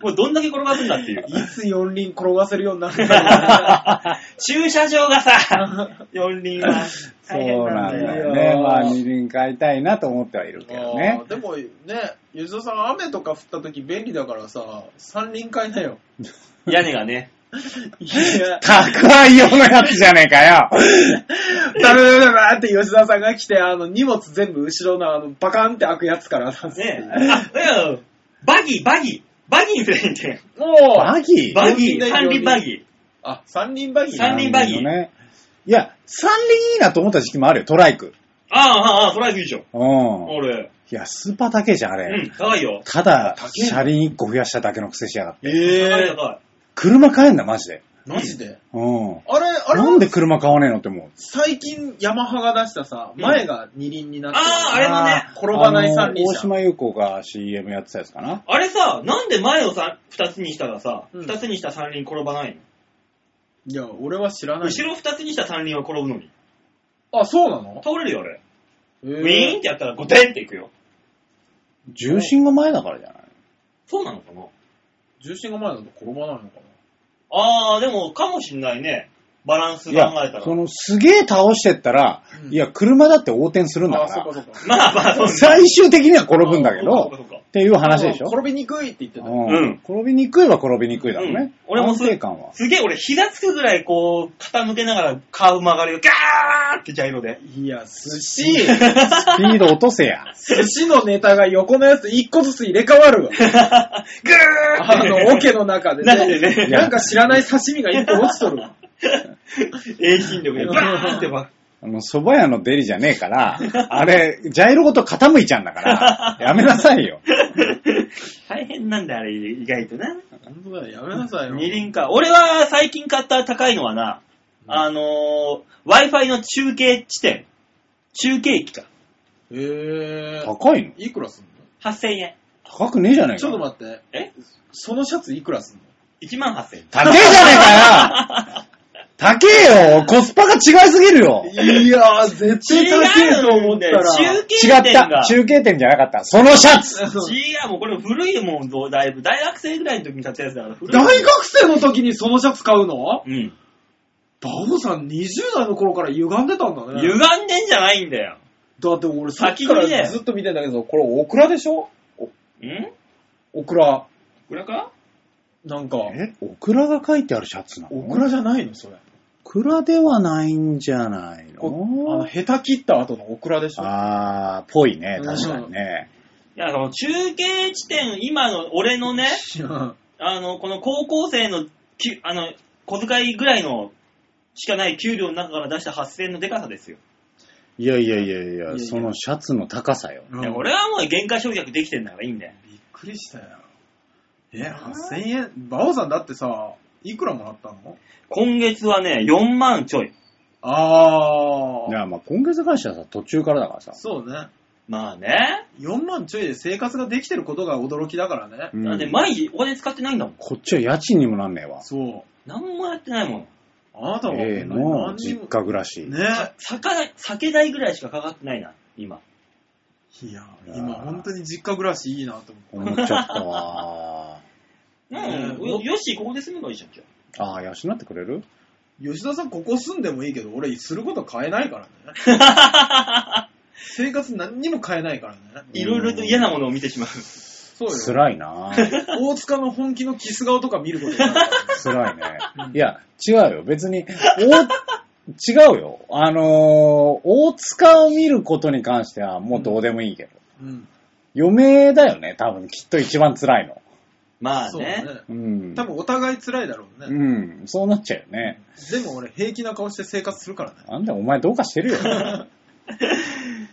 [SPEAKER 2] もうどんだけ転がすんだって いう。
[SPEAKER 3] いつ四輪転がせるようになるんだろ
[SPEAKER 2] 駐車場が さ、四輪は。
[SPEAKER 1] そ
[SPEAKER 2] 大変
[SPEAKER 1] うなん
[SPEAKER 2] だ
[SPEAKER 1] だ
[SPEAKER 2] よ
[SPEAKER 1] よね。まあ、二輪買いたいなと思ってはいる
[SPEAKER 3] う
[SPEAKER 1] け
[SPEAKER 3] な
[SPEAKER 1] どね
[SPEAKER 3] あー。でもね、吉田さん雨とか降った時便利だからさ、三輪買いなよ。
[SPEAKER 2] 屋根がね。
[SPEAKER 3] いや、
[SPEAKER 1] 宅配用のやつじゃねえかよ。
[SPEAKER 3] ダメダメダメって吉田さんが来て、あの荷物全部後ろのあのバカンって開くやつから出す。
[SPEAKER 2] ねえ。あ、いや、バギー、バギー。バギーにすればいいんだよ。
[SPEAKER 3] もう、
[SPEAKER 1] バギー
[SPEAKER 2] バギ
[SPEAKER 3] 四輪だ
[SPEAKER 2] ー、
[SPEAKER 3] よ
[SPEAKER 2] 三輪バギ
[SPEAKER 3] あ、三輪バギー
[SPEAKER 2] 三輪バギー
[SPEAKER 1] ね。いや、三輪いいなと思った時期もあるよ、トライク。
[SPEAKER 2] ー。ああ、ああ、トライクいいじゃん。
[SPEAKER 1] うん。
[SPEAKER 2] 俺。
[SPEAKER 1] いや、スーパー高えじゃん、あ
[SPEAKER 2] う
[SPEAKER 1] れ。
[SPEAKER 2] ん、高いよ。
[SPEAKER 1] ただ
[SPEAKER 3] 高、えな
[SPEAKER 1] 車輪1個増やしただけの癖しやがって。
[SPEAKER 2] 高い
[SPEAKER 3] え
[SPEAKER 2] 高
[SPEAKER 1] 車買えんだ、マジで。
[SPEAKER 3] ー、マジで
[SPEAKER 1] うん。
[SPEAKER 3] あれ、あれ
[SPEAKER 1] なんで車買わねえのって思う。
[SPEAKER 3] 最近ヤマハが出したさ、前が二輪になってる、
[SPEAKER 2] あーあれのね。
[SPEAKER 1] ー
[SPEAKER 3] 転ばない三輪車
[SPEAKER 1] あの大島優子が CM やってたやつかない
[SPEAKER 2] あれさ、なんで前をさ、二つにしたらさ、
[SPEAKER 3] うん
[SPEAKER 2] 二つにした三輪転ばない
[SPEAKER 3] いや、俺は知ら
[SPEAKER 2] の
[SPEAKER 3] ない。
[SPEAKER 2] 後ろ二つにした三輪は転ぶのに。
[SPEAKER 3] あ、そうなの
[SPEAKER 2] 倒れるよ、あれ。
[SPEAKER 3] ウ
[SPEAKER 2] ウィーンってやったらゴテンっていくよ。
[SPEAKER 1] 重心が前だからじゃない
[SPEAKER 2] そうなのかな
[SPEAKER 3] 重心が前だと転ばないのか
[SPEAKER 2] ああ、でも、かもしんないね。バランス考
[SPEAKER 1] い
[SPEAKER 2] えた
[SPEAKER 1] や
[SPEAKER 2] ら。、
[SPEAKER 1] その、すげえ倒してったら、
[SPEAKER 3] うん
[SPEAKER 1] いや、車だって横転するんだ
[SPEAKER 3] な
[SPEAKER 1] か、
[SPEAKER 3] あ、そっからそっか。
[SPEAKER 2] まあまあ、そう
[SPEAKER 1] 最終的には 転ぶんだけ
[SPEAKER 2] そうかそう
[SPEAKER 1] ど、
[SPEAKER 2] かそうか
[SPEAKER 1] っていう話でしょ。
[SPEAKER 3] 転びにくいって言ってた。
[SPEAKER 1] う
[SPEAKER 2] うん
[SPEAKER 1] ん。転びにくいは転びにくいだろう
[SPEAKER 2] う
[SPEAKER 1] ね
[SPEAKER 2] ん。俺も
[SPEAKER 1] 安
[SPEAKER 2] す
[SPEAKER 1] 定感は。
[SPEAKER 2] すげえ俺、膝つくぐらいこう、傾けながらカーブ曲がるよ。ガーって茶色で。
[SPEAKER 3] いや、寿司、
[SPEAKER 1] スピード落とせや。
[SPEAKER 3] 寿司のネタが横のやつ一個ずつ入れ替わ るわ。
[SPEAKER 2] グー
[SPEAKER 3] あの、オケの中で
[SPEAKER 2] 中でね
[SPEAKER 3] なんか知らない刺身が一個落ちとるわ。
[SPEAKER 2] 遠心力でバーンってば。
[SPEAKER 1] あの、蕎麦屋の出りじゃねえから、あれ、ジャイロごと傾いちゃうんだから、やめなさ いよ。
[SPEAKER 2] 大変なんだ、あれ、意外とな。
[SPEAKER 3] 本当だよ、やめなさいよ。
[SPEAKER 2] 二輪か。俺は最近買った高いのはな、あのー、Wi-Fi の中継地点。中継機か。
[SPEAKER 3] えー、
[SPEAKER 1] 高いの
[SPEAKER 3] いくらすんの
[SPEAKER 2] 8000円。
[SPEAKER 1] 高くねえじゃねえか。
[SPEAKER 3] ちょっと待って、
[SPEAKER 2] え
[SPEAKER 3] そのシャツいくらすんの
[SPEAKER 2] ?1 万8000円。
[SPEAKER 1] 高えじ ゃねえかよ高えよコスパが違いすぎるよ
[SPEAKER 3] いやー、絶対高いと思ったら。
[SPEAKER 2] 中継
[SPEAKER 1] 違
[SPEAKER 2] 点
[SPEAKER 1] っ
[SPEAKER 2] が
[SPEAKER 1] た。中継点じゃなかった。そのシャツ
[SPEAKER 2] 違う、もうこれ古いもんぞ、だいぶ。大学生ぐらいの時に買ったやつだから、古い。
[SPEAKER 3] 大学生の時にそのシャツ買うの
[SPEAKER 2] うん。
[SPEAKER 3] バオさん20代の頃から歪んでたんだね。
[SPEAKER 2] 歪んでんじゃないんだよ。
[SPEAKER 3] だって俺さっきから
[SPEAKER 2] 先にね
[SPEAKER 3] ずっと見てんだけど、これオクラでしょ
[SPEAKER 2] ん
[SPEAKER 3] オクラ。
[SPEAKER 2] これか
[SPEAKER 3] なんか、
[SPEAKER 1] え、オクラが書いてあるシャツなの
[SPEAKER 3] オクラじゃないのそれ。
[SPEAKER 1] オクラではないんじゃない
[SPEAKER 3] こあの、
[SPEAKER 1] の
[SPEAKER 3] ヘタ切った後のオクラでしょ
[SPEAKER 1] あー、ぽいね。確かにね。
[SPEAKER 2] いや、その中継地点、今の俺のね、
[SPEAKER 3] いや
[SPEAKER 2] あの、この高校生の、きあの、小遣いぐらいの、しかない給料の中から出した8000円のデカさですよ。
[SPEAKER 1] いやいやいやい
[SPEAKER 3] いやい
[SPEAKER 1] や、
[SPEAKER 3] や
[SPEAKER 1] そのシャツの高さよ。
[SPEAKER 3] うん
[SPEAKER 2] いや俺はもう限界償却できてんだからいいんだよ。
[SPEAKER 3] びっくりしたよ。え、8000円バオさんだってさ、いくらもらったの
[SPEAKER 2] 今月はね、4万ちょい。
[SPEAKER 3] あー。
[SPEAKER 1] いや、まあ今月会社はさ、途中からだからさ。
[SPEAKER 3] そうね。
[SPEAKER 2] まあね。
[SPEAKER 3] 4万ちょいで生活ができてることが驚きだからね。
[SPEAKER 1] うん
[SPEAKER 2] だって毎日お金使ってないんだもん。
[SPEAKER 1] こっちは家賃にもなんねえわ。
[SPEAKER 3] そう。
[SPEAKER 2] 何もやってないもん。
[SPEAKER 3] あなたは、
[SPEAKER 1] ええのう、実家暮らし。
[SPEAKER 3] ね。
[SPEAKER 2] 酒代、酒代ぐらいしかかかってないな、今。
[SPEAKER 3] いや、今本当に実家暮らしいいなと思って。
[SPEAKER 1] 思っちゃったわ。
[SPEAKER 2] うん
[SPEAKER 3] ね。
[SPEAKER 2] よよし、ここで住めばいいじゃん、じゃあ
[SPEAKER 1] ああ、養ってくれる
[SPEAKER 3] 吉田さんここ住んでもいいけど、俺すること変えないからね。生活何にも変えないからね。
[SPEAKER 2] いろいろと嫌なものを見てしまう。
[SPEAKER 3] そうよ。
[SPEAKER 1] 辛 いな
[SPEAKER 3] 大塚の本気のキス顔とか見ることになるからね
[SPEAKER 1] 辛いね
[SPEAKER 3] う。ん
[SPEAKER 1] いや、違うよ。別に、お、違うよ。あのー、大塚を見ることに関してはもうどうでもいいけど。
[SPEAKER 3] うん。
[SPEAKER 1] 余命だよね、多分。きっと一番辛いの。
[SPEAKER 2] まあ
[SPEAKER 3] そうだ
[SPEAKER 2] ね。
[SPEAKER 3] ね。
[SPEAKER 1] うん。
[SPEAKER 3] 多分お互い辛いだろうね。
[SPEAKER 1] うん、そうなっちゃうよね。
[SPEAKER 3] でも俺平気な顔して生活するからね。
[SPEAKER 1] なんだよお前どうかしてる よ。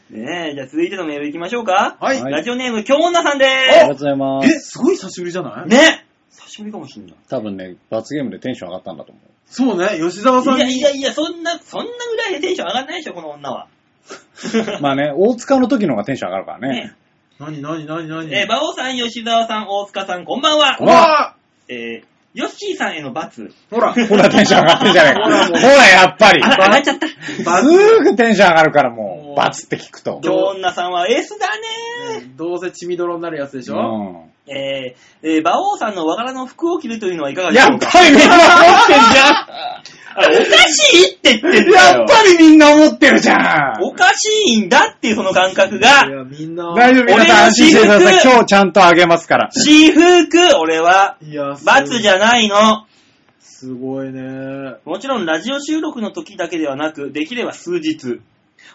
[SPEAKER 2] ねえ、じゃあ続いてのメール行きましょうか。
[SPEAKER 3] はい。
[SPEAKER 1] はい
[SPEAKER 2] ラジオネーム、京女さんで
[SPEAKER 1] ありが
[SPEAKER 2] ー
[SPEAKER 1] とうございま
[SPEAKER 3] え、
[SPEAKER 1] す。
[SPEAKER 3] すごい久しぶりじゃな
[SPEAKER 2] す。
[SPEAKER 3] い
[SPEAKER 2] ね久しぶりかもしんない。
[SPEAKER 1] 多分ね、罰ゲームでテンション上がったんだと思う。
[SPEAKER 3] そうね、吉沢さん
[SPEAKER 2] いやい
[SPEAKER 3] に。
[SPEAKER 2] やいや、そんな、そんなぐらいでテンション上がんないでしょ、この女は。
[SPEAKER 1] まあね、大塚の時の方がテンション上がるから ね
[SPEAKER 2] ね。
[SPEAKER 3] 何何何何
[SPEAKER 2] えー、馬王さん、吉沢さん、大塚さん、こんばんは。
[SPEAKER 1] こんばんは
[SPEAKER 3] わ
[SPEAKER 2] えー、ヨッシーさんへの罰。
[SPEAKER 3] ほら、
[SPEAKER 1] ほら、テンション上がってん じゃないか。ほら、やっぱり。
[SPEAKER 2] あら、上がっちゃった。
[SPEAKER 1] すぐテンション上がるからもう、バツって聞くと。
[SPEAKER 2] 京女さんはエースだね
[SPEAKER 3] ねどうせ血みどろになるやつでし
[SPEAKER 1] う
[SPEAKER 3] ょ
[SPEAKER 1] ん。
[SPEAKER 2] ー。えー、えー、馬王さんの和柄の服を着るというのはいかがでし
[SPEAKER 1] や
[SPEAKER 2] ょ
[SPEAKER 1] っ
[SPEAKER 2] うか
[SPEAKER 1] ぱりみんな思ってんじゃ
[SPEAKER 2] あおかしいって言ってん
[SPEAKER 1] ん。
[SPEAKER 2] だ
[SPEAKER 1] や
[SPEAKER 2] よ
[SPEAKER 1] っ。ぱりみんな思ってるじゃん
[SPEAKER 2] お。かしいんだっていうその感覚
[SPEAKER 3] い
[SPEAKER 2] が、
[SPEAKER 3] や、みんな。
[SPEAKER 1] 大丈夫、皆さん安心してください。今日ちゃんとあげます から。
[SPEAKER 2] 私服、俺は、
[SPEAKER 3] いや、
[SPEAKER 2] 罰じゃないの。
[SPEAKER 3] すごいね。
[SPEAKER 2] もちろんラジオ収録の時だけではなく、できれば数日。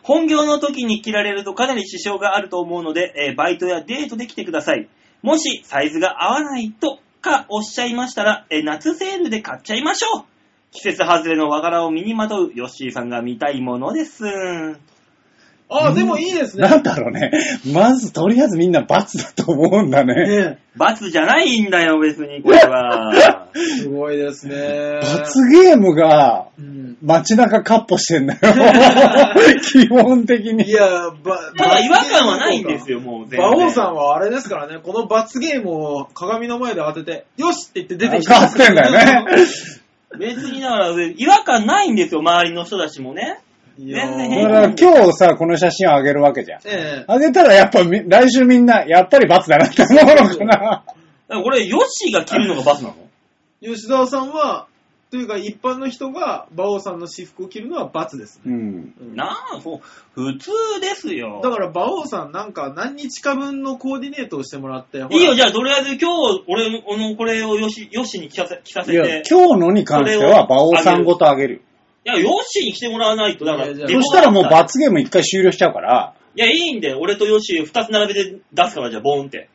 [SPEAKER 2] 本業の時に着られるとかなり支障があると思うので、えーバイトやデートで来てください。もしサイズが合わないとかおっしゃいましたら、えー夏セールで買っちゃいましょう。季節外れの和柄を身にまとうヨッシーさんが見たいものです。
[SPEAKER 3] あ、でもいいですね。
[SPEAKER 1] なんだろうね。まず、とりあえずみんな罰だと思うんだね。
[SPEAKER 3] ね
[SPEAKER 2] 罰じゃないんだよ、別に、これ は。
[SPEAKER 3] すごいですね。
[SPEAKER 1] 罰ゲームが、
[SPEAKER 3] うん
[SPEAKER 1] 街中カッポしてんだ よ。基本的
[SPEAKER 3] い
[SPEAKER 1] に。
[SPEAKER 3] や、ば、
[SPEAKER 2] ただ違和感はないんですよ、もう全然。
[SPEAKER 3] 馬王さんはあれですからね、この罰ゲームを鏡の前で当てて、よしって言って出てきた。
[SPEAKER 1] 変わってんだよね。
[SPEAKER 2] 別にだから、違和感ないんですよ、周りの人たちもね。
[SPEAKER 3] いや
[SPEAKER 2] 全然
[SPEAKER 1] だ
[SPEAKER 2] 平
[SPEAKER 1] か
[SPEAKER 2] 気
[SPEAKER 1] ら今日さ、この写真をあげるわけじゃん。
[SPEAKER 3] ええ
[SPEAKER 1] あげたらやっぱみ、来週みんな、やっぱり罰だなって思うのかな。
[SPEAKER 2] だからこれ、ヨッシーが着るのがバスなの
[SPEAKER 3] 吉沢さんは、というか一般の人が馬王さんの私服を着るのは罰です
[SPEAKER 1] う
[SPEAKER 3] ね。
[SPEAKER 1] ん。
[SPEAKER 3] うん
[SPEAKER 2] なあ、そう、普通ですよ。
[SPEAKER 3] だから馬王さんなんか何日か分のコーディネートをしてもらって、ほら
[SPEAKER 2] いいよ、じゃあ、とりあえず今日、俺の、このこれをヨッシーヨッシーに着させ着させ
[SPEAKER 1] いや、
[SPEAKER 2] て。
[SPEAKER 1] 今日のに関しては、馬王さんごとあげるよ。
[SPEAKER 2] や、ヨッシーに来てもらわないと、だから、
[SPEAKER 3] いやじゃあ
[SPEAKER 2] リモー
[SPEAKER 1] そ
[SPEAKER 2] ト
[SPEAKER 1] したらもう罰ゲーム一回終了しちゃうから、
[SPEAKER 2] いや、いいんで、俺とヨッシー二つ並べて出すから、じゃあ、ボーンって。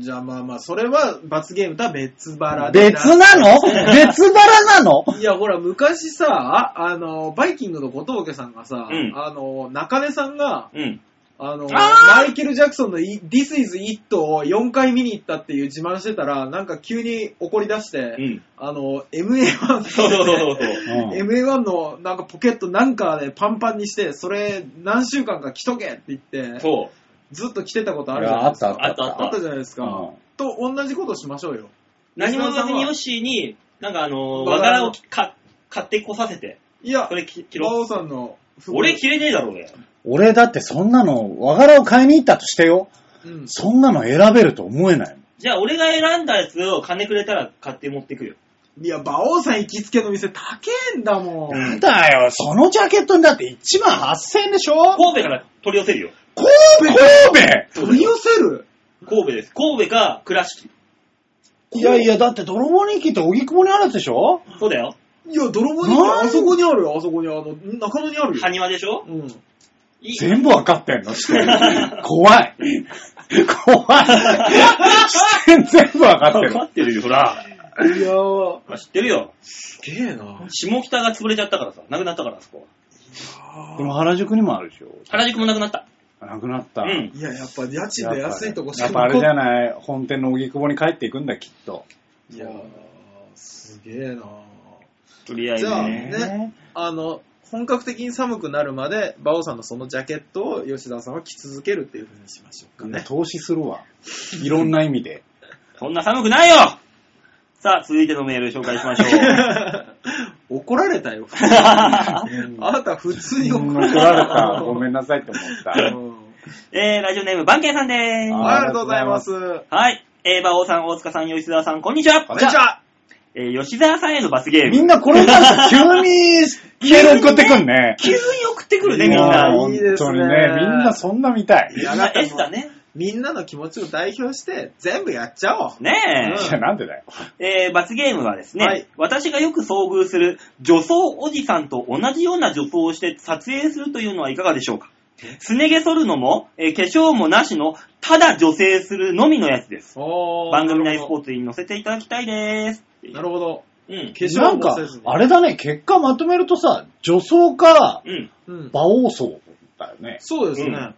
[SPEAKER 3] じゃあまあまあ、それは罰ゲームとは別腹で。
[SPEAKER 1] 別な の別腹なの
[SPEAKER 3] いや、ほら、昔さ、あの、バイキングの小峠さんがさ、
[SPEAKER 2] うん
[SPEAKER 3] あの、中根さんが、
[SPEAKER 2] うん。
[SPEAKER 3] あの、
[SPEAKER 2] あー
[SPEAKER 3] マイケル・ジャクソンのい This is It を4回見に行ったっていう自慢してたら、なんか急に怒り出して、
[SPEAKER 2] うん。
[SPEAKER 3] あの、
[SPEAKER 2] そうそう
[SPEAKER 3] MA1
[SPEAKER 2] そうそう。
[SPEAKER 1] うん
[SPEAKER 3] MA1 のなんかポケットなんかね、パンパンにして、それ何週間か着とけって言って、
[SPEAKER 2] そう。
[SPEAKER 3] ずっと着てたことあ
[SPEAKER 1] い
[SPEAKER 3] るじゃ
[SPEAKER 1] や
[SPEAKER 3] ない
[SPEAKER 1] あ
[SPEAKER 3] で
[SPEAKER 1] っ
[SPEAKER 3] すか。
[SPEAKER 1] たあった
[SPEAKER 2] あったあった
[SPEAKER 3] あったじゃないですか。
[SPEAKER 1] うん
[SPEAKER 3] と同じことしましょうよ。
[SPEAKER 2] 何も言わずにヨッシーに、なんかあのー、和柄をか買ってこさせて、
[SPEAKER 3] いや
[SPEAKER 2] そ、れき着
[SPEAKER 3] 馬
[SPEAKER 2] ろ。
[SPEAKER 3] 王さんの服
[SPEAKER 2] 俺着れねえだろ、俺。
[SPEAKER 1] 俺だってそんなの、和柄を買いに行ったとしてよ。
[SPEAKER 3] うん、
[SPEAKER 1] そんなの選べると思えない。
[SPEAKER 2] じゃあ、俺が選んだやつを金くれたら買って持ってくよ。
[SPEAKER 3] いや、馬王さん行きつけの店高えんだもん。
[SPEAKER 1] なんだよ、そのジャケットにだって1万8000円でしょ
[SPEAKER 2] 神戸から取り寄せるよ。
[SPEAKER 1] 神戸
[SPEAKER 3] 取り寄せる
[SPEAKER 2] 神戸です。神戸か倉敷。
[SPEAKER 1] いやいや、だって泥棒人気って荻窪にあるやつでしょ
[SPEAKER 2] そうだよ。
[SPEAKER 3] いや、泥棒に
[SPEAKER 1] なん
[SPEAKER 3] あそこにあるよ、あそこに、あの、中野にあるよ。
[SPEAKER 2] 埴輪でしょ
[SPEAKER 3] うん。
[SPEAKER 2] いい
[SPEAKER 1] 全部わかってん のしてる怖い。 怖い。全部わかって
[SPEAKER 2] 分
[SPEAKER 1] る
[SPEAKER 2] か。ってるよ、ほら。
[SPEAKER 3] いやー、
[SPEAKER 2] 知ってるよ。
[SPEAKER 3] すげえな。
[SPEAKER 2] 下北が潰れちゃったからさ、なくなったから、あそこは。
[SPEAKER 1] この原宿にもあるでしょ
[SPEAKER 2] 原宿もなくなった。
[SPEAKER 1] なくなった。
[SPEAKER 2] うん。
[SPEAKER 3] いや、やっぱ家賃で安いとこ
[SPEAKER 1] やっぱあれじゃ
[SPEAKER 3] い。
[SPEAKER 1] ない本店の荻窪に帰っていくんだ、きっと。
[SPEAKER 3] いやー、すげえな。
[SPEAKER 2] とりあえず
[SPEAKER 3] じゃあ
[SPEAKER 2] ね。
[SPEAKER 3] ね、あの、本格的に寒くなるまで、馬王さんのそのジャケットを吉田さんは着続けるっていう風にしましょう かね。
[SPEAKER 1] 投資するわ。いろんな意味で。
[SPEAKER 2] そんな寒くないよさあ、続いてのメール紹介しましょ う。
[SPEAKER 3] 怒られたよ、普通にあなた普通に怒
[SPEAKER 1] 怒
[SPEAKER 3] られ
[SPEAKER 1] られた。
[SPEAKER 3] た。
[SPEAKER 1] ごめんなさいって思った。
[SPEAKER 3] うん
[SPEAKER 2] えー、ラジオネーム、番犬さんでーす。
[SPEAKER 1] あ
[SPEAKER 3] ありがとうございます。
[SPEAKER 2] はい。えー、馬王さん、大塚さん、吉沢さん、こんにちは。
[SPEAKER 1] こんにちは。
[SPEAKER 2] えー、吉沢さんへの罰ゲー
[SPEAKER 1] み
[SPEAKER 2] ム。
[SPEAKER 1] んなこれなんか急に、メール送ってくんね。
[SPEAKER 2] 急に送ってくるね、みん
[SPEAKER 1] いや
[SPEAKER 2] な。
[SPEAKER 1] 本
[SPEAKER 3] いいですね
[SPEAKER 1] 当にね。みんなそんな見たい。
[SPEAKER 3] い
[SPEAKER 1] い
[SPEAKER 3] や
[SPEAKER 2] みんな S だね。
[SPEAKER 3] みんなの気持ちを代表して、全部やっちゃおう。
[SPEAKER 2] ね
[SPEAKER 3] うん
[SPEAKER 1] や、なんでだよ。
[SPEAKER 2] え。えー、罰ゲームはですね、
[SPEAKER 3] はい
[SPEAKER 2] 私がよく遭遇する女装おじさんと同じような女装をして撮影するというのはいかがでしょうかすね毛剃るのも、えー化粧もなしの、ただ女性するのみのやつです。番組内スポーツに載せていただきたいです。
[SPEAKER 3] なるほど。
[SPEAKER 2] うん。
[SPEAKER 3] 化
[SPEAKER 1] な
[SPEAKER 3] 粧
[SPEAKER 1] ん
[SPEAKER 3] も
[SPEAKER 1] か
[SPEAKER 3] せず、に。
[SPEAKER 1] あれだね、結果まとめるとさ、女装か、
[SPEAKER 2] うん。
[SPEAKER 3] うん
[SPEAKER 1] 馬王層だよね。
[SPEAKER 3] そうです
[SPEAKER 2] うん
[SPEAKER 3] ね。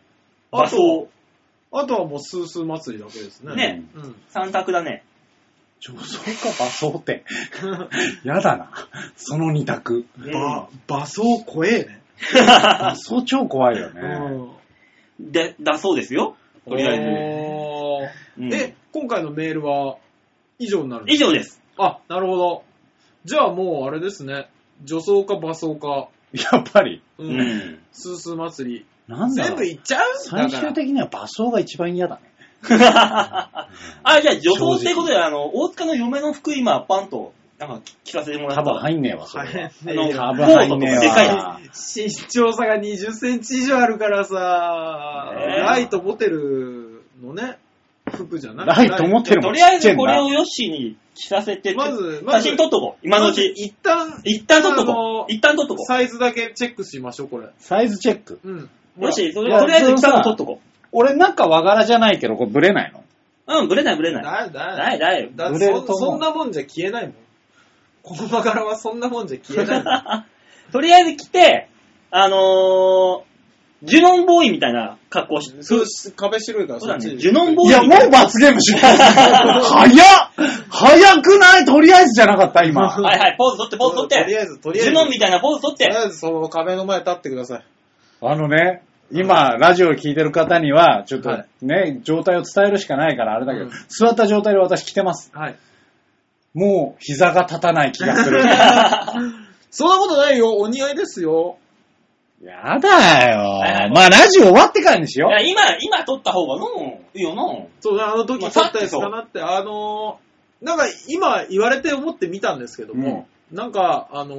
[SPEAKER 2] 馬装。
[SPEAKER 3] あとはもうスースー祭りだけですね。
[SPEAKER 2] ね
[SPEAKER 3] うん。
[SPEAKER 2] 三択だね。
[SPEAKER 1] 女装か馬装って。やだな。その二択。
[SPEAKER 2] うん
[SPEAKER 3] ば、馬装怖えね。
[SPEAKER 1] 馬装超怖いよね。
[SPEAKER 2] で、だそうですよ。とりあえ
[SPEAKER 3] おー
[SPEAKER 2] ず。うん
[SPEAKER 3] え、今回のメールは以上になるんで
[SPEAKER 2] 以
[SPEAKER 3] すか
[SPEAKER 2] 上です。
[SPEAKER 3] あ、なるほど。じゃあもうあれですね。女装か馬装か、
[SPEAKER 1] やっぱり。
[SPEAKER 3] う
[SPEAKER 2] うんん。
[SPEAKER 3] スースー祭り。
[SPEAKER 1] なんだ
[SPEAKER 3] 全
[SPEAKER 1] ろ
[SPEAKER 3] 部
[SPEAKER 1] う
[SPEAKER 3] いっちゃう
[SPEAKER 1] 最
[SPEAKER 3] だから
[SPEAKER 1] 終的には馬装が一番嫌だね。
[SPEAKER 2] あ、じゃあ女装ってことで、あの、大塚の嫁の服今、パンと、なんか着させてもらった。
[SPEAKER 1] 多分入んねえわ、それ
[SPEAKER 3] はい
[SPEAKER 1] は。
[SPEAKER 2] あの、コ
[SPEAKER 3] ね
[SPEAKER 1] 多分
[SPEAKER 2] ー
[SPEAKER 1] 入
[SPEAKER 2] ト
[SPEAKER 1] ん
[SPEAKER 2] と
[SPEAKER 1] ね
[SPEAKER 2] か
[SPEAKER 1] え
[SPEAKER 2] でかい
[SPEAKER 1] わ。
[SPEAKER 3] 身長差が20センチ以上あるからさ、
[SPEAKER 2] ねえ
[SPEAKER 3] ライトモテルのね、服じゃなく
[SPEAKER 1] ライト持ってる
[SPEAKER 2] と
[SPEAKER 1] もん
[SPEAKER 2] りあえ
[SPEAKER 1] ちっちゃ
[SPEAKER 2] ず
[SPEAKER 1] い
[SPEAKER 2] これを
[SPEAKER 1] な。
[SPEAKER 2] ヨッシーに着させて、
[SPEAKER 3] まずま
[SPEAKER 2] 写
[SPEAKER 3] ず
[SPEAKER 2] 真撮っとこう。今のうち。
[SPEAKER 3] 一旦、
[SPEAKER 2] 一旦撮っとこ
[SPEAKER 3] あの
[SPEAKER 2] う。一旦撮っとこ
[SPEAKER 3] サイズだけチェックしましょう、これ。
[SPEAKER 1] サイズチェック。
[SPEAKER 3] うん。
[SPEAKER 2] う。ヨッシー、そ
[SPEAKER 1] い
[SPEAKER 2] れ
[SPEAKER 1] や
[SPEAKER 2] とりあえず一
[SPEAKER 1] その
[SPEAKER 2] 旦
[SPEAKER 1] さ
[SPEAKER 2] 撮っとこ
[SPEAKER 1] 俺なんか和柄じゃないけど、これブレないの
[SPEAKER 2] う。うん、ぶれないぶれない。
[SPEAKER 3] だよ、だよ。
[SPEAKER 2] だいだい。
[SPEAKER 3] だ
[SPEAKER 1] 売れる
[SPEAKER 3] そ
[SPEAKER 1] と思
[SPEAKER 3] そ
[SPEAKER 1] う
[SPEAKER 3] んなもんじゃ消えないもん。この場からはそんなもんじゃ消 えない
[SPEAKER 2] とりあえず来て、あのー、ジュノンボーイみたいな格好し
[SPEAKER 3] もん。そうし、壁白いから
[SPEAKER 2] そうだ
[SPEAKER 3] そ
[SPEAKER 2] ね
[SPEAKER 3] っちに。
[SPEAKER 2] ジュノンボー
[SPEAKER 1] い
[SPEAKER 2] イ
[SPEAKER 1] や、
[SPEAKER 2] み
[SPEAKER 1] も
[SPEAKER 2] たいうな。
[SPEAKER 1] 罰ゲームしない早っ早くないとりあえずじゃなかった今。
[SPEAKER 2] はいはい、ポーズ取って、ポーズ取
[SPEAKER 3] とりあ
[SPEAKER 2] っ
[SPEAKER 3] えず、と
[SPEAKER 2] て。
[SPEAKER 3] りあえ
[SPEAKER 2] ジ
[SPEAKER 3] ず。
[SPEAKER 2] ュノンみたいなポーズ取っ
[SPEAKER 3] とり
[SPEAKER 2] て。
[SPEAKER 3] あえずその壁の前立ってください。
[SPEAKER 1] あのね、今、ラジオを聞いてる方には、ちょっと
[SPEAKER 3] は
[SPEAKER 1] ね、状態を伝えるしかないから、あれだけ
[SPEAKER 3] う
[SPEAKER 1] ど
[SPEAKER 3] ん、
[SPEAKER 1] 座った状態で私来てます。
[SPEAKER 3] はい。
[SPEAKER 1] もう、膝が立たない気がす る。
[SPEAKER 3] そんなことないよ、お似合いですよ。
[SPEAKER 1] やだ
[SPEAKER 2] はい
[SPEAKER 1] よ。まあ、ラジオ終わってからにしよ
[SPEAKER 2] いうや、。今、今取った方がの、いいよな。
[SPEAKER 3] そうだ、あの時撮ったやつかなって、あのー、なんか今言われて思ってみたんですけども、なんか、あの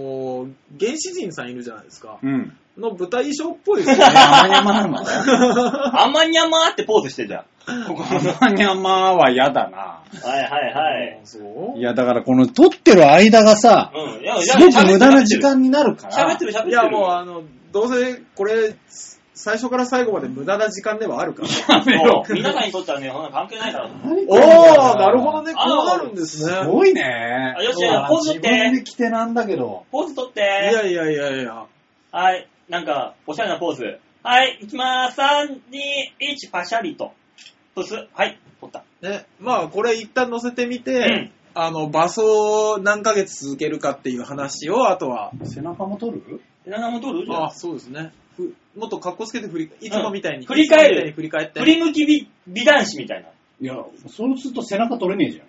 [SPEAKER 3] ー原始人さんいるじゃないですか。
[SPEAKER 1] うん。
[SPEAKER 3] の舞台衣装っぽいですね。
[SPEAKER 1] 山山なの
[SPEAKER 2] あまにゃまーってポーズしてじゃん。ここの。
[SPEAKER 1] 山山は嫌だな。
[SPEAKER 2] はいはいはい。
[SPEAKER 3] そう
[SPEAKER 1] いや、だからこの撮ってる間がさ、
[SPEAKER 2] うん。いや、いや
[SPEAKER 1] すごく無駄な時。間になるから。
[SPEAKER 2] 喋ってる喋ってる。
[SPEAKER 3] いや、もうあの、どうせこれ、最初から最後まで無駄な時間ではあるから。
[SPEAKER 1] やめろ
[SPEAKER 2] も う皆さんにとってはね、ほんと関係ないから。
[SPEAKER 3] おー、なるほどね。こ
[SPEAKER 2] あー
[SPEAKER 3] うなるんですね
[SPEAKER 1] す。ごいね
[SPEAKER 2] あ。よし
[SPEAKER 1] そうだな
[SPEAKER 2] ポーズ取って
[SPEAKER 1] 自分で着てなんだけど。
[SPEAKER 2] ポーズ取っ
[SPEAKER 3] いや
[SPEAKER 2] て。
[SPEAKER 3] いやいやいや。
[SPEAKER 2] はい。なんか、おしゃれなポーズ。はい、いきまーす。3、2、1、パシャリと。プス。はい、取った。
[SPEAKER 3] ね、まあこれ一旦載せてみて、
[SPEAKER 2] うん
[SPEAKER 3] あの、場所を何ヶ月続けるかっていう話を、あとは。
[SPEAKER 1] 背中も撮る
[SPEAKER 2] 7も取るじゃん
[SPEAKER 3] あそうですね。ふもっと格好つけて振り、いつもみたい
[SPEAKER 2] う
[SPEAKER 3] に。
[SPEAKER 2] ん 振り返る
[SPEAKER 3] いつもみたいに振り返って。
[SPEAKER 2] 振り向き美美男子みたいな。
[SPEAKER 1] いや、そうすると背中撮れねえじゃん。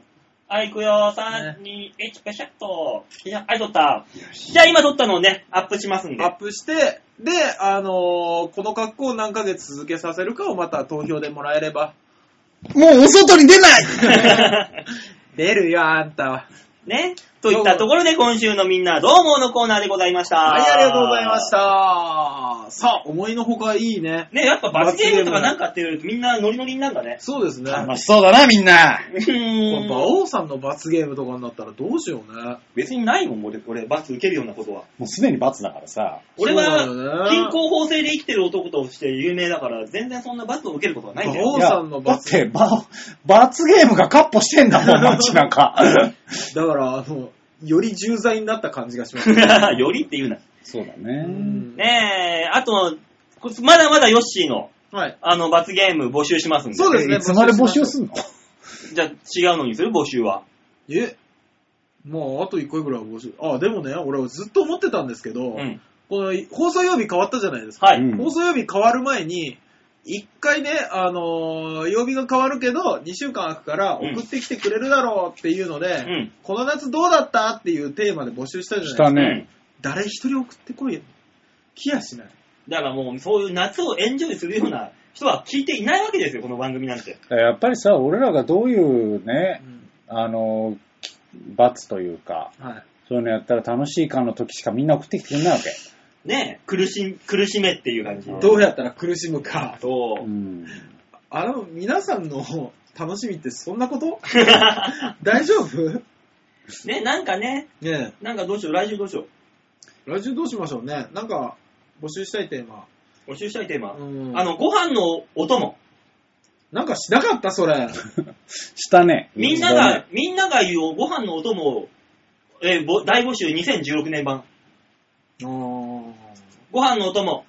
[SPEAKER 2] はい、行くよ。3、2、1、ペシャッと。いや、はい、撮った。じゃあ今撮ったのをね、アップしますんで。
[SPEAKER 3] アップして、で、あのーこの格好を何ヶ月続けさせるかをまた投票でもらえれば。
[SPEAKER 1] もうお外に出ない
[SPEAKER 3] 出るよ、あんたは。
[SPEAKER 2] ね。といったところで今週のみんなどうものコーナーでございました。
[SPEAKER 3] はい、ありがとうございまし。た。さあ、思いのほかいいね。
[SPEAKER 2] ね、やっぱ罰ゲームとかなんかっていうみんなノリノリになるんだね。
[SPEAKER 3] そうですね。
[SPEAKER 1] 楽しそうだな、みんな。
[SPEAKER 2] うーん
[SPEAKER 3] 馬王さんの罰ゲームとかになったらどうしようね。
[SPEAKER 2] 別にないもん、俺、俺、罰受けるようなことは。
[SPEAKER 1] もうすでに罰だからさ。
[SPEAKER 2] 俺
[SPEAKER 3] そうだ
[SPEAKER 2] は、
[SPEAKER 3] よね
[SPEAKER 2] 貧困法制で生きてる男として有名だから、全然そんな罰を受けることはないんだよ。
[SPEAKER 3] 馬王さんの
[SPEAKER 1] いやだっ
[SPEAKER 3] 罰
[SPEAKER 1] て、ば罰ゲームがカッポしてんだもん、街
[SPEAKER 3] だ
[SPEAKER 1] 中。
[SPEAKER 3] から、あの、より重罪になった感じがしま す。
[SPEAKER 2] よりって言うな。
[SPEAKER 1] そうだ
[SPEAKER 3] う
[SPEAKER 1] ね。
[SPEAKER 3] ん
[SPEAKER 2] ねえ、あと、こまだまだヨッシーの、
[SPEAKER 3] はい。
[SPEAKER 2] あの、罰ゲーム募集しますんで。
[SPEAKER 3] そうですね。
[SPEAKER 1] いつまで募集すんの
[SPEAKER 2] じゃあ、違うのにする募集は。
[SPEAKER 3] えもうあと1個ぐらいは募集。あ、でもね、俺ずっと思ってたんですけど、
[SPEAKER 2] うん。
[SPEAKER 3] この放送曜日変わったじゃないですか。
[SPEAKER 2] はい。
[SPEAKER 1] うん
[SPEAKER 3] 放送曜日変わる前に、一回ね、あのー曜日が変わるけど、2週間空くから
[SPEAKER 2] うん
[SPEAKER 3] 送ってきてくれるだろうっていうので、
[SPEAKER 2] ん
[SPEAKER 3] この夏どうだったっていうテーマで募集したじゃないです
[SPEAKER 1] し
[SPEAKER 3] か。
[SPEAKER 1] たね。
[SPEAKER 3] 誰一人送ってこいよ。来やしない。
[SPEAKER 2] だからもう、そういう夏をエンジョイするような人は聞いていないわけですよ、この番組なんて。
[SPEAKER 1] やっぱりさ、俺らがどういうね
[SPEAKER 3] う、ん
[SPEAKER 1] あの、罰というか、
[SPEAKER 3] はい。
[SPEAKER 1] そういうのやったら楽しいかの時しかみんな送ってきてくれないわけ。
[SPEAKER 2] ねえ、苦し、 苦しめっていう感じ。
[SPEAKER 1] うん
[SPEAKER 3] どうやったら苦しむか。
[SPEAKER 2] そうう。
[SPEAKER 1] ん。
[SPEAKER 3] あの、皆さんの 楽しみってそんなこと 大丈夫
[SPEAKER 2] ね、なんかね、
[SPEAKER 3] ね
[SPEAKER 2] なんかどうしよう、来週どうしよ
[SPEAKER 3] え、来週どうしましょうね。なんか、募集したいテーマ。
[SPEAKER 2] う。募集したいテーマ。
[SPEAKER 3] うん
[SPEAKER 2] あの、ご飯のお供。
[SPEAKER 3] なんかしなかった、それ。
[SPEAKER 1] したね。
[SPEAKER 2] みんなが、みんなが言うご飯のお供を、えーぼ大募集2016年版。ご飯のお供。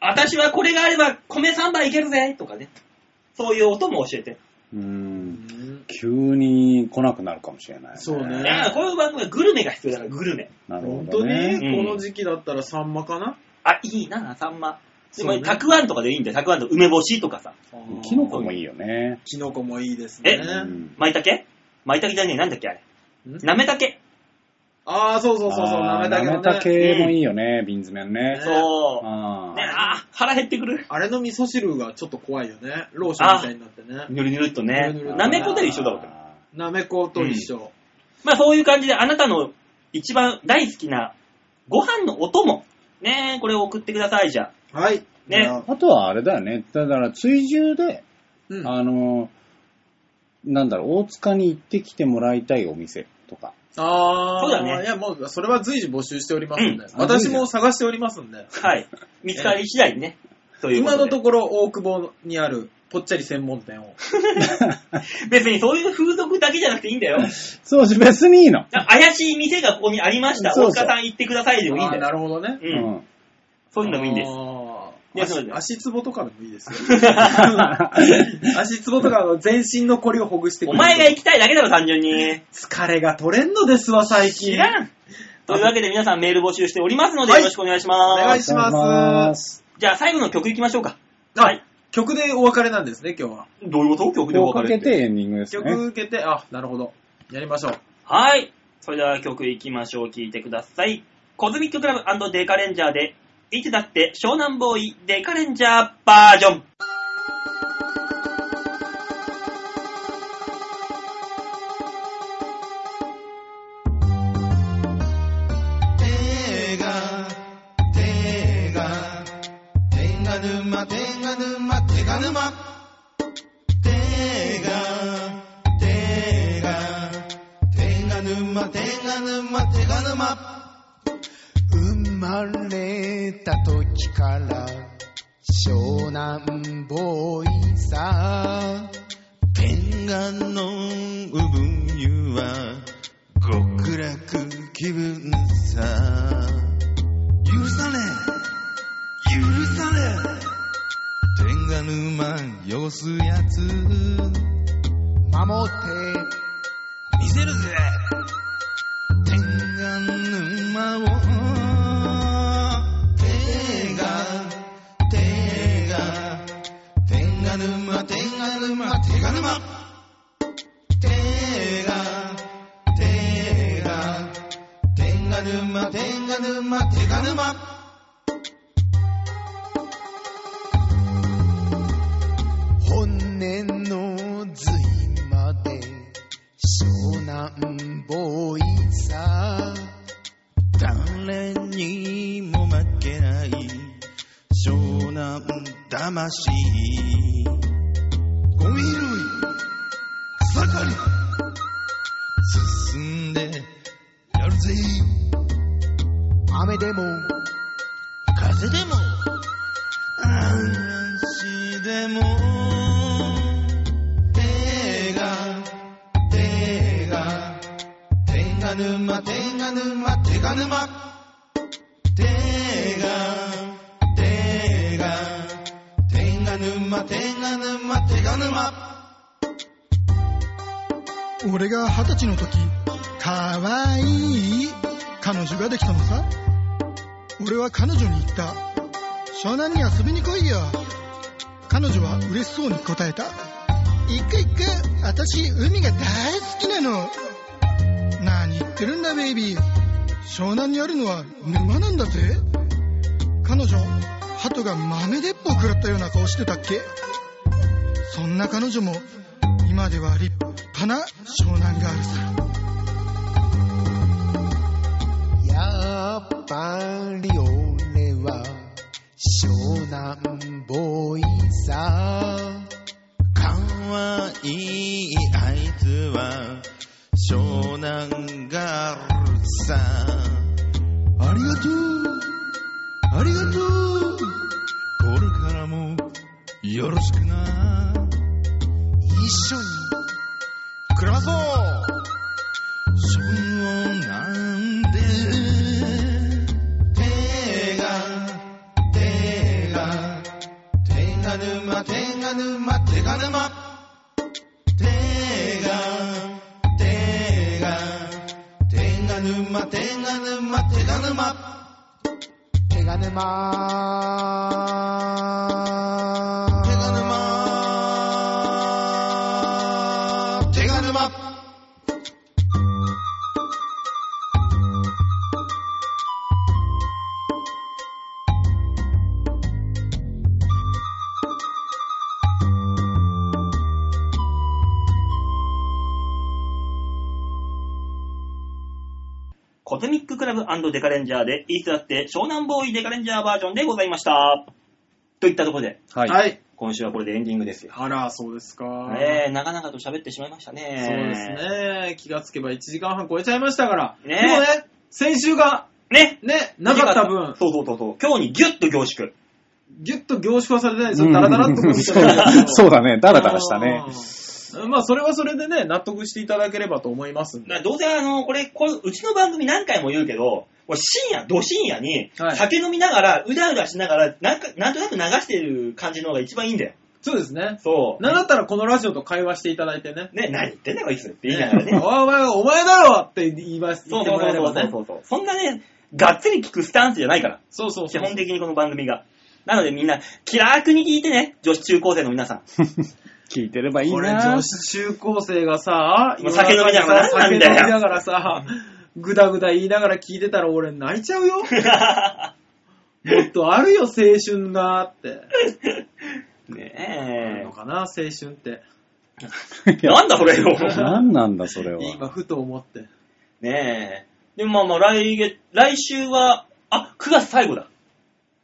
[SPEAKER 2] 私はこれがあれば米3杯いけるぜとかね。そういうお供を教えて。
[SPEAKER 1] うん。急に来なくなるかもしれない、
[SPEAKER 3] そうね
[SPEAKER 2] いやこういう番組はグルメが必要だから、グルメ。
[SPEAKER 1] なるほ
[SPEAKER 3] 本当
[SPEAKER 1] ど
[SPEAKER 3] に、
[SPEAKER 1] ね。
[SPEAKER 2] うん
[SPEAKER 3] この時期だったらサンマかな
[SPEAKER 2] あ、いいな、サンマ。つまり、
[SPEAKER 3] そうね
[SPEAKER 2] たくあんとかでいいんだよ。たくあんと梅干しとかさ。
[SPEAKER 1] キノコもいいよね。
[SPEAKER 3] キノコもいいです
[SPEAKER 2] え
[SPEAKER 3] ね。
[SPEAKER 1] うん
[SPEAKER 2] 舞茸舞茸じゃねえ、なんだっけあれ。
[SPEAKER 3] ん
[SPEAKER 2] なめたけ。
[SPEAKER 3] ああ、そうそうそうそう、な
[SPEAKER 1] あ
[SPEAKER 3] め
[SPEAKER 1] ー
[SPEAKER 3] たけ
[SPEAKER 1] な
[SPEAKER 3] の
[SPEAKER 1] めた
[SPEAKER 3] ね。
[SPEAKER 1] けもいいよね、瓶詰めのね。
[SPEAKER 2] そう。
[SPEAKER 1] あ
[SPEAKER 2] ね、あー腹減ってくる。
[SPEAKER 3] あれの味噌汁がちょっと怖いよね。ローションみたいになってね。
[SPEAKER 2] ぬるぬるっとね
[SPEAKER 3] ぬるぬ。る
[SPEAKER 2] なめこで一緒だわ。
[SPEAKER 3] なめこと一緒。
[SPEAKER 2] まあそういう感じであなたの一番大好きなご飯のお供。ねえ、これを送ってください、じゃあ。
[SPEAKER 3] はい。
[SPEAKER 2] ね
[SPEAKER 3] じゃあ
[SPEAKER 1] あとはあれだよね。だから、追従で、
[SPEAKER 3] うん
[SPEAKER 1] あの、なんだろう、大塚に行ってきてもらいたいお店とか。
[SPEAKER 3] ああ、
[SPEAKER 2] そうだね
[SPEAKER 3] いや、もう、それは随時募集しておりますんで、
[SPEAKER 1] うん
[SPEAKER 3] 私も探しておりますんで、
[SPEAKER 2] はい。 見つかり次第にね。というこ
[SPEAKER 3] 今
[SPEAKER 2] とで
[SPEAKER 3] のところ、大久保にある、ぽっちゃり専門店を。
[SPEAKER 2] 別にそういう風俗だけじゃなくていいんだよ。
[SPEAKER 1] そうし、別にいい
[SPEAKER 2] な
[SPEAKER 1] の。
[SPEAKER 2] んか怪しい店がここにありました。
[SPEAKER 1] そうそう
[SPEAKER 2] 大塚さん行ってくださいでもいいん
[SPEAKER 3] あ
[SPEAKER 2] だ
[SPEAKER 3] ー
[SPEAKER 2] よ。
[SPEAKER 3] なるほどね。
[SPEAKER 1] う。
[SPEAKER 2] うん。そういうのもいいんです。
[SPEAKER 3] あ
[SPEAKER 2] い
[SPEAKER 3] ー
[SPEAKER 2] やそうだよ
[SPEAKER 3] 足足つぼとかでもいいですよ。足つぼとかの全身のコリをほぐして く
[SPEAKER 2] お
[SPEAKER 3] れる
[SPEAKER 2] 前が行きたいだけだろ、単純に。
[SPEAKER 3] 疲れが取れんのですわ、最近。
[SPEAKER 2] 知らん。というわけで皆さんメール募集しておりますので
[SPEAKER 3] は
[SPEAKER 2] よ
[SPEAKER 3] い
[SPEAKER 2] ろしくお願いします。
[SPEAKER 3] お願いします
[SPEAKER 2] じゃあ最後の曲行きましょうか。
[SPEAKER 3] あ
[SPEAKER 2] はい
[SPEAKER 3] 曲でお別れなんですね、今日は。
[SPEAKER 2] どういうこと曲
[SPEAKER 1] これをかけてエンディングです
[SPEAKER 3] 曲
[SPEAKER 1] ね。
[SPEAKER 3] 受けて、あ、なるほど。やりましょう。
[SPEAKER 2] はい。それでは曲いきましょう。聴いてください。コズミッククラブデカレンジャーで、いつだって湘南ボーイデカレンジャーバージョン。
[SPEAKER 6] 「
[SPEAKER 5] かぬま手が手が手が沼手が沼手が沼生まれた時から湘南ボーイさ天下の産湯は極楽気分さ許され許され天下沼汚すやつ守って見せるぜ天下沼を手が手が天下沼天下沼天下沼手が手が天下沼天下沼天下沼骨の髄まで湘南ボーイさ誰にも負けない湘南魂ゴミ類盛り進んでやるぜ雨でも風でも嵐でも手が手が天が沼天が沼手が沼手が手が天が沼天が沼手が沼
[SPEAKER 8] 俺が二十歳の時かわいい彼女ができたのさ俺は彼女に言った湘南に遊びに来いよ彼女は嬉しそうに答えた行く行く私海が大好きなの何言ってるんだベイビー湘南にあるのは沼なんだぜ彼女鳩が豆鉄砲食らったような顔してたっけそんな彼女も今では立派な湘南ガールさ
[SPEAKER 5] やっぱり俺は湘南ボーイさかわいいあいつは湘南ガールさありがとうありがとうこれからもよろしくな一緒に暮らそう湘南で手が手が手が沼手が沼手が沼手が手が手が沼手が沼手が沼手が沼手が沼手が沼
[SPEAKER 2] コズミッククラブデカレンジャーで、いつだって湘南ボーイデカレンジャーバージョンでございました。といったところで、
[SPEAKER 1] はい。
[SPEAKER 3] はい。
[SPEAKER 2] 今週はこれでエンディングですよ。
[SPEAKER 3] あら、そうですか。
[SPEAKER 2] ねえ、なかなかと喋ってしまいましたね。
[SPEAKER 3] そうです。ね。気がつけば1時間半超えちゃいましたから。
[SPEAKER 2] ね
[SPEAKER 3] でもね、先週が、
[SPEAKER 2] ね
[SPEAKER 3] ね、なかった分、
[SPEAKER 2] そうそうそうそう。今日にギュッと凝縮。
[SPEAKER 3] ぎゅっと凝縮はされてないですよ。ダラダラっとこうし
[SPEAKER 1] そ
[SPEAKER 3] てないです
[SPEAKER 1] う
[SPEAKER 3] けど
[SPEAKER 1] そうだね。ダラダラしたね。
[SPEAKER 3] あー。まあ、それはそれでね、納得していただければと思いますん
[SPEAKER 2] だから
[SPEAKER 3] で。
[SPEAKER 2] どうせあの、これ、こううちの番組何回も言うけど、これ深夜、ど深夜に、
[SPEAKER 3] はい
[SPEAKER 2] 酒飲みながら、うだうだしながら、なんか、なんとなく流してる感じの方が一番いいんだよ。
[SPEAKER 3] そうですね。
[SPEAKER 2] そう。
[SPEAKER 3] なんだったらこのラジオと会話していただいてね。
[SPEAKER 2] ね、何言ってんだこいつって言いながら ね。
[SPEAKER 3] お前、お前だろって言います。
[SPEAKER 2] そ
[SPEAKER 3] 言
[SPEAKER 2] う
[SPEAKER 3] って
[SPEAKER 2] そ
[SPEAKER 3] も
[SPEAKER 2] う
[SPEAKER 3] らえれ
[SPEAKER 2] そ
[SPEAKER 3] ば
[SPEAKER 2] うそう
[SPEAKER 3] ね。
[SPEAKER 2] そうそう。そんなね、がっつり聞くスタンスじゃないから。
[SPEAKER 3] そうそう
[SPEAKER 2] 基
[SPEAKER 3] そう。
[SPEAKER 2] 本的にこの番組が。なのでみんな、気楽に聞いてね、女子中高生の皆さ ん。
[SPEAKER 1] 聞いてればいい
[SPEAKER 3] これ
[SPEAKER 1] な
[SPEAKER 3] 女。 子中高生がさ、
[SPEAKER 2] もう酒飲みながら
[SPEAKER 3] 酒飲み
[SPEAKER 2] なんだよ
[SPEAKER 3] ながらさ、ぐだぐだ言いながら聞いてたら俺泣いちゃう よ。もっとあるよ、青春がって。ある
[SPEAKER 2] ね
[SPEAKER 3] のかな、青春って。
[SPEAKER 2] え。なんだそれ よ。
[SPEAKER 1] 何なんだ、それは。
[SPEAKER 3] 今、ふと思って。
[SPEAKER 2] ねえ。でもまあまあ来月、来週は、あ、9月最後だ。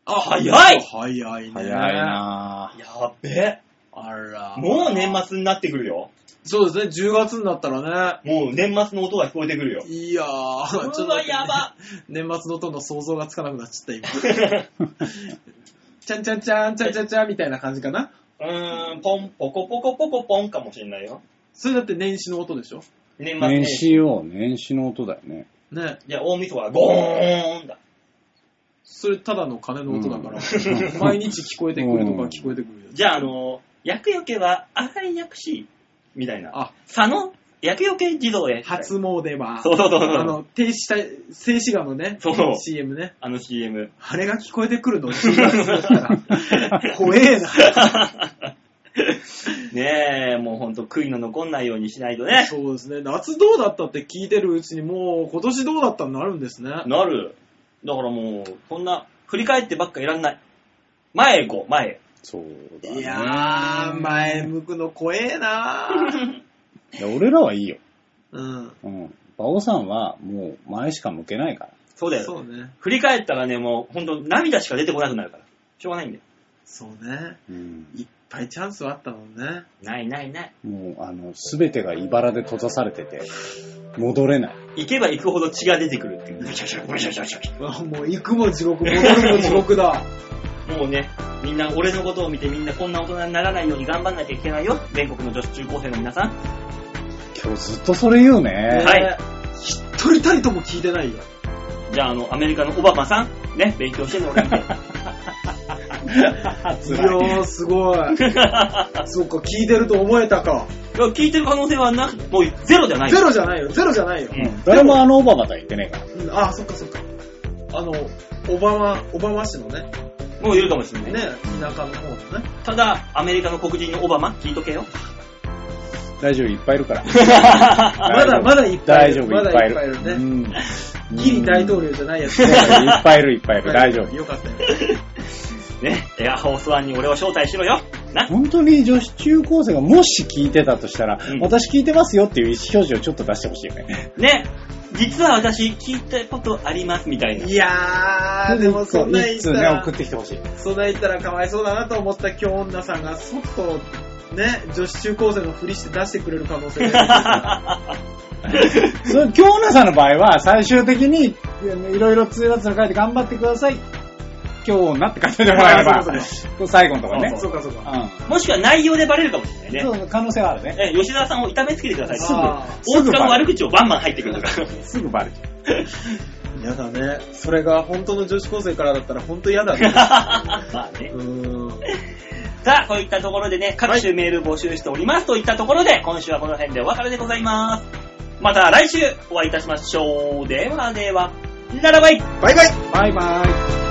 [SPEAKER 3] あ
[SPEAKER 2] 早い
[SPEAKER 3] 早いね。
[SPEAKER 1] 早いなな
[SPEAKER 2] やっべ。
[SPEAKER 3] あら。
[SPEAKER 2] もう年末になってくるよ。
[SPEAKER 3] そうですね、10月になったらね。
[SPEAKER 2] もう年末の音が聞こえてくるよ。
[SPEAKER 3] いやー、ちょっと
[SPEAKER 2] う
[SPEAKER 3] 待
[SPEAKER 2] わ、
[SPEAKER 3] って
[SPEAKER 2] やば。
[SPEAKER 3] 年末の音の想像がつかなくなっちゃった、今。ちゃんちゃんちゃん、ちゃんちゃんちゃんみたいな感じかな。
[SPEAKER 2] うーん、ポン、ポコポコポコポンかもしれないよ。
[SPEAKER 3] それだって年始の音でしょ
[SPEAKER 2] 年末
[SPEAKER 1] 年
[SPEAKER 2] 年始。
[SPEAKER 1] 始を、年始の音だよね。
[SPEAKER 3] ね。
[SPEAKER 2] じゃあ大晦日はゴーンだ。
[SPEAKER 3] それただの鐘の音だから、
[SPEAKER 1] うん
[SPEAKER 3] 毎日聞こえてくるとか聞こえてくるよ。
[SPEAKER 2] じゃあ、あの、厄除けは赤い薬師、みたいな。
[SPEAKER 3] あ、
[SPEAKER 2] 佐野厄除け児童へ。
[SPEAKER 3] 初詣は、
[SPEAKER 2] そうそうそうそう
[SPEAKER 3] あの、停止した、静止画のね
[SPEAKER 2] そう
[SPEAKER 3] CM ね。
[SPEAKER 2] あの CM。
[SPEAKER 3] あれが聞こえてく るの10月だったら、怖えな。
[SPEAKER 2] ねえ、もうほんと悔いの残んないようにしないとね。
[SPEAKER 3] そうですね。夏どうだったって聞いてるうちに、もう今年どうだったになるんですね。
[SPEAKER 2] なる。だからもう、そんな、振り返ってばっかいらんない。前へ行こう、前へ。
[SPEAKER 1] そうだね。
[SPEAKER 3] いやー、前向くの怖えな
[SPEAKER 1] いや俺らはいいよ。
[SPEAKER 3] うん。
[SPEAKER 1] うん。馬王さんはもう前しか向けないから。
[SPEAKER 2] そうだよ。
[SPEAKER 3] そうね。
[SPEAKER 2] 振り返ったらね、もうほんと涙しか出てこなくなるから。しょうがないんだよ。
[SPEAKER 3] そうね。
[SPEAKER 1] うん。
[SPEAKER 3] いっぱいチャンスはあったもんね。
[SPEAKER 2] ないないない。
[SPEAKER 1] もう、あの、すべてが茨で閉ざされてて、戻れない。
[SPEAKER 2] 行けば行くほど血が出てくるっていう。シャシャシャシャシャシャシ
[SPEAKER 3] あもう行くも地獄、戻るも地獄だ。
[SPEAKER 2] ャもうね、みんな俺のことを見てみんなこんな大人にならないように頑張んなきゃいけないよ。全国の女子中高生の皆さん。
[SPEAKER 1] 今日ずっとそれ言うね。
[SPEAKER 2] はい
[SPEAKER 3] ね。一人たりとも聞いてないよ。
[SPEAKER 2] じゃああの、アメリカのオバマさん、ね、勉強してね、俺 見て。
[SPEAKER 3] いやー、す ごい。そっか、聞いてると思えたか。
[SPEAKER 2] いや聞いてる可能性はなく、もうゼロじゃない。
[SPEAKER 3] ゼロじゃないよ、ゼロじゃないよ。
[SPEAKER 2] うん
[SPEAKER 1] 誰もあのオバマとは言ってねえから。
[SPEAKER 3] うんあ、そっかそっか。あの、オバマ、オバマ氏のね、
[SPEAKER 2] もういるかもしれない。
[SPEAKER 3] ね、田舎の方のね。
[SPEAKER 2] ただ、アメリカの黒人のオバマ、聞いとけよ。
[SPEAKER 1] 大丈夫、いっぱいいるから。
[SPEAKER 3] まだまだいっぱい
[SPEAKER 1] 大
[SPEAKER 3] い
[SPEAKER 1] 丈
[SPEAKER 3] る。ま
[SPEAKER 1] 夫、い
[SPEAKER 3] だ
[SPEAKER 1] っぱい
[SPEAKER 3] い
[SPEAKER 1] い
[SPEAKER 3] っぱいい
[SPEAKER 1] る。
[SPEAKER 3] る
[SPEAKER 1] う
[SPEAKER 3] ね。
[SPEAKER 1] ん
[SPEAKER 3] ギリ 大統領じゃないやつ。
[SPEAKER 1] いっぱいいる、いっぱい いる。大丈夫。
[SPEAKER 3] よかったよ。
[SPEAKER 2] ね、エアホースワンに俺を招待しろよ。な。
[SPEAKER 1] 本当に女子中高生がもし聞いてたとしたら、
[SPEAKER 2] うん
[SPEAKER 1] 私聞いてますよっていう意思表示をちょっと出してほしいよね。
[SPEAKER 2] ね、実は私、聞いたことあります、みたい な。
[SPEAKER 3] いやー、でも そんな言
[SPEAKER 1] 一
[SPEAKER 3] っ
[SPEAKER 1] 通
[SPEAKER 3] た
[SPEAKER 1] ね、
[SPEAKER 3] ら
[SPEAKER 1] 送、ってきてほしい。
[SPEAKER 3] そんな言ったらかわいそうだなと思った今日女さんが、そっと、ね、女子中高生のふりして出してくれる可能性があ
[SPEAKER 1] それ、京奈さんの場合は、最終的に、いろいろ通達を書いて頑張ってください。京奈って書いてもらえれば
[SPEAKER 3] あそうか、
[SPEAKER 1] 最後のところ
[SPEAKER 3] る。
[SPEAKER 1] ね。
[SPEAKER 3] そうかそうか。
[SPEAKER 2] もしくは内容でバレるかもしれない
[SPEAKER 1] うん
[SPEAKER 2] ね。
[SPEAKER 1] そう可能性はあるね。
[SPEAKER 2] え吉田さんを痛めつけてください。
[SPEAKER 3] すぐ
[SPEAKER 2] 大塚の悪口をバンバン入ってくるか ら。
[SPEAKER 1] すぐバレちゃう。
[SPEAKER 3] やだね。それが本当の女子高生からだったら本当嫌だ ね。
[SPEAKER 2] まあね。
[SPEAKER 3] うーん。
[SPEAKER 2] さあ、こういったところでね、各種メール募集しております、といったところで、今週はこの辺でお別れでございます。また来週お会いいたしましょう。ではでは、ならばい
[SPEAKER 3] バイバイ
[SPEAKER 1] バイバイ。